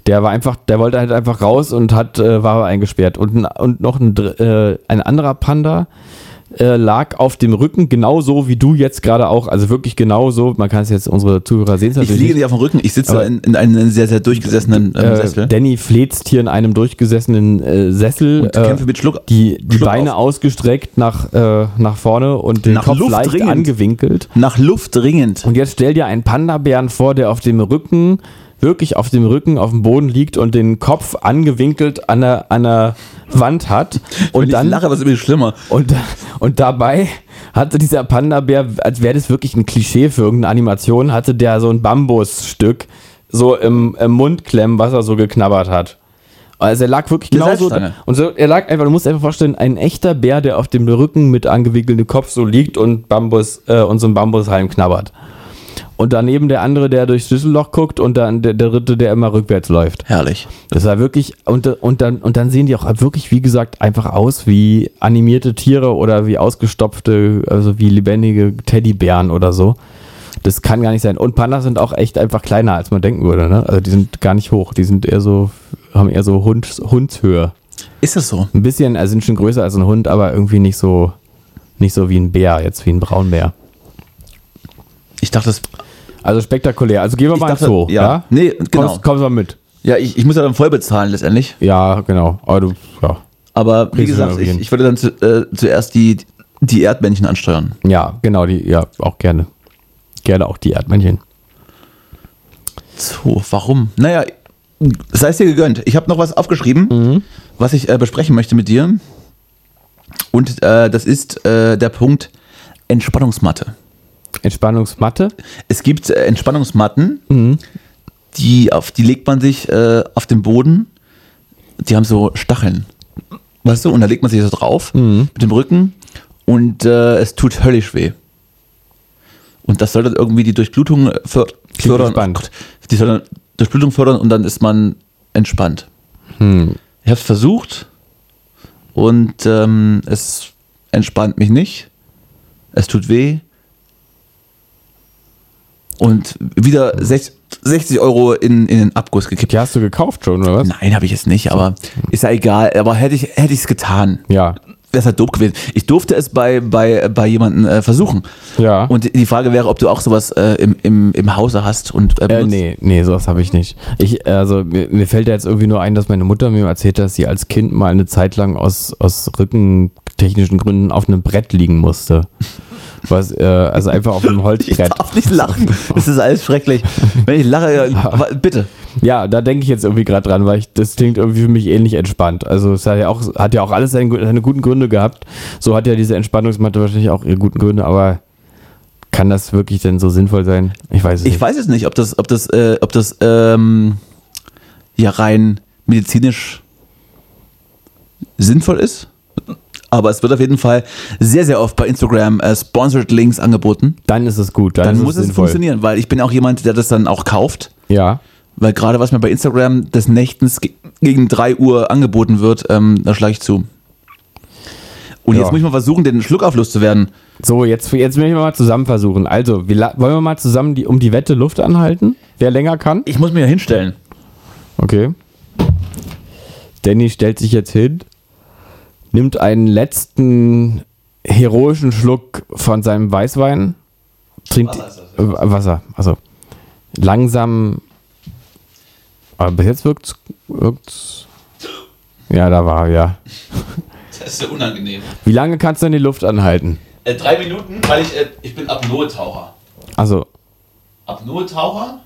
[SPEAKER 4] Der war einfach, der wollte halt einfach raus und hat, äh, war eingesperrt. Und, ein- und noch ein, dr- äh, ein anderer Panda, äh, lag auf dem Rücken, genauso wie du jetzt gerade auch, also wirklich genauso, man kann es jetzt unsere Zuhörer sehen. es
[SPEAKER 3] Ich
[SPEAKER 4] natürlich
[SPEAKER 3] liege
[SPEAKER 4] nicht.
[SPEAKER 3] nicht auf dem Rücken, ich sitze
[SPEAKER 4] Aber-
[SPEAKER 3] da in, in einem sehr, sehr durchgesessenen ähm,
[SPEAKER 4] äh,
[SPEAKER 3] Sessel.
[SPEAKER 4] Danny fläzt hier in einem durchgesessenen äh, Sessel.
[SPEAKER 3] Und kämpfe mit Schluck-
[SPEAKER 4] Die, die
[SPEAKER 3] Schluck
[SPEAKER 4] Beine
[SPEAKER 3] auf.
[SPEAKER 4] ausgestreckt nach, äh, nach vorne und den
[SPEAKER 3] Nach
[SPEAKER 4] Kopf
[SPEAKER 3] Luft
[SPEAKER 4] leicht
[SPEAKER 3] ringend.
[SPEAKER 4] angewinkelt.
[SPEAKER 3] Nach Luft ringend.
[SPEAKER 4] Und jetzt stell dir einen Panda-Bären vor, der auf dem Rücken, wirklich auf dem Rücken, auf dem Boden liegt und den Kopf angewinkelt an der, an der Wand hat. Und
[SPEAKER 3] Wenn
[SPEAKER 4] dann
[SPEAKER 3] ich lache, was ist übrigens schlimmer.
[SPEAKER 4] und, und dabei hatte dieser Panda-Bär, als wäre das wirklich ein Klischee für irgendeine Animation, hatte der so ein Bambusstück so im, im Mund klemmen, was er so geknabbert hat. Also er lag wirklich
[SPEAKER 3] Eine
[SPEAKER 4] genauso.
[SPEAKER 3] Salzstange.
[SPEAKER 4] Und so, er lag einfach, du musst dir einfach vorstellen, ein echter Bär, der auf dem Rücken mit angewickeltem Kopf so liegt und Bambus, äh, und so einen Bambushalm knabbert. Und daneben der andere, der durchs Schlüsselloch guckt und dann der, der dritte, der immer rückwärts läuft.
[SPEAKER 3] Herrlich.
[SPEAKER 4] Das war wirklich, und, und, dann, und dann sehen die auch wirklich, wie gesagt, einfach aus wie animierte Tiere oder wie ausgestopfte, also wie lebendige Teddybären oder so. Das kann gar nicht sein. Und Pandas sind auch echt einfach kleiner, als man denken würde. Ne? Also die sind gar nicht hoch. Die sind eher so, haben eher so Hund, Hundshöhe.
[SPEAKER 3] Ist das so?
[SPEAKER 4] Ein bisschen, also sind schon größer als ein Hund, aber irgendwie nicht so, nicht so wie ein Bär, jetzt wie ein Braunbär.
[SPEAKER 3] Ich dachte, das,
[SPEAKER 4] Also spektakulär. Also gehen wir
[SPEAKER 3] Ich
[SPEAKER 4] mal
[SPEAKER 3] dachte,
[SPEAKER 4] so.
[SPEAKER 3] ja. Nee, genau.
[SPEAKER 4] Kommst, kommst mal mit.
[SPEAKER 3] ja, ich, ich muss ja dann voll bezahlen letztendlich.
[SPEAKER 4] Ja, genau. Aber du, ja.
[SPEAKER 3] Aber wie
[SPEAKER 4] Riesen-
[SPEAKER 3] gesagt, ich,
[SPEAKER 4] Orgien.
[SPEAKER 3] ich würde dann zu, äh, zuerst die, die Erdmännchen ansteuern.
[SPEAKER 4] Ja, genau, die, ja, auch gerne. Gerne auch die Erdmännchen.
[SPEAKER 3] So, warum? Naja, sei es dir gegönnt. Ich habe noch was aufgeschrieben,
[SPEAKER 4] Mhm.
[SPEAKER 3] was ich äh, besprechen möchte mit dir. Und äh, das ist äh, der Punkt Entspannungsmatte.
[SPEAKER 4] Entspannungsmatte.
[SPEAKER 3] Es gibt äh, Entspannungsmatten, die, auf, die legt man sich äh, auf den Boden. Die haben so Stacheln. Weißt du, und da legt man sich so drauf mit dem Rücken und äh, es tut höllisch weh. Und das soll dann irgendwie die Durchblutung äh, för fördern.
[SPEAKER 4] entspannt.
[SPEAKER 3] Oh Gott, die soll dann Durchblutung fördern und dann ist man entspannt. Ich habe es versucht und ähm, es entspannt mich nicht. Es tut weh. Und wieder 60, 60 Euro in, in den Abguss gekippt.
[SPEAKER 4] Die hast du gekauft schon, oder was? Hm.
[SPEAKER 3] Nein, habe ich jetzt nicht, aber ist ja egal. Aber hätte ich es getan,
[SPEAKER 4] Ja.
[SPEAKER 3] wäre es halt doof gewesen. Ich durfte es bei, bei, bei jemandem äh, versuchen.
[SPEAKER 4] Ja.
[SPEAKER 3] Und die Frage wäre, ob du auch sowas äh, im, im, im Hause hast und äh,
[SPEAKER 4] Äh,
[SPEAKER 3] benutzt.
[SPEAKER 4] nee, nee, sowas habe ich nicht. Ich, also mir, mir fällt da jetzt irgendwie nur ein, dass meine Mutter mir erzählt hat, dass sie als Kind mal eine Zeit lang aus, aus rückentechnischen Gründen auf einem Brett liegen musste. Was, äh, also einfach auf einem
[SPEAKER 3] Ich
[SPEAKER 4] Holzbrett.
[SPEAKER 3] darf nicht lachen. Es ist alles schrecklich. Wenn ich lache, ja, wa- bitte.
[SPEAKER 4] Ja, da denke ich jetzt irgendwie gerade dran, weil ich, das klingt irgendwie für mich ähnlich entspannt. Also es hat ja auch, hat ja auch alles seine, gu- seine guten Gründe gehabt. So hat ja diese Entspannungsmatte wahrscheinlich auch ihre guten Gründe, aber kann das wirklich denn so sinnvoll sein? Ich weiß es
[SPEAKER 3] Ich
[SPEAKER 4] nicht.
[SPEAKER 3] weiß jetzt nicht, ob das, ob das, äh, ob das ähm, ja rein medizinisch sinnvoll ist. Aber es wird auf jeden Fall sehr, sehr oft bei Instagram äh, Sponsored Links angeboten.
[SPEAKER 4] dann ist es gut. Dann,
[SPEAKER 3] Dann
[SPEAKER 4] ist
[SPEAKER 3] muss es
[SPEAKER 4] sinnvoll.
[SPEAKER 3] funktionieren, weil ich bin auch jemand, der das dann auch kauft.
[SPEAKER 4] Ja.
[SPEAKER 3] Weil gerade was mir bei Instagram des Nächtens ge- gegen 3 Uhr angeboten wird, ähm, da schlage ich zu. Und
[SPEAKER 4] Ja.
[SPEAKER 3] jetzt muss ich mal versuchen, den Schluckauf loszuwerden.
[SPEAKER 4] So, jetzt, jetzt möchten wir mal zusammen versuchen. Also, wir, la- wollen wir mal zusammen die, um die Wette Luft anhalten? Wer länger kann?
[SPEAKER 3] Ich muss mich ja hinstellen.
[SPEAKER 4] Okay. Danny stellt sich jetzt hin, nimmt einen letzten heroischen Schluck von seinem Weißwein, trinkt äh, Wasser, also langsam. Aber bis jetzt wirkt's, wirkt's. Ja, da war er, ja.
[SPEAKER 3] Das ist ja unangenehm.
[SPEAKER 4] Wie lange kannst du denn die Luft anhalten?
[SPEAKER 3] Äh, drei Minuten, weil ich, äh, ich bin Apnoe-Taucher.
[SPEAKER 4] Also,
[SPEAKER 3] Apnoe-Taucher?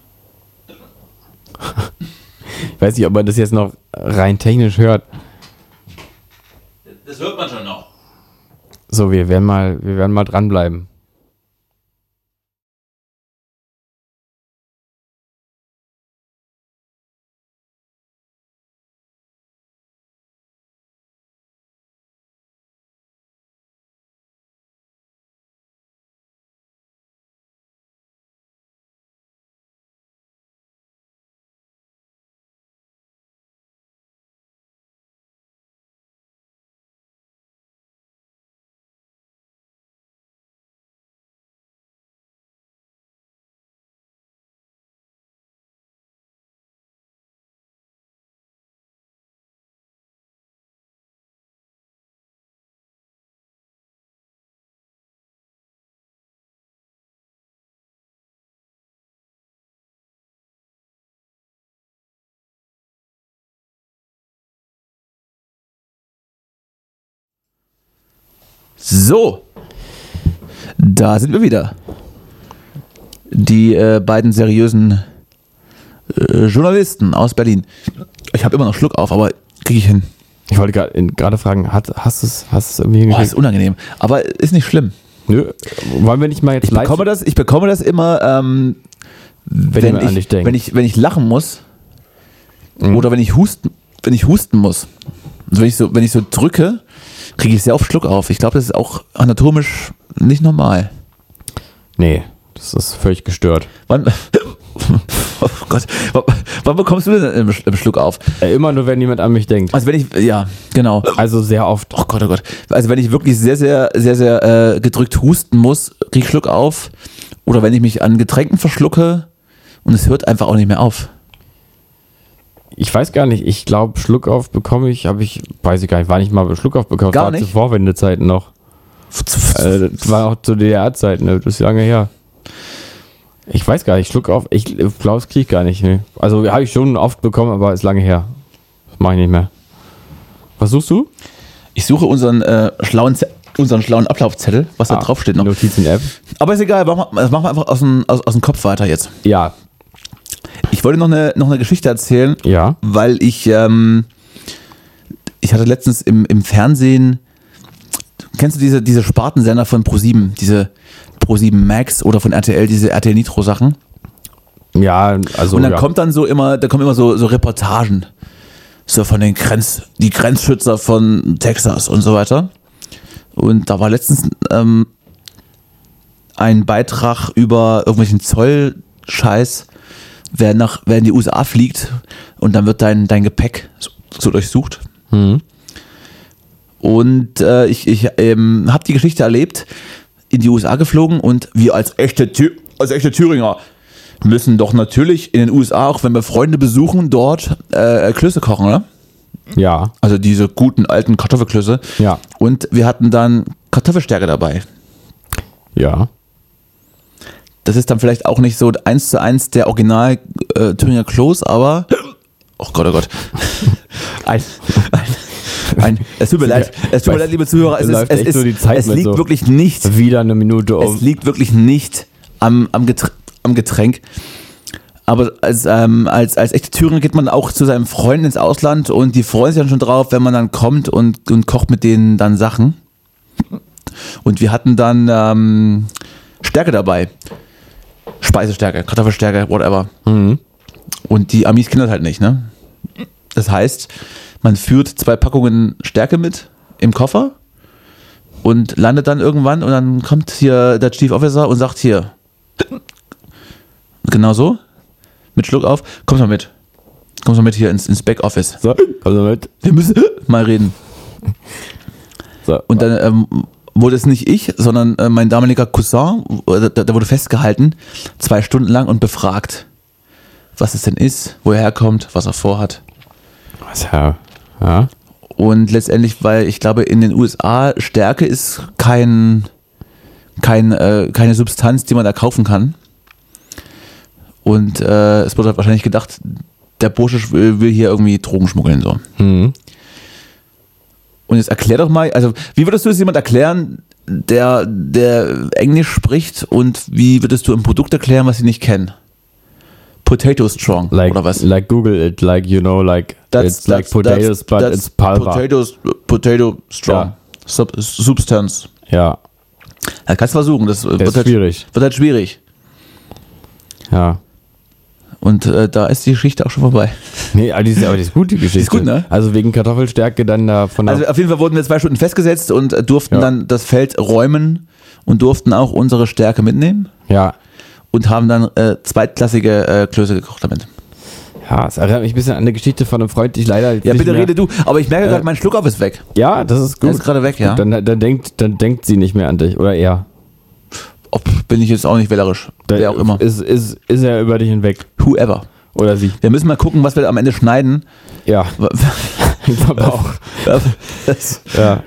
[SPEAKER 4] ich weiß nicht, ob man das jetzt noch rein technisch hört.
[SPEAKER 3] Das hört man schon noch.
[SPEAKER 4] So, wir werden mal, wir werden mal dranbleiben.
[SPEAKER 3] So, da sind wir wieder. Die äh, beiden seriösen äh, Journalisten aus Berlin. Ich habe immer noch Schluck auf, aber kriege ich hin.
[SPEAKER 4] Ich wollte gerade- gerade fragen, hat, hast du es hast du's irgendwie
[SPEAKER 3] Boah, ist
[SPEAKER 4] hingekriegt?
[SPEAKER 3] unangenehm. Aber ist nicht schlimm.
[SPEAKER 4] Nö, wollen wir nicht mal jetzt
[SPEAKER 3] Ich bekomme das, ich bekomme das immer, ähm, wenn,
[SPEAKER 4] jemand an dich
[SPEAKER 3] ich,
[SPEAKER 4] denkt. Mhm.
[SPEAKER 3] wenn, ich, wenn ich lachen muss oder wenn ich husten, wenn ich husten muss. Also wenn ich so, wenn ich so drücke, kriege ich sehr oft Schluck auf. Ich glaube, das ist auch anatomisch nicht normal.
[SPEAKER 4] Nee, das ist völlig gestört.
[SPEAKER 3] Wann, oh Gott, wann, wann bekommst du denn einen Sch- einen Schluck auf?
[SPEAKER 4] Äh, immer nur, wenn jemand an mich denkt.
[SPEAKER 3] Also wenn ich, ja, genau.
[SPEAKER 4] Also sehr oft.
[SPEAKER 3] Oh Gott, oh Gott. Also wenn ich wirklich sehr, sehr, sehr, sehr äh, gedrückt husten muss, kriege ich Schluck auf. Oder wenn ich mich an Getränken verschlucke und es hört einfach auch nicht mehr auf.
[SPEAKER 4] Ich weiß gar nicht, ich glaube, Schluckauf bekomme ich, habe ich, weiß ich gar nicht, wann ich mal Schluckauf bekomme.
[SPEAKER 3] Gar
[SPEAKER 4] war
[SPEAKER 3] nicht?
[SPEAKER 4] zu Vorwendezeiten noch. Äh, das war auch zu DDR-Zeiten, ne? das ist lange her. Ich weiß gar nicht, Schluckauf, ich glaube, es kriege ich gar nicht. Ne? Also habe ich schon oft bekommen, aber ist lange her. Das mache ich nicht mehr. Was suchst du?
[SPEAKER 3] Ich suche unseren, äh, schlauen, Ze- unseren schlauen Ablaufzettel, was da
[SPEAKER 4] Ah,
[SPEAKER 3] draufsteht noch.
[SPEAKER 4] Notizen-App.
[SPEAKER 3] Aber ist egal, machen wir- das machen wir einfach aus dem, aus, aus dem Kopf weiter jetzt.
[SPEAKER 4] Ja,
[SPEAKER 3] Ich wollte noch eine, noch eine Geschichte erzählen,
[SPEAKER 4] ja.
[SPEAKER 3] weil ich, ähm, ich hatte letztens im, im Fernsehen, kennst du diese, diese Spartensender von ProSieben, diese ProSieben Max oder von RTL, diese RTL Nitro Sachen?
[SPEAKER 4] Ja, also.
[SPEAKER 3] Und dann
[SPEAKER 4] ja.
[SPEAKER 3] kommt dann so immer, da kommen immer so, so Reportagen. so von den Grenz, die Grenzschützer von Texas und so weiter. Und da war letztens ähm, ein Beitrag über irgendwelchen Zollscheiß, wer, nach, wer in die USA fliegt und dann wird dein, dein Gepäck so, so durchsucht. Und äh, ich, ich ähm, habe die Geschichte erlebt, in die USA geflogen und wir als echte, Thü als echte Thüringer müssen doch natürlich in den USA, auch wenn wir Freunde besuchen, dort äh, Klöße kochen, oder?
[SPEAKER 4] Ja.
[SPEAKER 3] Also diese guten alten Kartoffelklöße.
[SPEAKER 4] Ja.
[SPEAKER 3] Und wir hatten dann Kartoffelstärke dabei.
[SPEAKER 4] Ja.
[SPEAKER 3] Das ist dann vielleicht auch nicht so eins zu eins der Original äh, Thüringer Kloß, aber oh Gott, oh Gott. Ein, ein, ein, es tut mir leid, es tut mir leid, liebe Zuhörer, es, ist,
[SPEAKER 4] Läuft
[SPEAKER 3] es,
[SPEAKER 4] echt
[SPEAKER 3] ist,
[SPEAKER 4] so die Zeit
[SPEAKER 3] es
[SPEAKER 4] mit
[SPEAKER 3] liegt
[SPEAKER 4] so.
[SPEAKER 3] wirklich nicht
[SPEAKER 4] Wieder eine Minute
[SPEAKER 3] Es
[SPEAKER 4] um.
[SPEAKER 3] liegt wirklich nicht am, am, Getr- am Getränk. Aber als, ähm, als, als echte Thüringer geht man auch zu seinen Freunden ins Ausland und die freuen sich dann schon drauf, wenn man dann kommt und, und kocht mit denen dann Sachen. Und wir hatten dann ähm, Stärke dabei. Speisestärke, Kartoffelstärke, whatever. Und die Amis kennen das halt nicht, ne? Das heißt, man führt zwei Packungen Stärke mit im Koffer und landet dann irgendwann und dann kommt hier der Chief Officer und sagt hier, genau so, mit Schluck auf, kommst mal mit. Kommst mal mit hier ins, ins Backoffice.
[SPEAKER 4] So, komm so mit.
[SPEAKER 3] Wir müssen mal reden.
[SPEAKER 4] So.
[SPEAKER 3] Und dann ähm, wurde es nicht ich, sondern äh, mein damaliger Cousin, äh, der, der wurde festgehalten, zwei Stunden lang und befragt, was es denn ist, woher er herkommt, was er vorhat.
[SPEAKER 4] Was, ja. ja.
[SPEAKER 3] Und letztendlich, weil ich glaube, in den USA Stärke ist kein, kein, äh, keine Substanz, die man da kaufen kann. Und äh, es wurde halt wahrscheinlich gedacht, der Bursche sch- äh, will, will hier irgendwie Drogen schmuggeln. So.
[SPEAKER 4] Hm.
[SPEAKER 3] Und jetzt erklär doch mal, also wie würdest du es jemand erklären, der, der Englisch spricht und wie würdest du ein Produkt erklären, was sie nicht kennen? Potato Strong
[SPEAKER 4] Like,
[SPEAKER 3] oder was?
[SPEAKER 4] Like Google it, like you know, like it's like potatoes, but
[SPEAKER 3] that's
[SPEAKER 4] it's pulver.
[SPEAKER 3] Potatoes, Potato Strong.
[SPEAKER 4] Ja.
[SPEAKER 3] Sub, Substance.
[SPEAKER 4] Ja,
[SPEAKER 3] Ja, kannst versuchen, das, äh, wird,
[SPEAKER 4] ist
[SPEAKER 3] halt,
[SPEAKER 4] schwierig.
[SPEAKER 3] wird halt schwierig.
[SPEAKER 4] ja.
[SPEAKER 3] Und äh, da ist die Geschichte auch schon vorbei.
[SPEAKER 4] Nee, aber die ist, aber die ist gut, die Geschichte.
[SPEAKER 3] ist gut, ne?
[SPEAKER 4] Also wegen Kartoffelstärke dann da von der.
[SPEAKER 3] Also auf jeden Fall wurden wir zwei Stunden festgesetzt und äh, durften
[SPEAKER 4] Ja.
[SPEAKER 3] dann das Feld räumen und durften auch unsere Stärke mitnehmen
[SPEAKER 4] ja.
[SPEAKER 3] und haben dann äh, zweitklassige äh, Klöße gekocht damit.
[SPEAKER 4] Ja, es erinnert mich ein bisschen an eine Geschichte von einem Freund, die ich leider. jetzt
[SPEAKER 3] Ja,
[SPEAKER 4] nicht
[SPEAKER 3] bitte
[SPEAKER 4] mehr- Äh.
[SPEAKER 3] rede du. Aber ich merke gerade, mein Schluck auf ist weg.
[SPEAKER 4] Ja, das ist gut.
[SPEAKER 3] Der ist gerade weg, ja.
[SPEAKER 4] Dann, dann, denkt, dann denkt sie nicht mehr an dich, oder er.
[SPEAKER 3] Ob bin ich jetzt auch nicht wählerisch.
[SPEAKER 4] Dann
[SPEAKER 3] Wer auch immer.
[SPEAKER 4] Ist, ist, ist er über dich hinweg.
[SPEAKER 3] Whoever.
[SPEAKER 4] Oder sie.
[SPEAKER 3] Wir müssen mal gucken, was wir am Ende schneiden.
[SPEAKER 4] Ja, ich glaube auch.
[SPEAKER 3] Das,
[SPEAKER 4] Ja.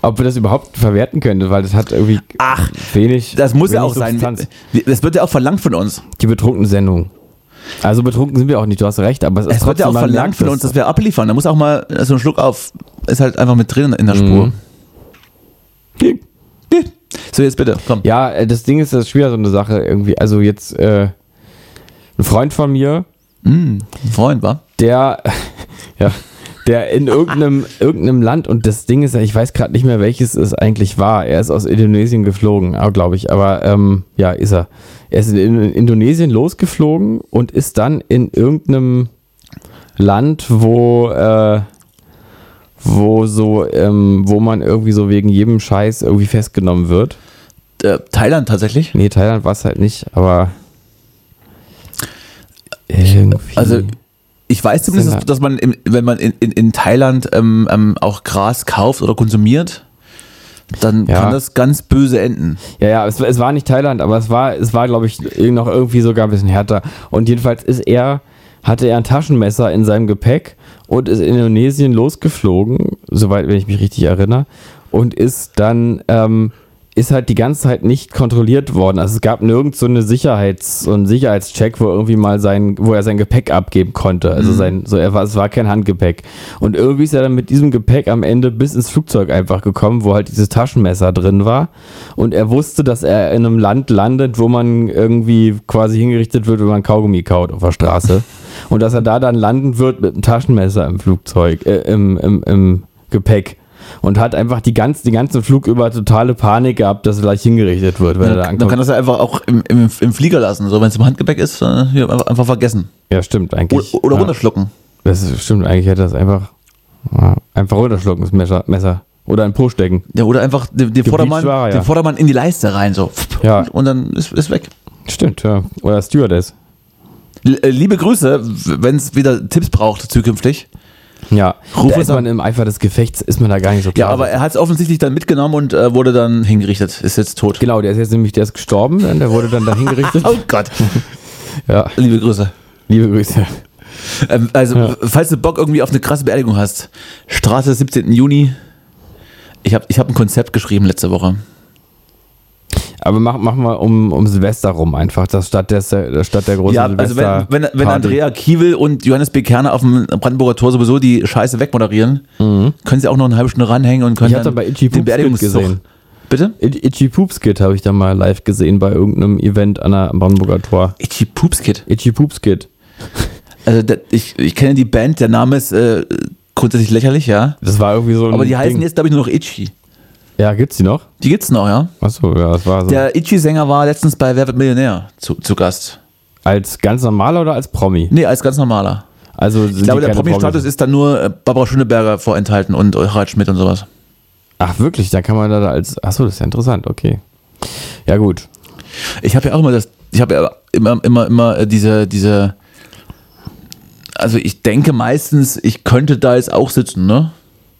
[SPEAKER 4] Ob wir das überhaupt verwerten können, weil das hat irgendwie
[SPEAKER 3] ach,
[SPEAKER 4] wenig.
[SPEAKER 3] das muss ja
[SPEAKER 4] wenig
[SPEAKER 3] auch sein.
[SPEAKER 4] Substanz.
[SPEAKER 3] Wir- Das wird ja auch verlangt von uns.
[SPEAKER 4] Die betrunkene Sendung. Also betrunken sind wir auch nicht, du hast recht, aber es ist
[SPEAKER 3] Es wird ja auch
[SPEAKER 4] trotzdem, man
[SPEAKER 3] verlangt
[SPEAKER 4] merkt
[SPEAKER 3] von uns, dass wir abliefern. Da muss auch mal so ein Schluck auf. Ist halt einfach mit drin in der Spur.
[SPEAKER 4] Mhm.
[SPEAKER 3] So, jetzt bitte, komm.
[SPEAKER 4] Ja, äh, das Ding ist, das ist schwer so eine Sache irgendwie. Also jetzt äh, ein Freund von mir,
[SPEAKER 3] Ein Freund, wa?
[SPEAKER 4] der, ja, der in irgendeinem, irgendeinem Land und das Ding ist, ich weiß gerade nicht mehr, welches es eigentlich war. Er ist aus Indonesien geflogen, glaube ich, aber ähm, ja, ist er. Er ist in Indonesien losgeflogen und ist dann in irgendeinem Land, wo, äh, wo so, ähm, wo man irgendwie so wegen jedem Scheiß irgendwie festgenommen wird.
[SPEAKER 3] Äh, Thailand tatsächlich.
[SPEAKER 4] Nee, Thailand war es halt nicht, aber. Irgendwie.
[SPEAKER 3] Also, ich weiß zumindest, dass, dass man, im, wenn man in, in, in Thailand ähm, ähm, auch Gras kauft oder konsumiert, dann
[SPEAKER 4] Ja.
[SPEAKER 3] kann das ganz böse enden.
[SPEAKER 4] Ja, ja, es, es war nicht Thailand, aber es war, es war, glaube ich, noch irgendwie sogar ein bisschen härter. Und jedenfalls ist er, hatte er ein Taschenmesser in seinem Gepäck und ist in Indonesien losgeflogen, soweit wenn ich mich richtig erinnere, und ist dann, ähm, ist halt die ganze Zeit nicht kontrolliert worden. Also es gab nirgends so eine Sicherheits, so einen Sicherheitscheck, wo irgendwie mal sein, wo er sein Gepäck abgeben konnte.
[SPEAKER 3] Mhm.
[SPEAKER 4] Also sein, so er war, es war kein Handgepäck. Und irgendwie ist er dann mit diesem Gepäck am Ende bis ins Flugzeug einfach gekommen, wo halt dieses Taschenmesser drin war. Und er wusste, dass er in einem Land landet, wo man irgendwie quasi hingerichtet wird, wenn man Kaugummi kaut auf der Straße. Und dass er da dann landen wird mit einem Taschenmesser im Flugzeug, äh, im, im, im Gepäck. Und hat einfach die ganzen, den ganzen Flug über totale Panik gehabt, dass er gleich hingerichtet wird, wenn er da
[SPEAKER 3] Dann, dann
[SPEAKER 4] ankommt.
[SPEAKER 3] kann das ja einfach auch im, im, im Flieger lassen. So, wenn es im Handgepäck ist, dann äh, hier einfach, einfach vergessen.
[SPEAKER 4] ja, stimmt
[SPEAKER 3] Oder,
[SPEAKER 4] eigentlich.
[SPEAKER 3] oder
[SPEAKER 4] ja.
[SPEAKER 3] runterschlucken.
[SPEAKER 4] Das ist, stimmt, eigentlich hätte das einfach, ja, einfach runterschlucken, das Messer. Messer. Oder in den Po stecken.
[SPEAKER 3] Ja, oder einfach den, den, Vordermann,
[SPEAKER 4] war er, ja.
[SPEAKER 3] den Vordermann in die Leiste rein, so.
[SPEAKER 4] Ja.
[SPEAKER 3] Und dann ist, ist weg.
[SPEAKER 4] Stimmt, ja. Oder Stewardess.
[SPEAKER 3] L- äh, Liebe Grüße, wenn es wieder Tipps braucht zukünftig.
[SPEAKER 4] Ja.
[SPEAKER 3] Ruf
[SPEAKER 4] Ruf da
[SPEAKER 3] uns
[SPEAKER 4] ist
[SPEAKER 3] an.
[SPEAKER 4] man im Eifer des Gefechts, ist man da gar nicht so
[SPEAKER 3] Ja,
[SPEAKER 4] klar.
[SPEAKER 3] aber er hat es offensichtlich dann mitgenommen und äh, wurde dann hingerichtet. Ist jetzt tot.
[SPEAKER 4] genau, der ist jetzt nämlich, der ist gestorben, ne? der wurde dann da hingerichtet.
[SPEAKER 3] Oh Gott.
[SPEAKER 4] ja,
[SPEAKER 3] Liebe Grüße.
[SPEAKER 4] liebe Grüße.
[SPEAKER 3] Ähm, also,
[SPEAKER 4] Ja.
[SPEAKER 3] falls du Bock irgendwie auf eine krasse Beerdigung hast, Straße 17. Juni. Ich habe ich hab ein Konzept geschrieben letzte Woche.
[SPEAKER 4] Aber mach, mach mal um, um Silvester rum einfach, das statt der, statt der großen
[SPEAKER 3] Ja, also wenn, wenn, wenn
[SPEAKER 4] Party.
[SPEAKER 3] Andrea Kiewel und Johannes B. Kerner auf dem Brandenburger Tor sowieso die Scheiße wegmoderieren, können sie auch noch eine halbe Stunde ranhängen und können
[SPEAKER 4] Mhm. Ich hab da bei Itchy
[SPEAKER 3] den
[SPEAKER 4] Poops
[SPEAKER 3] Beerdigungszug.
[SPEAKER 4] gesehen.
[SPEAKER 3] Bitte?
[SPEAKER 4] It- Itchy Poops Kid habe ich da mal live gesehen bei irgendeinem Event an der Brandenburger Tor.
[SPEAKER 3] Itchy Poops Kid.
[SPEAKER 4] Itchy Poops Kid.
[SPEAKER 3] Also der, ich, ich kenne die Band, der Name ist äh, grundsätzlich lächerlich, ja.
[SPEAKER 4] Das war irgendwie so ein
[SPEAKER 3] Aber die heißen
[SPEAKER 4] Ding.
[SPEAKER 3] jetzt, glaube ich, nur noch Itchy.
[SPEAKER 4] Ja, gibt's die noch?
[SPEAKER 3] Die gibt's noch, ja.
[SPEAKER 4] Achso, ja, das war so.
[SPEAKER 3] Der Itchy-Sänger war letztens bei Wer wird Millionär zu, zu Gast.
[SPEAKER 4] als ganz normaler oder als Promi?
[SPEAKER 3] Nee, als ganz normaler.
[SPEAKER 4] Also sind
[SPEAKER 3] Ich glaube, der Promi-Status ist dann nur äh, Barbara Schöneberger vorenthalten und Harald Schmidt und sowas.
[SPEAKER 4] Ach wirklich, da kann man da als. Achso, das ist ja interessant, okay. Ja, gut.
[SPEAKER 3] Ich habe ja auch immer das, ich habe ja immer, immer, immer äh, diese, diese, also ich denke meistens, ich könnte da jetzt auch sitzen, ne?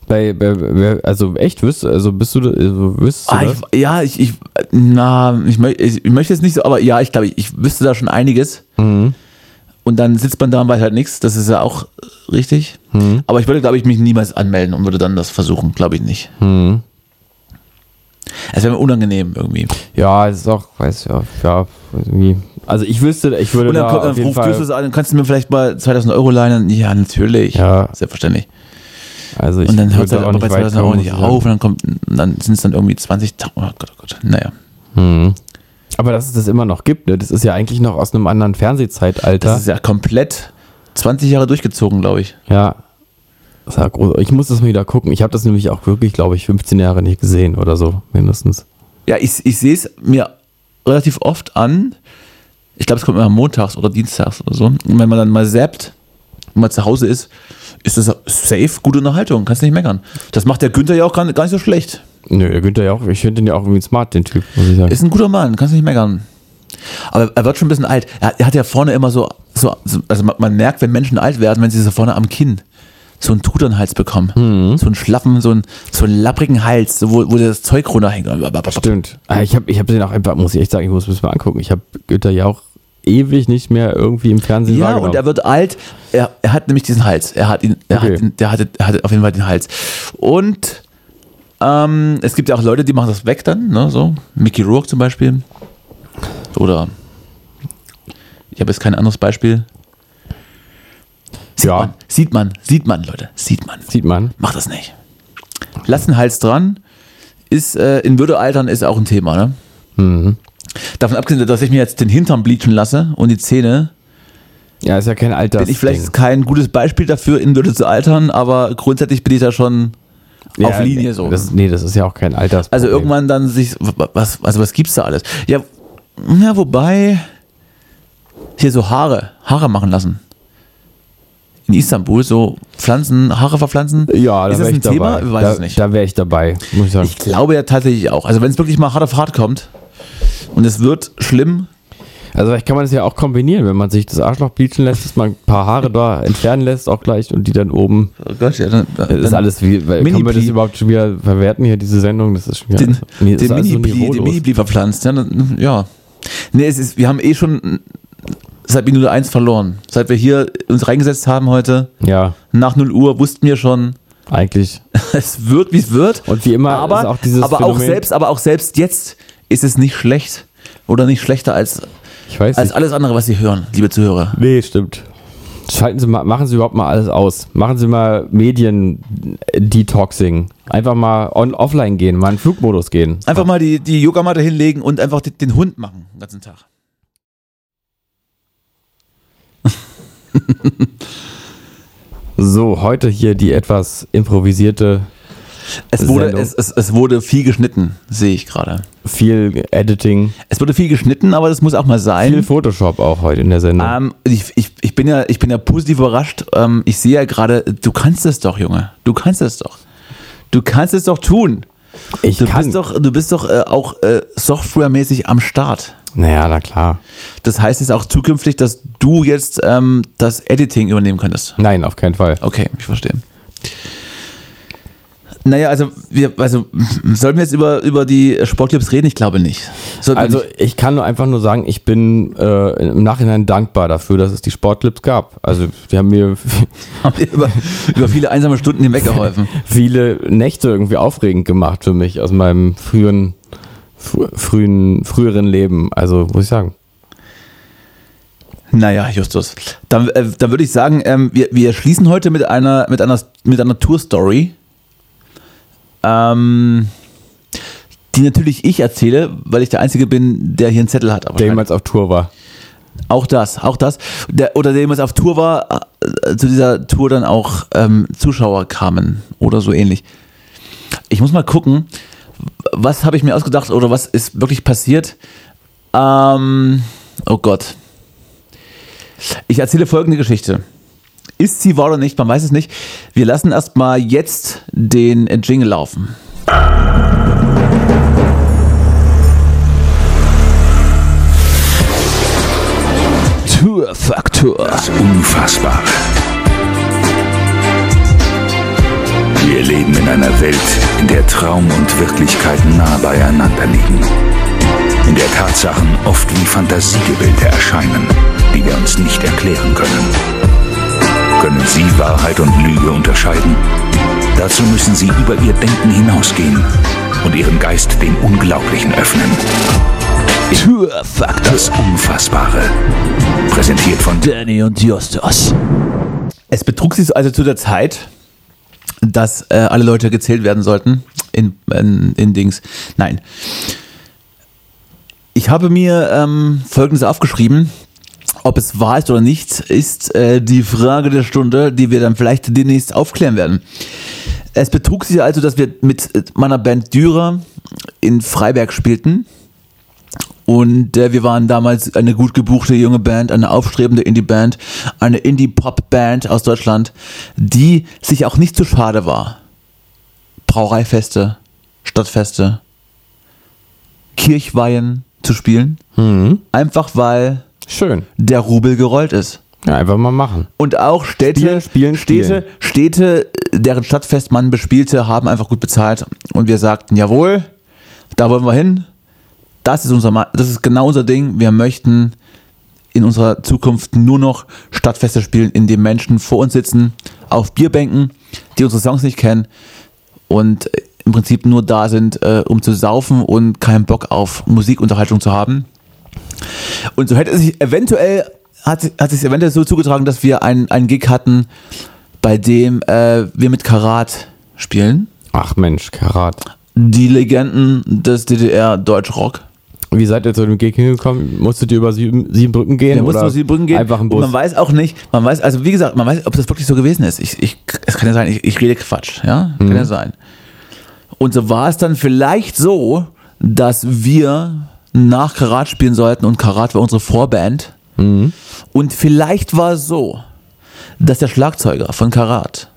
[SPEAKER 4] Bei, bei, bei, also echt, wüsst, also bist du, da- also wüsstest du
[SPEAKER 3] Ah,
[SPEAKER 4] das?
[SPEAKER 3] ich, ja, ich, ich, na, ich, mö- ich, ich möchte jetzt nicht so, aber ja, ich glaube, ich, ich wüsste da schon einiges.
[SPEAKER 4] Mhm.
[SPEAKER 3] Und dann sitzt man da und weiß halt nichts, das ist ja auch äh, richtig.
[SPEAKER 4] Mhm.
[SPEAKER 3] Aber ich würde, glaube ich, mich niemals anmelden und würde dann das versuchen, glaube ich nicht.
[SPEAKER 4] Mhm.
[SPEAKER 3] Es wäre mir unangenehm irgendwie.
[SPEAKER 4] Ja, das ist auch, weiß ja, ja, irgendwie. Also ich wüsste, ich würde
[SPEAKER 3] Und dann,
[SPEAKER 4] da
[SPEAKER 3] kommt,
[SPEAKER 4] auf
[SPEAKER 3] dann
[SPEAKER 4] jeden
[SPEAKER 3] rufst
[SPEAKER 4] Fall,
[SPEAKER 3] du es an, kannst du mir vielleicht mal 2000 Euro leihen? Ja, natürlich.
[SPEAKER 4] Ja.
[SPEAKER 3] Selbstverständlich.
[SPEAKER 4] also ich
[SPEAKER 3] Und dann hört es halt
[SPEAKER 4] würde auch
[SPEAKER 3] aber bei
[SPEAKER 4] weit
[SPEAKER 3] 2000 Euro
[SPEAKER 4] kommen,
[SPEAKER 3] nicht
[SPEAKER 4] muss ich
[SPEAKER 3] auf und dann kommt, dann sind es dann irgendwie 20, oh Gott, oh Gott, naja.
[SPEAKER 4] Aber dass es das immer noch gibt, ne? das ist ja eigentlich noch aus einem anderen Fernsehzeitalter.
[SPEAKER 3] Das ist ja komplett 20 Jahre durchgezogen, glaube ich.
[SPEAKER 4] ja. Das ist ja groß. Ich muss das mal wieder gucken. Ich habe das nämlich auch wirklich, glaube ich, 15 Jahre nicht gesehen oder so, mindestens.
[SPEAKER 3] Ja, ich, ich sehe es mir relativ oft an. Ich glaube, es kommt immer montags oder dienstags oder so. Und wenn man dann mal zappt, wenn man zu Hause ist, ist das safe, gute Unterhaltung, kannst nicht meckern. Das macht der Günther ja auch gar gar nicht so schlecht.
[SPEAKER 4] Nö, der Günther ja auch, ich finde den ja auch irgendwie smart, den Typ, muss ich sagen.
[SPEAKER 3] Ist ein guter Mann, kannst nicht meckern. Aber er wird schon ein bisschen alt. Er, er hat ja vorne immer so, so so- also man, man merkt, wenn Menschen alt werden, wenn sie so vorne am Kinn so einen Tudernhals bekommen.
[SPEAKER 4] Mhm.
[SPEAKER 3] So einen schlaffen, so einen, so einen lapprigen Hals, so wo, wo das Zeug runterhängt.
[SPEAKER 4] Stimmt. Ah, Ich habe ich hab den auch einfach, muss ich echt sagen, ich muss es mal angucken. Ich habe Günther ja auch ewig nicht mehr irgendwie im Fernsehen
[SPEAKER 3] Ja, und er wird alt. Er, er hat nämlich diesen Hals. Er hat ihn, er
[SPEAKER 4] Okay.
[SPEAKER 3] hat ihn der hatte, er hatte auf jeden Fall den Hals. Und ähm, es gibt ja auch Leute, die machen das weg dann, ne? So. Mickey Rourke zum Beispiel. Oder ich habe jetzt kein anderes Beispiel. Sieht
[SPEAKER 4] Ja.
[SPEAKER 3] man, sieht man, sieht man, Leute, sieht man.
[SPEAKER 4] Sieht man.
[SPEAKER 3] Macht das nicht. Lass den Hals dran. Ist äh, in Würde altern ist auch ein Thema, ne?
[SPEAKER 4] Mhm.
[SPEAKER 3] Davon abgesehen, dass ich mir jetzt den Hintern bleachen lasse und die Zähne,
[SPEAKER 4] Ja, ist ja kein Alter.
[SPEAKER 3] bin ich vielleicht kein gutes Beispiel dafür, in Würde zu altern, aber grundsätzlich bin ich da schon
[SPEAKER 4] ja,
[SPEAKER 3] auf Linie so. ne?
[SPEAKER 4] Das, nee, das ist ja auch kein Alters.
[SPEAKER 3] also irgendwann dann sich, was, also was gibt's da alles? Ja, ja, wobei, hier so Haare, Haare machen lassen. In Istanbul, so Pflanzen, Haare verpflanzen.
[SPEAKER 4] Ja, da
[SPEAKER 3] ist das
[SPEAKER 4] wäre
[SPEAKER 3] ein
[SPEAKER 4] ich dabei.
[SPEAKER 3] Thema? Ich weiß
[SPEAKER 4] da
[SPEAKER 3] es nicht.
[SPEAKER 4] da wäre ich dabei, muss ich sagen.
[SPEAKER 3] Ich glaube ja tatsächlich auch. Also wenn es wirklich mal hart auf hart kommt und es wird schlimm,
[SPEAKER 4] Also vielleicht kann man das ja auch kombinieren, wenn man sich das Arschloch bleachen lässt, dass man ein paar Haare da entfernen lässt auch gleich und die dann oben.
[SPEAKER 3] oh Gott, ja, dann,
[SPEAKER 4] Das ist alles wie, weil, kann man das
[SPEAKER 3] Mini-Pli.
[SPEAKER 4] überhaupt schon wieder verwerten hier, diese Sendung? Das ist schon wieder
[SPEAKER 3] den,
[SPEAKER 4] alles- nee, das
[SPEAKER 3] den
[SPEAKER 4] ist alles so
[SPEAKER 3] Mini-Bli den
[SPEAKER 4] niveaulos.
[SPEAKER 3] Mini-Bli verpflanzt. Ja, dann- ja. Nee, es ist, wir haben eh schon seit Minute 1 verloren. Seit wir hier uns reingesetzt haben heute,
[SPEAKER 4] Ja,
[SPEAKER 3] nach 0 Uhr, wussten wir schon,
[SPEAKER 4] eigentlich.
[SPEAKER 3] es wird, wie es wird.
[SPEAKER 4] Und wie immer
[SPEAKER 3] aber,
[SPEAKER 4] ist auch dieses
[SPEAKER 3] aber auch
[SPEAKER 4] Phänomen-
[SPEAKER 3] selbst, aber auch selbst jetzt ist es nicht schlecht oder nicht schlechter als,
[SPEAKER 4] Ich weiß
[SPEAKER 3] als
[SPEAKER 4] nicht.
[SPEAKER 3] alles andere, was Sie hören, liebe Zuhörer.
[SPEAKER 4] Nee, stimmt. Schalten Sie mal, machen Sie überhaupt mal alles aus. Machen Sie mal Medien-Detoxing. Einfach mal on, offline gehen, mal in Flugmodus gehen.
[SPEAKER 3] Einfach mal die, die Yogamatte hinlegen und einfach den, den Hund machen den ganzen Tag.
[SPEAKER 4] So, heute hier die etwas improvisierte
[SPEAKER 3] Es wurde,
[SPEAKER 4] Sendung.
[SPEAKER 3] es, es, es wurde viel geschnitten, sehe ich gerade.
[SPEAKER 4] Viel Editing,
[SPEAKER 3] Es wurde viel geschnitten, aber das muss auch mal sein.
[SPEAKER 4] viel Photoshop auch heute in der Sendung.
[SPEAKER 3] Ähm, ich, ich, ich, bin ja, ich bin ja positiv überrascht. Ähm, ich sehe ja gerade, du kannst es doch, Junge. Du kannst es doch. Du kannst es doch tun.
[SPEAKER 4] ich
[SPEAKER 3] Du bist doch, du bist doch äh, auch äh, softwaremäßig am Start.
[SPEAKER 4] Naja, na klar.
[SPEAKER 3] Das heißt jetzt auch zukünftig, dass du jetzt ähm, das Editing übernehmen könntest.
[SPEAKER 4] Nein, auf keinen Fall.
[SPEAKER 3] Okay, ich verstehe. Naja, also wir, also sollten wir jetzt über, über die Sportclips reden? Ich glaube nicht. Sollten wir
[SPEAKER 4] Also
[SPEAKER 3] nicht.
[SPEAKER 4] ich kann nur einfach nur sagen, ich bin äh, im Nachhinein dankbar dafür, dass es die Sportclips gab. Also die haben mir
[SPEAKER 3] haben wir über, über viele einsame Stunden hinweg geholfen.
[SPEAKER 4] viele Nächte irgendwie aufregend gemacht für mich aus meinem frühen, frü- frühen, früheren Leben. Also muss ich sagen.
[SPEAKER 3] Naja, Justus. Dann, äh, dann würde ich sagen, ähm, wir, wir schließen heute mit einer, mit einer, mit einer Tour-Story, ähm, die natürlich ich erzähle, weil ich der Einzige bin, der hier einen Zettel hat. aber
[SPEAKER 4] Der jemals auf Tour war.
[SPEAKER 3] Auch das, auch das. Der, oder der jemals auf Tour war, äh, zu dieser Tour dann auch ähm, Zuschauer kamen oder so ähnlich. Ich muss mal gucken, was habe ich mir ausgedacht oder was ist wirklich passiert. Ähm, oh Gott. Ich erzähle folgende Geschichte. Ist sie wahr oder nicht? Man weiß es nicht. Wir lassen erstmal jetzt den äh, Jingle laufen. Tourfaktor.
[SPEAKER 5] Unfassbar. Wir leben in einer Welt, in der Traum und Wirklichkeit nah beieinander liegen. In der Tatsachen oft wie Fantasiegebilde erscheinen, die wir uns nicht erklären können. Können Sie Wahrheit und Lüge unterscheiden? Dazu müssen Sie über Ihr Denken hinausgehen und Ihren Geist dem Unglaublichen öffnen.
[SPEAKER 3] Tourfaktor.
[SPEAKER 5] Das Unfassbare. Präsentiert von
[SPEAKER 3] Danny und Justus. Es betrug sich also zu der Zeit, dass äh, alle Leute gezählt werden sollten in, in, in Dings. Nein. Ich habe mir ähm, Folgendes aufgeschrieben. Ob es wahr ist oder nicht, ist äh, die Frage der Stunde, die wir dann vielleicht demnächst aufklären werden. Es betrug sich also, dass wir mit meiner Band Dürer in Freiberg spielten. Und äh, wir waren damals eine gut gebuchte junge Band, eine aufstrebende Indie-Band, eine Indie-Pop-Band aus Deutschland, die sich auch nicht zu schade war. Brauereifeste, Stadtfeste, Kirchweihen zu spielen. Einfach weil
[SPEAKER 4] Schön.
[SPEAKER 3] der Rubel gerollt ist.
[SPEAKER 4] Ja, einfach mal machen.
[SPEAKER 3] Und auch Städte,
[SPEAKER 4] Spielen, spielen,
[SPEAKER 3] Städte,
[SPEAKER 4] spielen.
[SPEAKER 3] Städte, deren Stadtfest man bespielte, haben einfach gut bezahlt. Und wir sagten, jawohl, da wollen wir hin. Das ist unser, Ma- das ist genau unser Ding. Wir möchten in unserer Zukunft nur noch Stadtfeste spielen, in denen Menschen vor uns sitzen, auf Bierbänken, die unsere Songs nicht kennen und äh, im Prinzip nur da sind, äh, um zu saufen und keinen Bock auf Musikunterhaltung zu haben. Und so hätte es sich eventuell, hat, si- hat sich eventuell so zugetragen, dass wir einen, einen Gig hatten, bei dem äh, wir mit Karat spielen.
[SPEAKER 4] Ach Mensch, Karat.
[SPEAKER 3] Die Legenden des DDR Deutschrock.
[SPEAKER 4] Wie seid ihr zu dem Gig hingekommen? Musstet ihr über sieben, sieben Brücken gehen?
[SPEAKER 3] Der muss
[SPEAKER 4] oder
[SPEAKER 3] nach Siebenbrücken gehen.
[SPEAKER 4] Einfach ein
[SPEAKER 3] Und
[SPEAKER 4] Bus.
[SPEAKER 3] man weiß auch nicht, man weiß, also wie gesagt, man weiß, ob das wirklich so gewesen ist. Ich, ich, es kann ja sein, ich, ich rede Quatsch, ja?
[SPEAKER 4] Mhm.
[SPEAKER 3] Kann ja sein. Und so war es dann vielleicht so, dass wir nach Karat spielen sollten und Karat war unsere Vorband.
[SPEAKER 4] Mhm.
[SPEAKER 3] Und vielleicht war es so, dass der Schlagzeuger von Karat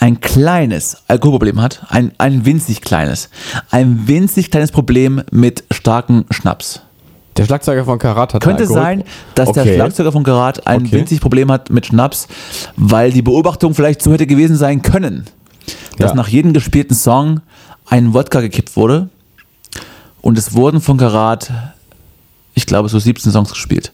[SPEAKER 3] ein kleines Alkoholproblem hat, ein, ein winzig kleines, ein winzig kleines Problem mit starkem Schnaps.
[SPEAKER 4] der Schlagzeuger von Karat hat
[SPEAKER 3] Könnte
[SPEAKER 4] Alkohol-
[SPEAKER 3] sein, dass der
[SPEAKER 4] Okay.
[SPEAKER 3] Schlagzeuger von Karat ein
[SPEAKER 4] Okay.
[SPEAKER 3] winzig Problem hat mit Schnaps, weil die Beobachtung vielleicht so hätte gewesen sein können, dass
[SPEAKER 4] Ja.
[SPEAKER 3] nach jedem gespielten Song ein Wodka gekippt wurde und es wurden von Karat, ich glaube, so 17 Songs gespielt.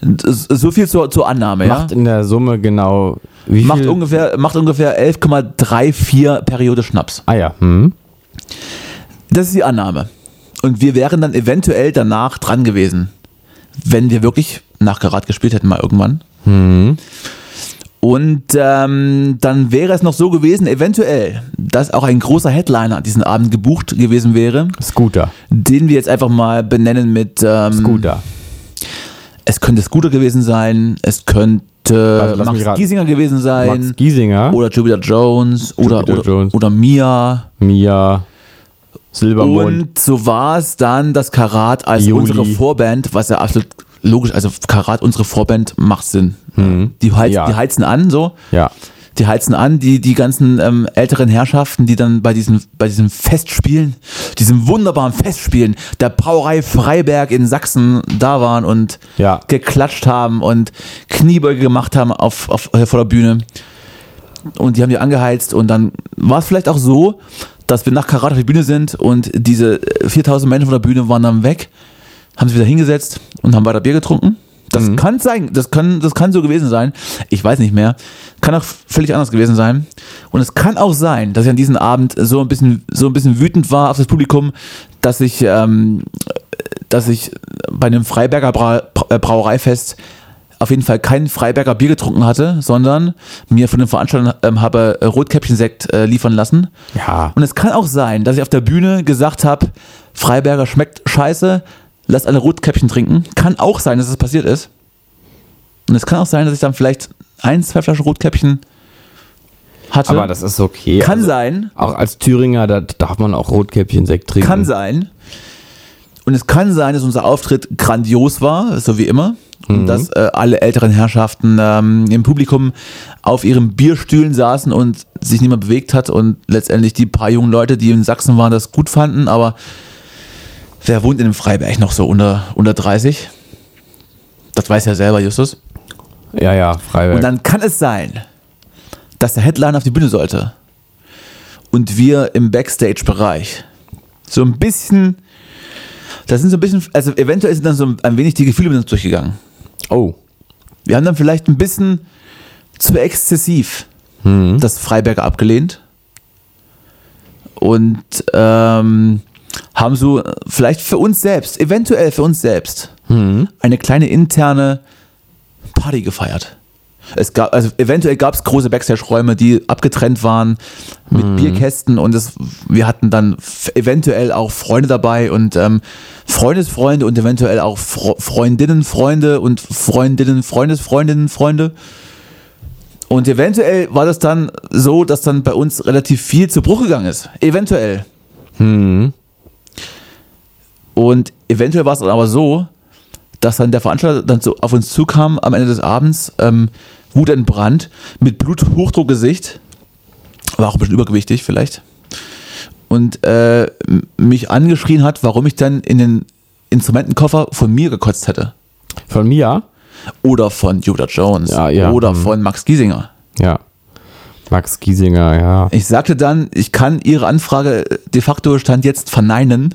[SPEAKER 3] Und es- So viel zur, zur Annahme.
[SPEAKER 4] Macht
[SPEAKER 3] ja?
[SPEAKER 4] in der Summe genau. Wie
[SPEAKER 3] macht,
[SPEAKER 4] viel?
[SPEAKER 3] ungefähr, macht ungefähr 11,34 Periode Schnaps.
[SPEAKER 4] Ah ja. Hm.
[SPEAKER 3] Das ist die Annahme. Und wir wären dann eventuell danach dran gewesen, wenn wir wirklich nach Karat gespielt hätten, mal irgendwann. Und ähm, dann wäre es noch so gewesen, eventuell, dass auch ein großer Headliner diesen Abend gebucht gewesen wäre,
[SPEAKER 4] Scooter.
[SPEAKER 3] den wir jetzt einfach mal benennen mit ähm,
[SPEAKER 4] Scooter.
[SPEAKER 3] es könnte Scooter gewesen sein, es könnte müsste
[SPEAKER 4] lass mich
[SPEAKER 3] Max
[SPEAKER 4] raten.
[SPEAKER 3] Giesinger gewesen sein.
[SPEAKER 4] Max Giesinger,
[SPEAKER 3] oder Jupiter Jones oder,
[SPEAKER 4] Jupiter
[SPEAKER 3] oder,
[SPEAKER 4] Jones.
[SPEAKER 3] oder Mia.
[SPEAKER 4] Mia, Silbermond.
[SPEAKER 3] Und so war es dann das Karat als
[SPEAKER 4] Juli.
[SPEAKER 3] unsere Vorband, was ja absolut logisch, also Karat, unsere Vorband macht Sinn. Die, heiz,
[SPEAKER 4] Mhm. Ja.
[SPEAKER 3] die heizen an, so.
[SPEAKER 4] ja.
[SPEAKER 3] Die heizen an, die, die ganzen ähm, älteren Herrschaften, die dann bei diesen, bei diesen Festspielen, diesen wunderbaren Festspielen der Brauerei Freiberg in Sachsen da waren und
[SPEAKER 4] Ja.
[SPEAKER 3] geklatscht haben und Kniebeuge gemacht haben auf, auf, äh, vor der Bühne. Und die haben die angeheizt und dann war es vielleicht auch so, dass wir nach Karate auf die Bühne sind und diese äh, 4000 Menschen von der Bühne waren dann weg, haben sich wieder hingesetzt und haben weiter Bier getrunken. Das kann sein, das kann, das kann so gewesen sein. Ich weiß nicht mehr. Kann auch völlig anders gewesen sein. Und es kann auch sein, dass ich an diesem Abend so ein bisschen, so ein bisschen wütend war auf das Publikum, dass ich, ähm, dass ich bei einem Freiberger Bra äh, Brauereifest auf jeden Fall kein Freiberger Bier getrunken hatte, sondern mir von den Veranstaltern ähm, habe äh, Rotkäppchen-Sekt äh, liefern lassen.
[SPEAKER 4] Ja.
[SPEAKER 3] Und es kann auch sein, dass ich auf der Bühne gesagt habe, Freiberger schmeckt scheiße, lasst alle Rotkäppchen trinken. Kann auch sein, dass es passiert ist. Und es kann auch sein, dass ich dann vielleicht ein, zwei Flaschen Rotkäppchen hatte.
[SPEAKER 4] Aber das also ist okay.
[SPEAKER 3] kann sein.
[SPEAKER 4] Auch als Thüringer, da darf man auch Rotkäppchen-Sekt trinken.
[SPEAKER 3] Kann sein. Und es kann sein, dass unser Auftritt grandios war, so wie immer. Und dass äh, alle älteren Herrschaften ähm, im Publikum auf ihren Bierstühlen saßen und sich niemand bewegt hat und letztendlich die paar jungen Leute, die in Sachsen waren, das gut fanden. Aber wer wohnt in dem Freiberg noch so unter, unter 30? Das weiß ja selber Justus.
[SPEAKER 4] Ja, ja, Freiberg.
[SPEAKER 3] Und dann kann es sein, dass der Headliner auf die Bühne sollte und wir im Backstage-Bereich so ein bisschen, das sind so ein bisschen, also eventuell sind dann so ein wenig die Gefühle mit uns durchgegangen.
[SPEAKER 4] oh.
[SPEAKER 3] Wir haben dann vielleicht ein bisschen zu exzessiv das Freiberger abgelehnt und ähm, haben so vielleicht für uns selbst, eventuell für uns selbst, eine kleine interne Party gefeiert. Es gab, also eventuell gab es große Backstage-Räume, die abgetrennt waren mit Bierkästen und es, wir hatten dann f- eventuell auch Freunde dabei und ähm, Freundesfreunde und eventuell auch Fro Freundinnen, Freunde und Freundinnen, Freundesfreundinnen, Freunde. Und eventuell war das dann so, dass dann bei uns relativ viel zu Bruch gegangen ist. Eventuell. Und eventuell war es dann aber so, dass dann der Veranstalter dann so auf uns zukam am Ende des Abends, ähm, Wut entbrannt, mit Bluthochdruckgesicht, war auch ein bisschen übergewichtig vielleicht, und äh, m- mich angeschrien hat, warum ich dann in den Instrumentenkoffer von mir gekotzt hätte.
[SPEAKER 4] Von Mia?
[SPEAKER 3] Oder von Judah Jones.
[SPEAKER 4] Ja, ja,
[SPEAKER 3] Oder
[SPEAKER 4] mhm.
[SPEAKER 3] von Max Giesinger.
[SPEAKER 4] Ja. Max Giesinger, ja.
[SPEAKER 3] Ich sagte dann, ich kann Ihre Anfrage äh, de facto stand jetzt verneinen.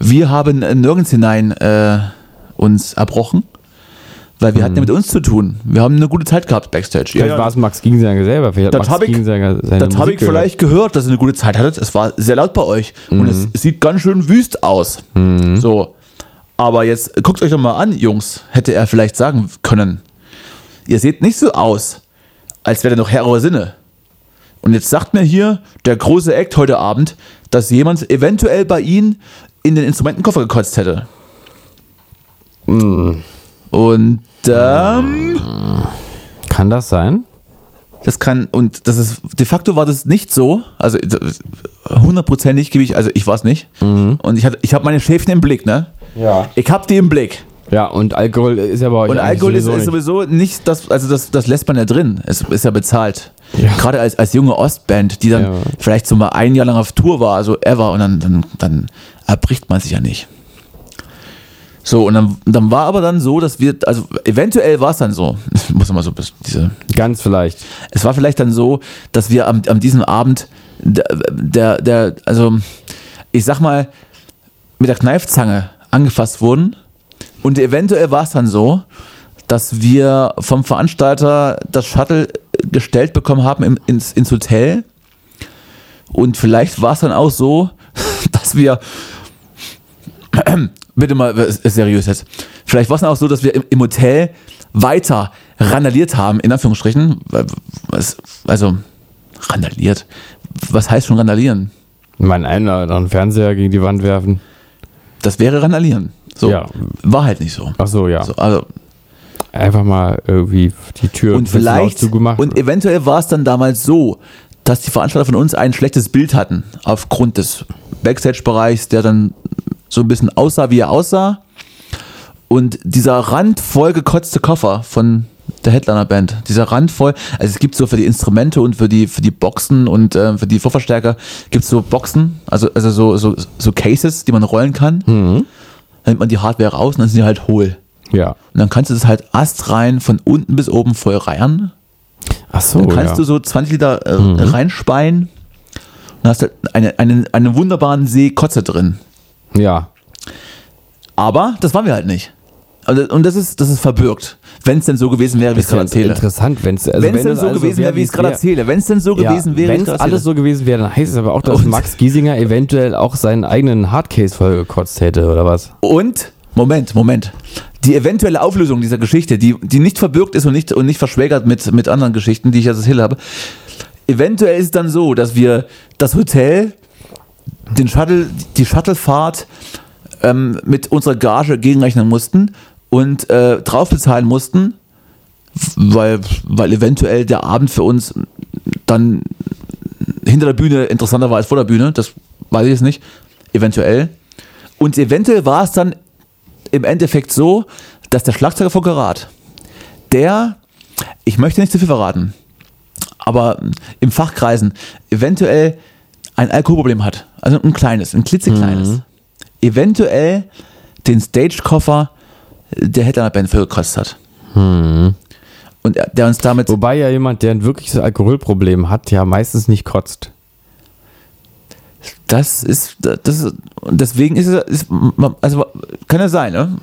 [SPEAKER 3] Wir haben äh, nirgends hinein äh, uns erbrochen, weil wir hatten ja mit uns zu tun. Wir haben eine gute Zeit gehabt backstage.
[SPEAKER 4] Vielleicht war es Max Giesinger selber. Vielleicht hat
[SPEAKER 3] Das
[SPEAKER 4] Max
[SPEAKER 3] habe ich,
[SPEAKER 4] Giesinger seine
[SPEAKER 3] das hab
[SPEAKER 4] Musik
[SPEAKER 3] ich vielleicht gehört, dass ihr eine gute Zeit hattet. Es war sehr laut bei euch und
[SPEAKER 4] Mhm.
[SPEAKER 3] es sieht ganz schön wüst aus. So, aber jetzt guckt euch doch mal an, Jungs, hätte er vielleicht sagen können. Ihr seht nicht so aus, als wäre noch Herr eurer Sinne. Und jetzt sagt mir hier der große Act heute Abend, dass jemand eventuell bei Ihnen in den Instrumentenkoffer gekotzt hätte.
[SPEAKER 4] Mhm.
[SPEAKER 3] Und ähm,
[SPEAKER 4] gehört. Kann das sein?
[SPEAKER 3] das kann, und das ist, de facto war das nicht so. Also, das- hundertprozentig gebe ich, also ich war es nicht.
[SPEAKER 4] Mhm.
[SPEAKER 3] Und ich, hatte, ich habe meine Schäfchen im Blick, ne?
[SPEAKER 4] Ja.
[SPEAKER 3] Ich habe die im Blick.
[SPEAKER 4] Ja, und Alkohol ist ja bei euch
[SPEAKER 3] Und
[SPEAKER 4] eigentlich
[SPEAKER 3] Alkohol ist, ist
[SPEAKER 4] nicht.
[SPEAKER 3] sowieso nicht, das, also das, das lässt man ja drin. Es ist ja bezahlt.
[SPEAKER 4] Ja.
[SPEAKER 3] Gerade als, als junge Ostband, die dann
[SPEAKER 4] Ja.
[SPEAKER 3] vielleicht so mal ein Jahr lang auf Tour war, also ever, und dann, dann, dann erbricht man sich ja nicht. So, und dann, dann war aber dann so, dass wir, also eventuell war es dann so, ich muss immer so ein bisschen diese
[SPEAKER 4] Ganz vielleicht.
[SPEAKER 3] es war vielleicht dann so, dass wir am, an diesem Abend, der, der, der, also ich sag mal, mit der Kneifzange angefasst wurden. Und eventuell war es dann so, dass wir vom Veranstalter das Shuttle gestellt bekommen haben im, ins, ins Hotel. Und vielleicht war es dann auch so, dass wir. Bitte mal äh, seriös jetzt. Vielleicht war es dann auch so, dass wir im, im Hotel weiter randaliert haben, in Anführungsstrichen. Weil- was- Also, randaliert. Was heißt schon randalieren?
[SPEAKER 4] Mein einer oder einen Fernseher gegen die Wand werfen.
[SPEAKER 3] Das wäre randalieren. So.
[SPEAKER 4] Ja.
[SPEAKER 3] War halt nicht so.
[SPEAKER 4] Ach so, ja.
[SPEAKER 3] So, also,
[SPEAKER 4] einfach mal irgendwie die Tür ein
[SPEAKER 3] Und
[SPEAKER 4] bisschen laut
[SPEAKER 3] vielleicht,
[SPEAKER 4] zugemacht.
[SPEAKER 3] und eventuell war es dann damals so, dass die Veranstalter von uns ein schlechtes Bild hatten aufgrund des Backstage-Bereichs, der dann so ein bisschen aussah, wie er aussah. Und dieser randvoll gekotzte Koffer von der Headliner-Band, dieser randvoll, also es gibt so für die Instrumente und für die, für die Boxen und äh, für die Vorverstärker gibt es so Boxen, also, also so, so, so Cases, die man rollen kann.
[SPEAKER 4] Mhm.
[SPEAKER 3] Dann nimmt man die Hardware raus und dann sind die halt hohl.
[SPEAKER 4] ja.
[SPEAKER 3] Und dann kannst du das halt astrein von unten bis oben voll reiern.
[SPEAKER 4] Ach so,
[SPEAKER 3] Dann kannst
[SPEAKER 4] Oh ja. Mhm.
[SPEAKER 3] du so 20 Liter äh, reinspeien und hast halt eine, einen, einen wunderbaren See Kotze drin.
[SPEAKER 4] ja.
[SPEAKER 3] Aber das waren wir halt nicht. Also, und das ist, das ist verbürgt. Wenn es denn so gewesen wäre, wie ich es gerade
[SPEAKER 4] Das ist
[SPEAKER 3] erzähle.
[SPEAKER 4] interessant, wenn's, also
[SPEAKER 3] wenn es denn
[SPEAKER 4] das
[SPEAKER 3] so
[SPEAKER 4] alles
[SPEAKER 3] gewesen wäre, wie ich es gerade
[SPEAKER 4] wär.
[SPEAKER 3] erzähle. Wenn es denn so
[SPEAKER 4] Ja,
[SPEAKER 3] gewesen wäre, wie
[SPEAKER 4] wenn
[SPEAKER 3] ich's
[SPEAKER 4] es
[SPEAKER 3] gerade
[SPEAKER 4] alles
[SPEAKER 3] erzähle.
[SPEAKER 4] so gewesen wäre, dann heißt es aber auch, dass
[SPEAKER 3] Und-
[SPEAKER 4] Max Giesinger eventuell auch seinen eigenen Hardcase vollgekotzt hätte, oder was?
[SPEAKER 3] Und, Moment, Moment. Die eventuelle Auflösung dieser Geschichte, die, die nicht verbürgt ist und nicht, und nicht verschwägert mit, mit anderen Geschichten, die ich als Hill habe, eventuell ist es dann so, dass wir das Hotel, den Shuttle, die Shuttlefahrt ähm, mit unserer Gage gegenrechnen mussten und äh, drauf bezahlen mussten, weil, weil eventuell der Abend für uns dann hinter der Bühne interessanter war als vor der Bühne, das weiß ich jetzt nicht, eventuell. Und eventuell war es dann im Endeffekt so, dass der Schlagzeuger von Karat, der, ich möchte nicht zu viel verraten, aber im Fachkreisen eventuell ein Alkoholproblem hat, also ein kleines, ein klitzekleines, eventuell den Stagekoffer der Headliner-Band vollgekostet hat. Und er- der uns damit
[SPEAKER 4] Wobei ja jemand, der ein wirkliches Alkoholproblem hat, ja meistens nicht kotzt.
[SPEAKER 3] Das ist, das ist, und deswegen ist es, ist, man- also kann ja sein, ne?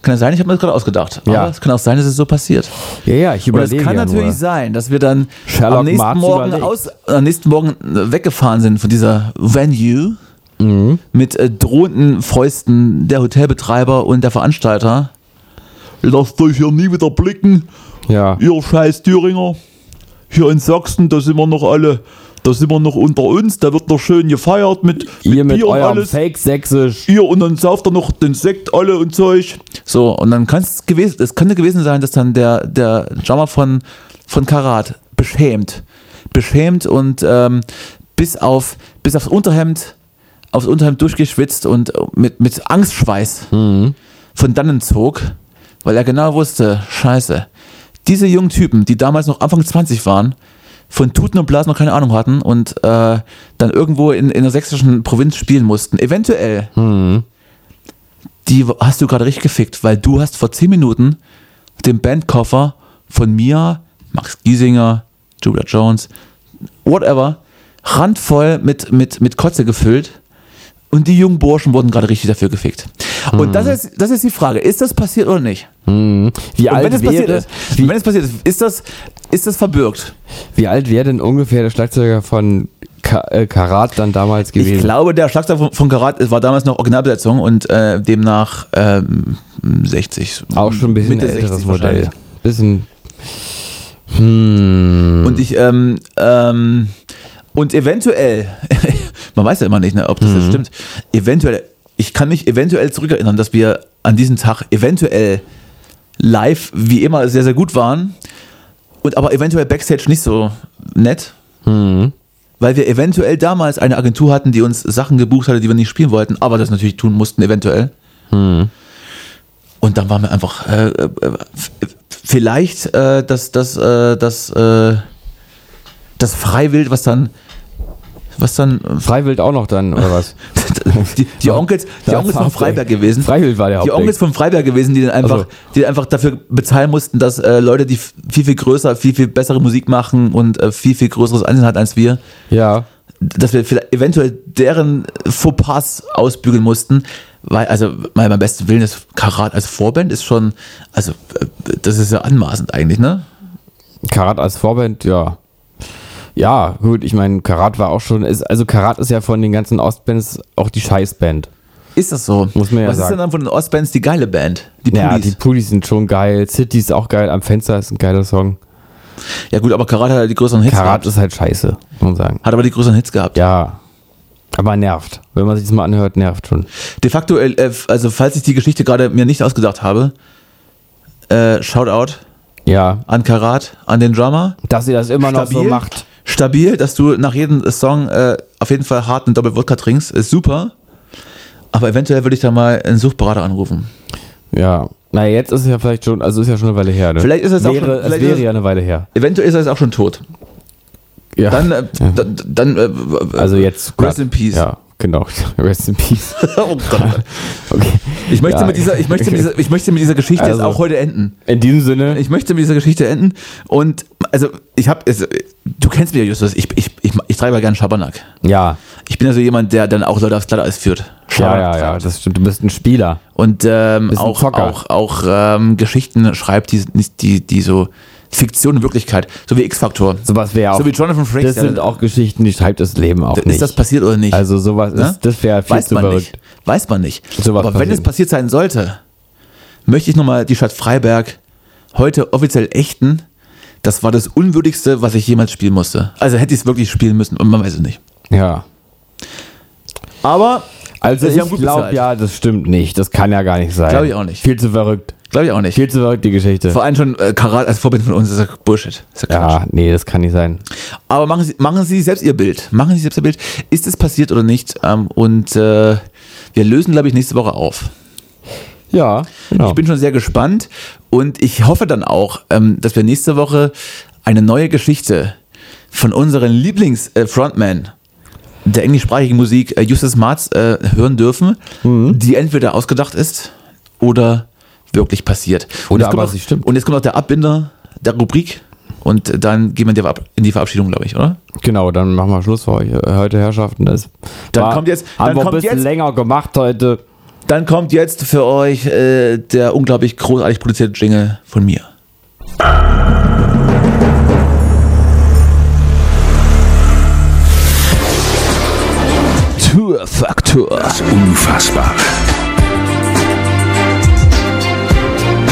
[SPEAKER 3] Kann ja sein, ich habe mir das gerade ausgedacht.
[SPEAKER 4] Mhm. Ja.
[SPEAKER 3] Aber es kann auch sein, dass es so passiert.
[SPEAKER 4] Ja, ja, ich
[SPEAKER 3] Und es
[SPEAKER 4] überlege
[SPEAKER 3] kann
[SPEAKER 4] ja
[SPEAKER 3] natürlich
[SPEAKER 4] nur.
[SPEAKER 3] sein, dass wir dann
[SPEAKER 4] Sherlock
[SPEAKER 3] am, nächsten
[SPEAKER 4] Marx
[SPEAKER 3] Morgen
[SPEAKER 4] überlegt.
[SPEAKER 3] aus, am nächsten Morgen äh, weggefahren sind von dieser Venue
[SPEAKER 4] Mhm.
[SPEAKER 3] mit äh, drohenden Fäusten der Hotelbetreiber und der Veranstalter. Lasst euch hier nie wieder blicken,
[SPEAKER 4] Ja.
[SPEAKER 3] ihr scheiß Thüringer. Hier in Sachsen, da sind wir noch alle, da sind wir noch unter uns, da wird noch schön gefeiert mit,
[SPEAKER 4] Ihr mit
[SPEAKER 3] Bier und
[SPEAKER 4] eurem
[SPEAKER 3] alles.
[SPEAKER 4] Fake-Sächsisch.
[SPEAKER 3] Ihr und dann sauft er noch den Sekt alle und Zeug. So, und dann kann es gewesen, es könnte gewesen sein, dass dann der, der Drummer von, von Karat beschämt. Beschämt und ähm, bis auf bis aufs Unterhemd, aufs Unterhemd durchgeschwitzt und mit, mit Angstschweiß von dannen zog, weil er genau wusste, scheiße, diese jungen Typen, die damals noch Anfang 20 waren, von Tuten und Blasen noch keine Ahnung hatten und äh, dann irgendwo in, in der sächsischen Provinz spielen mussten, eventuell, die w- hast du gerade richtig gefickt, weil du hast vor 10 Minuten den Bandkoffer von mir, Max Giesinger, Julia Jones, whatever, randvoll mit, mit, mit Kotze gefüllt. Und die jungen Burschen wurden gerade richtig dafür gefickt. Und das,
[SPEAKER 4] Hm.
[SPEAKER 3] ist, das ist die Frage, ist das passiert oder nicht?
[SPEAKER 4] Wie
[SPEAKER 3] Und wenn
[SPEAKER 4] alt,
[SPEAKER 3] es passiert
[SPEAKER 4] wäre,
[SPEAKER 3] ist, und wenn es passiert ist, ist das, ist das verbürgt?
[SPEAKER 4] wie alt wäre denn ungefähr der Schlagzeuger von Ka äh, Karat dann damals gewesen?
[SPEAKER 3] Ich glaube, der Schlagzeug von, von Karat es war damals noch Originalbesetzung und äh, demnach ähm, 60.
[SPEAKER 4] Auch schon ein bisschen
[SPEAKER 3] Mitte
[SPEAKER 4] älteres
[SPEAKER 3] 60
[SPEAKER 4] Modell.
[SPEAKER 3] wahrscheinlich.
[SPEAKER 4] Bisschen.
[SPEAKER 3] Und ich, ähm, ähm, und eventuell, man weiß ja immer nicht, ne, ob das jetzt stimmt, eventuell, ich kann mich eventuell zurückerinnern, dass wir an diesem Tag eventuell live wie immer sehr, sehr gut waren und aber eventuell Backstage nicht so nett. Weil wir eventuell damals eine Agentur hatten, die uns Sachen gebucht hatte, die wir nicht spielen wollten, aber das natürlich tun mussten, eventuell. Und dann waren wir einfach äh, äh, f- vielleicht äh, das, das, äh, das, äh, das Freiwild, was dann, was dann
[SPEAKER 4] Freiwild auch noch dann, oder was?
[SPEAKER 3] die, die Onkels, die Onkels von Freiberg gewesen.
[SPEAKER 4] Freiwild war der
[SPEAKER 3] Die Onkels von Freiberg gewesen, die dann einfach,
[SPEAKER 4] Also.
[SPEAKER 3] die einfach dafür bezahlen mussten, dass äh, Leute, die f- viel, viel größer, viel, viel bessere Musik machen und äh, viel, viel größeres Ansehen hat als wir,
[SPEAKER 4] Ja.
[SPEAKER 3] dass wir vielleicht eventuell deren Fauxpas ausbügeln mussten, weil, also, mein, mein besten Willen ist Karat als Vorband ist schon, also, äh, das ist ja anmaßend eigentlich, ne?
[SPEAKER 4] Karat als Vorband, ja. Ja, gut, ich meine, Karat war auch schon. Ist, also, Karat ist ja von den ganzen Ostbands auch die Scheißband.
[SPEAKER 3] Ist das so?
[SPEAKER 4] Muss man ja
[SPEAKER 3] Was ist
[SPEAKER 4] sagen.
[SPEAKER 3] denn dann von den Ostbands die geile Band? Die
[SPEAKER 4] Ja,
[SPEAKER 3] Pudis.
[SPEAKER 4] die Pudis sind schon geil. City ist auch geil. Am Fenster ist ein geiler Song.
[SPEAKER 3] ja gut, aber Karat hat ja die größeren Hits
[SPEAKER 4] Karat
[SPEAKER 3] gehabt.
[SPEAKER 4] ist halt scheiße, muss man sagen.
[SPEAKER 3] Hat aber die größeren Hits gehabt.
[SPEAKER 4] Ja. Aber nervt. Wenn man sich das mal anhört, nervt schon.
[SPEAKER 3] äh, De facto, äh, also falls ich die Geschichte gerade mir nicht ausgedacht habe, Äh, Shoutout
[SPEAKER 4] Ja,
[SPEAKER 3] an Karat, an den Drummer.
[SPEAKER 4] dass sie das immer noch so also macht.
[SPEAKER 3] Stabil, dass du nach jedem Song äh, auf jeden Fall harten Doppel-Wodka trinkst, ist super. Aber eventuell würde ich da mal einen Suchtberater anrufen.
[SPEAKER 4] Ja. Na, jetzt ist es ja vielleicht schon, also ist ja schon eine Weile her. Ne?
[SPEAKER 3] Vielleicht ist es auch
[SPEAKER 4] wäre,
[SPEAKER 3] schon-
[SPEAKER 4] es
[SPEAKER 3] vielleicht ist
[SPEAKER 4] wäre
[SPEAKER 3] es-
[SPEAKER 4] ja eine Weile her.
[SPEAKER 3] Eventuell ist er jetzt auch schon tot.
[SPEAKER 4] Ja.
[SPEAKER 3] Dann, äh,
[SPEAKER 4] ja.
[SPEAKER 3] dann, dann äh, w- w-
[SPEAKER 4] also jetzt.
[SPEAKER 3] Rest in Peace.
[SPEAKER 4] Ja, genau. Rest in Peace.
[SPEAKER 3] oh Gott.
[SPEAKER 4] Okay.
[SPEAKER 3] Ich möchte,
[SPEAKER 4] Ja.
[SPEAKER 3] mit dieser, ich, möchte mit dieser, ich möchte mit dieser Geschichte jetzt
[SPEAKER 4] Also.
[SPEAKER 3] auch heute enden.
[SPEAKER 4] In diesem Sinne.
[SPEAKER 3] Ich möchte mit dieser Geschichte enden. Und also ich habe, du kennst mich ja, Justus, ich, ich, ich, ich treibe ja gerne Schabernack.
[SPEAKER 4] ja.
[SPEAKER 3] Ich bin also jemand, der dann auch Leute aufs Glatteis führt.
[SPEAKER 4] Ja, ja, ja, das stimmt. Du bist ein Spieler.
[SPEAKER 3] Und ähm,
[SPEAKER 4] Bist ein
[SPEAKER 3] auch,
[SPEAKER 4] Zocker.
[SPEAKER 3] auch, auch ähm, Geschichten schreibt, die, die, die so Fiktion und Wirklichkeit, so wie X-Faktor.
[SPEAKER 4] Sowas wäre auch.
[SPEAKER 3] So wie Jonathan Frakes,
[SPEAKER 4] Das
[SPEAKER 3] ja.
[SPEAKER 4] sind auch Geschichten, die schreibt das Leben auch
[SPEAKER 3] ist
[SPEAKER 4] nicht.
[SPEAKER 3] das passiert oder nicht?
[SPEAKER 4] Also sowas
[SPEAKER 3] Ne?
[SPEAKER 4] ist, das wäre viel
[SPEAKER 3] Weiß
[SPEAKER 4] zu
[SPEAKER 3] man
[SPEAKER 4] verrückt.
[SPEAKER 3] nicht. Weiß man nicht.
[SPEAKER 4] Sowas
[SPEAKER 3] Aber wenn
[SPEAKER 4] passiert.
[SPEAKER 3] es passiert sein sollte, möchte ich nochmal die Stadt Freiberg heute offiziell ächten. Das war das Unwürdigste, was ich jemals spielen musste. Also hätte ich es wirklich spielen müssen und man weiß es nicht.
[SPEAKER 4] Ja.
[SPEAKER 3] Aber
[SPEAKER 4] Also
[SPEAKER 3] Sie haben
[SPEAKER 4] ich
[SPEAKER 3] gut
[SPEAKER 4] glaube,
[SPEAKER 3] bezahlt.
[SPEAKER 4] ja, das stimmt nicht. Das kann ja gar nicht sein.
[SPEAKER 3] Glaub ich auch nicht.
[SPEAKER 4] Viel zu verrückt.
[SPEAKER 3] glaube ich auch nicht.
[SPEAKER 4] Viel zu verrückt, die Geschichte.
[SPEAKER 3] Vor allem schon äh, Karat als Vorbild von uns ist ja Bullshit. Ist ja Quatsch.
[SPEAKER 4] ja, nee, das kann nicht sein.
[SPEAKER 3] Aber machen Sie, machen Sie selbst Ihr Bild. Machen Sie selbst Ihr Bild. Ist es passiert oder nicht? Ähm, und äh, wir lösen, glaube ich, nächste Woche auf.
[SPEAKER 4] Ja, genau.
[SPEAKER 3] Ich bin schon sehr gespannt und ich hoffe dann auch, ähm, dass wir nächste Woche eine neue Geschichte von unseren Lieblings-Frontman der englischsprachigen Musik äh, Justus Marz äh, hören dürfen, die entweder ausgedacht ist oder wirklich passiert.
[SPEAKER 4] Oder
[SPEAKER 3] jetzt kommt
[SPEAKER 4] aber
[SPEAKER 3] noch,
[SPEAKER 4] sie stimmt.
[SPEAKER 3] Und jetzt kommt noch der Abbinder der Rubrik und dann gehen wir in die, Verab- in die Verabschiedung, glaube ich, oder?
[SPEAKER 4] genau, dann machen wir Schluss für euch. Heute Herrschaften. Das
[SPEAKER 3] Dann kommt jetzt-
[SPEAKER 4] Haben
[SPEAKER 3] dann
[SPEAKER 4] wir ein
[SPEAKER 3] kommt
[SPEAKER 4] bisschen
[SPEAKER 3] jetzt-
[SPEAKER 4] länger gemacht heute.
[SPEAKER 3] Dann kommt jetzt für euch äh, der unglaublich großartig produzierte Jingle von mir. Tourfaktor.
[SPEAKER 5] Das Unfassbare.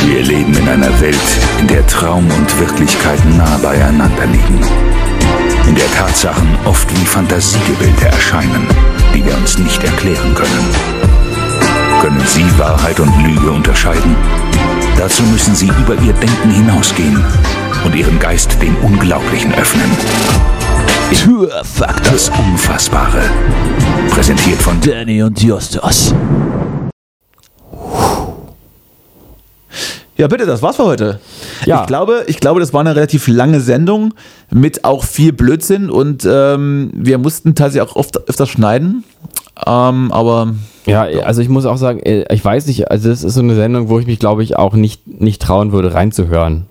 [SPEAKER 5] Wir leben in einer Welt, in der Traum und Wirklichkeit nah beieinander liegen. In der Tatsachen oft wie Fantasiegebilde erscheinen, die wir uns nicht erklären können. Können Sie Wahrheit und Lüge unterscheiden? Dazu müssen Sie über Ihr Denken hinausgehen und Ihren Geist dem Unglaublichen öffnen.
[SPEAKER 3] Tourfaktor.
[SPEAKER 5] Das Unfassbare. Präsentiert von
[SPEAKER 3] Danny und Justus. Ja, bitte, das war's für heute.
[SPEAKER 4] Ja.
[SPEAKER 3] Ich, glaube, ich glaube, das war eine relativ lange Sendung mit auch viel Blödsinn und ähm, wir mussten tatsächlich auch oft öfters schneiden. Ähm, aber
[SPEAKER 4] Ja, also ich muss auch sagen, äh, ich weiß nicht, also das ist so eine Sendung, wo ich mich, glaube ich, auch nicht, nicht trauen würde, reinzuhören.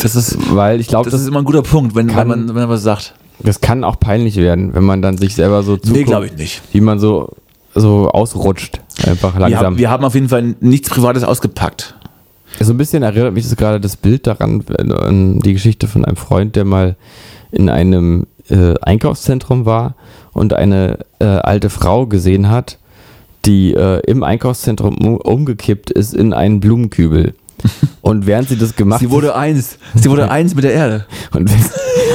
[SPEAKER 3] das ist,
[SPEAKER 4] Weil ich glaube,
[SPEAKER 3] das
[SPEAKER 4] das,
[SPEAKER 3] ist immer ein guter Punkt, wenn, wenn,
[SPEAKER 4] kann-
[SPEAKER 3] man, wenn man was sagt.
[SPEAKER 4] das kann auch peinlich werden, wenn man dann sich selber so zuguckt,
[SPEAKER 3] glaub ich nicht.
[SPEAKER 4] wie man so, so ausrutscht, einfach
[SPEAKER 3] Wir
[SPEAKER 4] langsam.
[SPEAKER 3] haben, wir haben auf jeden Fall nichts Privates ausgepackt.
[SPEAKER 4] so ein bisschen erinnert mich das gerade das Bild daran, wenn, ähm, die Geschichte von einem Freund, der mal in einem äh, Einkaufszentrum war und eine äh, alte Frau gesehen hat, die äh, im Einkaufszentrum um, umgekippt ist in einen Blumenkübel. Und während sie das gemacht
[SPEAKER 3] Sie wurde eins. Sie wurde eins mit der Erde.
[SPEAKER 4] Und,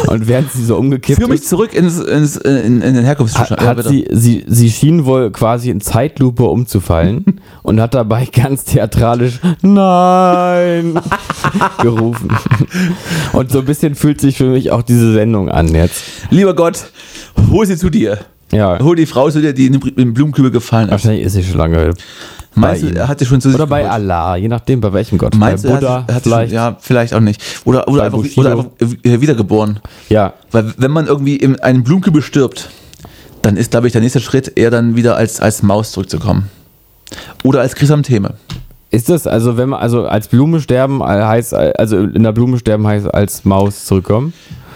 [SPEAKER 4] und während sie so umgekippt
[SPEAKER 3] Führ mich
[SPEAKER 4] ist,
[SPEAKER 3] zurück ins, ins, in, in den
[SPEAKER 4] hat,
[SPEAKER 3] Herkunftszustand. Ja,
[SPEAKER 4] hat
[SPEAKER 3] bitte.
[SPEAKER 4] sie, sie, sie schien wohl quasi in Zeitlupe umzufallen und hat dabei ganz theatralisch Nein gerufen. Und so ein bisschen fühlt sich für mich auch diese Sendung an jetzt.
[SPEAKER 3] Lieber Gott, hol sie zu dir.
[SPEAKER 4] Ja.
[SPEAKER 3] Hol die Frau zu dir, die in den Br- im Blumenkübel gefallen ist.
[SPEAKER 4] Wahrscheinlich ist sie schon lange.
[SPEAKER 3] Meinst
[SPEAKER 4] ihm.
[SPEAKER 3] du, er hat sie schon zu
[SPEAKER 4] Oder
[SPEAKER 3] sich
[SPEAKER 4] bei
[SPEAKER 3] geholt?
[SPEAKER 4] Allah, je nachdem, bei welchem Gott.
[SPEAKER 3] Meinst
[SPEAKER 4] bei
[SPEAKER 3] du, er hat, er hat sie schon,
[SPEAKER 4] vielleicht.
[SPEAKER 3] ja, vielleicht auch nicht. Oder, oder,
[SPEAKER 4] Bei
[SPEAKER 3] einfach,
[SPEAKER 4] Bushido.
[SPEAKER 3] oder einfach äh, wiedergeboren.
[SPEAKER 4] ja.
[SPEAKER 3] Weil wenn man irgendwie in einem Blumenkübel stirbt, dann ist, glaube ich, der nächste Schritt eher dann wieder als, als Maus zurückzukommen. Oder als Chrysantheme.
[SPEAKER 4] Ist das, also wenn man, also als Blume sterben äh, heißt, äh, also in der Blume sterben heißt als Maus zurückkommen?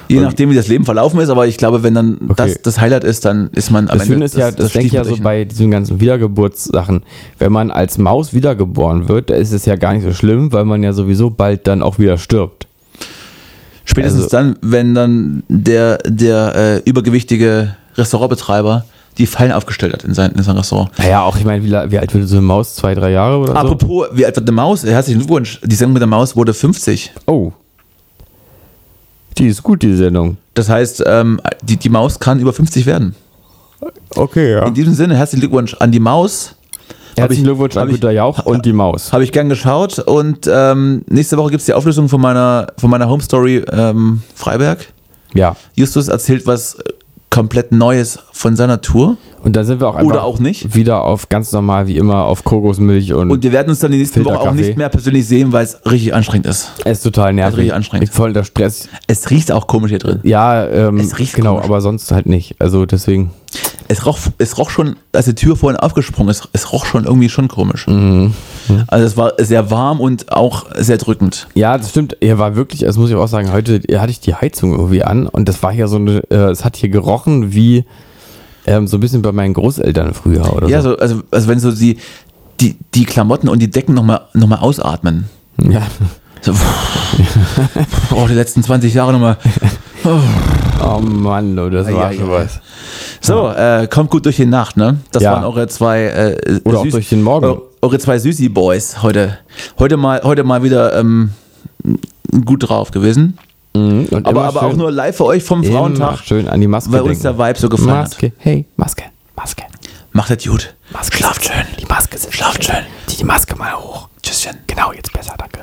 [SPEAKER 3] Je nachdem, wie das Leben verlaufen ist, aber ich glaube, wenn dann das, das Highlight ist, dann ist man am
[SPEAKER 4] Das Schöne ist ja, das, denke ich ja so
[SPEAKER 3] Stiefmütterchen.
[SPEAKER 4] bei diesen ganzen Wiedergeburtssachen. Wenn man als Maus wiedergeboren wird, da ist es ja gar nicht so schlimm, weil man ja sowieso bald dann auch wieder stirbt.
[SPEAKER 3] Spätestens
[SPEAKER 4] also-
[SPEAKER 3] dann, wenn dann der, der äh, übergewichtige Restaurantbetreiber die Fallen aufgestellt hat in sein, in sein Restaurant.
[SPEAKER 4] Naja, auch ich meine, wie, la- wie alt wird so eine Maus? Zwei, drei Jahre oder so?
[SPEAKER 3] Apropos, wie alt wird eine Maus? äh, Herzlichen Glückwunsch. Die Sendung mit der Maus wurde 50.
[SPEAKER 4] Oh. Die ist gut, die Sendung.
[SPEAKER 3] Das heißt, ähm, die, die Maus kann über 50 werden.
[SPEAKER 4] Okay, ja.
[SPEAKER 3] In diesem Sinne, herzlichen Glückwunsch an die Maus. Habe ich,
[SPEAKER 4] Herzlichen Glückwunsch an
[SPEAKER 3] hab ich,
[SPEAKER 4] Günter Jauch und die Maus.
[SPEAKER 3] hab ich gern geschaut. Und ähm, nächste Woche gibt es die Auflösung von meiner, von meiner Home Story ähm, Freiberg.
[SPEAKER 4] Ja.
[SPEAKER 3] Justus erzählt was äh, komplett Neues von seiner Tour.
[SPEAKER 4] Und da sind wir auch einfach
[SPEAKER 3] Oder auch nicht.
[SPEAKER 4] wieder auf ganz normal wie immer auf Kokosmilch und,
[SPEAKER 3] Und wir werden uns dann die nächste Woche auch
[SPEAKER 4] Filterkaffee.
[SPEAKER 3] nicht mehr persönlich sehen, weil es richtig anstrengend ist.
[SPEAKER 4] es ist total
[SPEAKER 3] Das ist
[SPEAKER 4] nervig.
[SPEAKER 3] richtig anstrengend.
[SPEAKER 4] Voll der Stress.
[SPEAKER 3] Es riecht auch komisch hier drin.
[SPEAKER 4] Ja, ähm,
[SPEAKER 3] Es riecht
[SPEAKER 4] genau,
[SPEAKER 3] komisch.
[SPEAKER 4] aber sonst halt nicht. Also deswegen.
[SPEAKER 3] Es roch, es roch schon, als die Tür vorhin aufgesprungen ist, es roch schon irgendwie schon komisch.
[SPEAKER 4] Mhm.
[SPEAKER 3] Also es war sehr warm und auch sehr drückend.
[SPEAKER 4] Ja, das stimmt. Er war wirklich, das muss ich auch sagen, heute hatte ich die Heizung irgendwie an und das war hier so eine, äh, es hat hier gerochen wie ähm, so ein bisschen bei meinen Großeltern früher oder
[SPEAKER 3] Ja,
[SPEAKER 4] so.
[SPEAKER 3] so, also, also wenn so die, die, die Klamotten und die Decken nochmal noch mal ausatmen.
[SPEAKER 4] Ja.
[SPEAKER 3] So, oh, die letzten 20 Jahre nochmal.
[SPEAKER 4] Oh Mann, oh, das war
[SPEAKER 3] Eieiei.
[SPEAKER 4] schon was.
[SPEAKER 3] So, äh, kommt gut durch die Nacht, ne? Das
[SPEAKER 4] Ja.
[SPEAKER 3] waren eure zwei äh,
[SPEAKER 4] Oder auch durch den Morgen.
[SPEAKER 3] eu- Eure zwei Süßi Boys heute. Heute mal, heute mal wieder ähm, gut drauf gewesen.
[SPEAKER 4] Mhm. Und
[SPEAKER 3] Aber,
[SPEAKER 4] immer
[SPEAKER 3] aber
[SPEAKER 4] schön-
[SPEAKER 3] auch nur live für euch vom
[SPEAKER 4] immer
[SPEAKER 3] Frauentag.
[SPEAKER 4] schön an die Maske
[SPEAKER 3] Weil uns
[SPEAKER 4] denken.
[SPEAKER 3] der Vibe so gefallen hat.
[SPEAKER 4] Maske, hey, Maske, Maske,
[SPEAKER 3] Macht das gut.
[SPEAKER 4] Maske. Schlaft schön. Die Maske sind Schlaft schön. Die, die Maske mal hoch. Tschüsschen. Genau, jetzt besser, danke.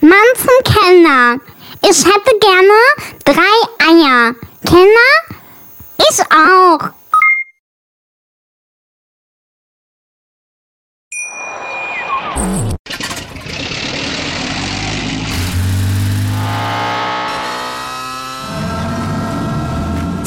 [SPEAKER 6] Mann zum Kellner. Ich hätte gerne drei Eier. Kellner? Ich auch.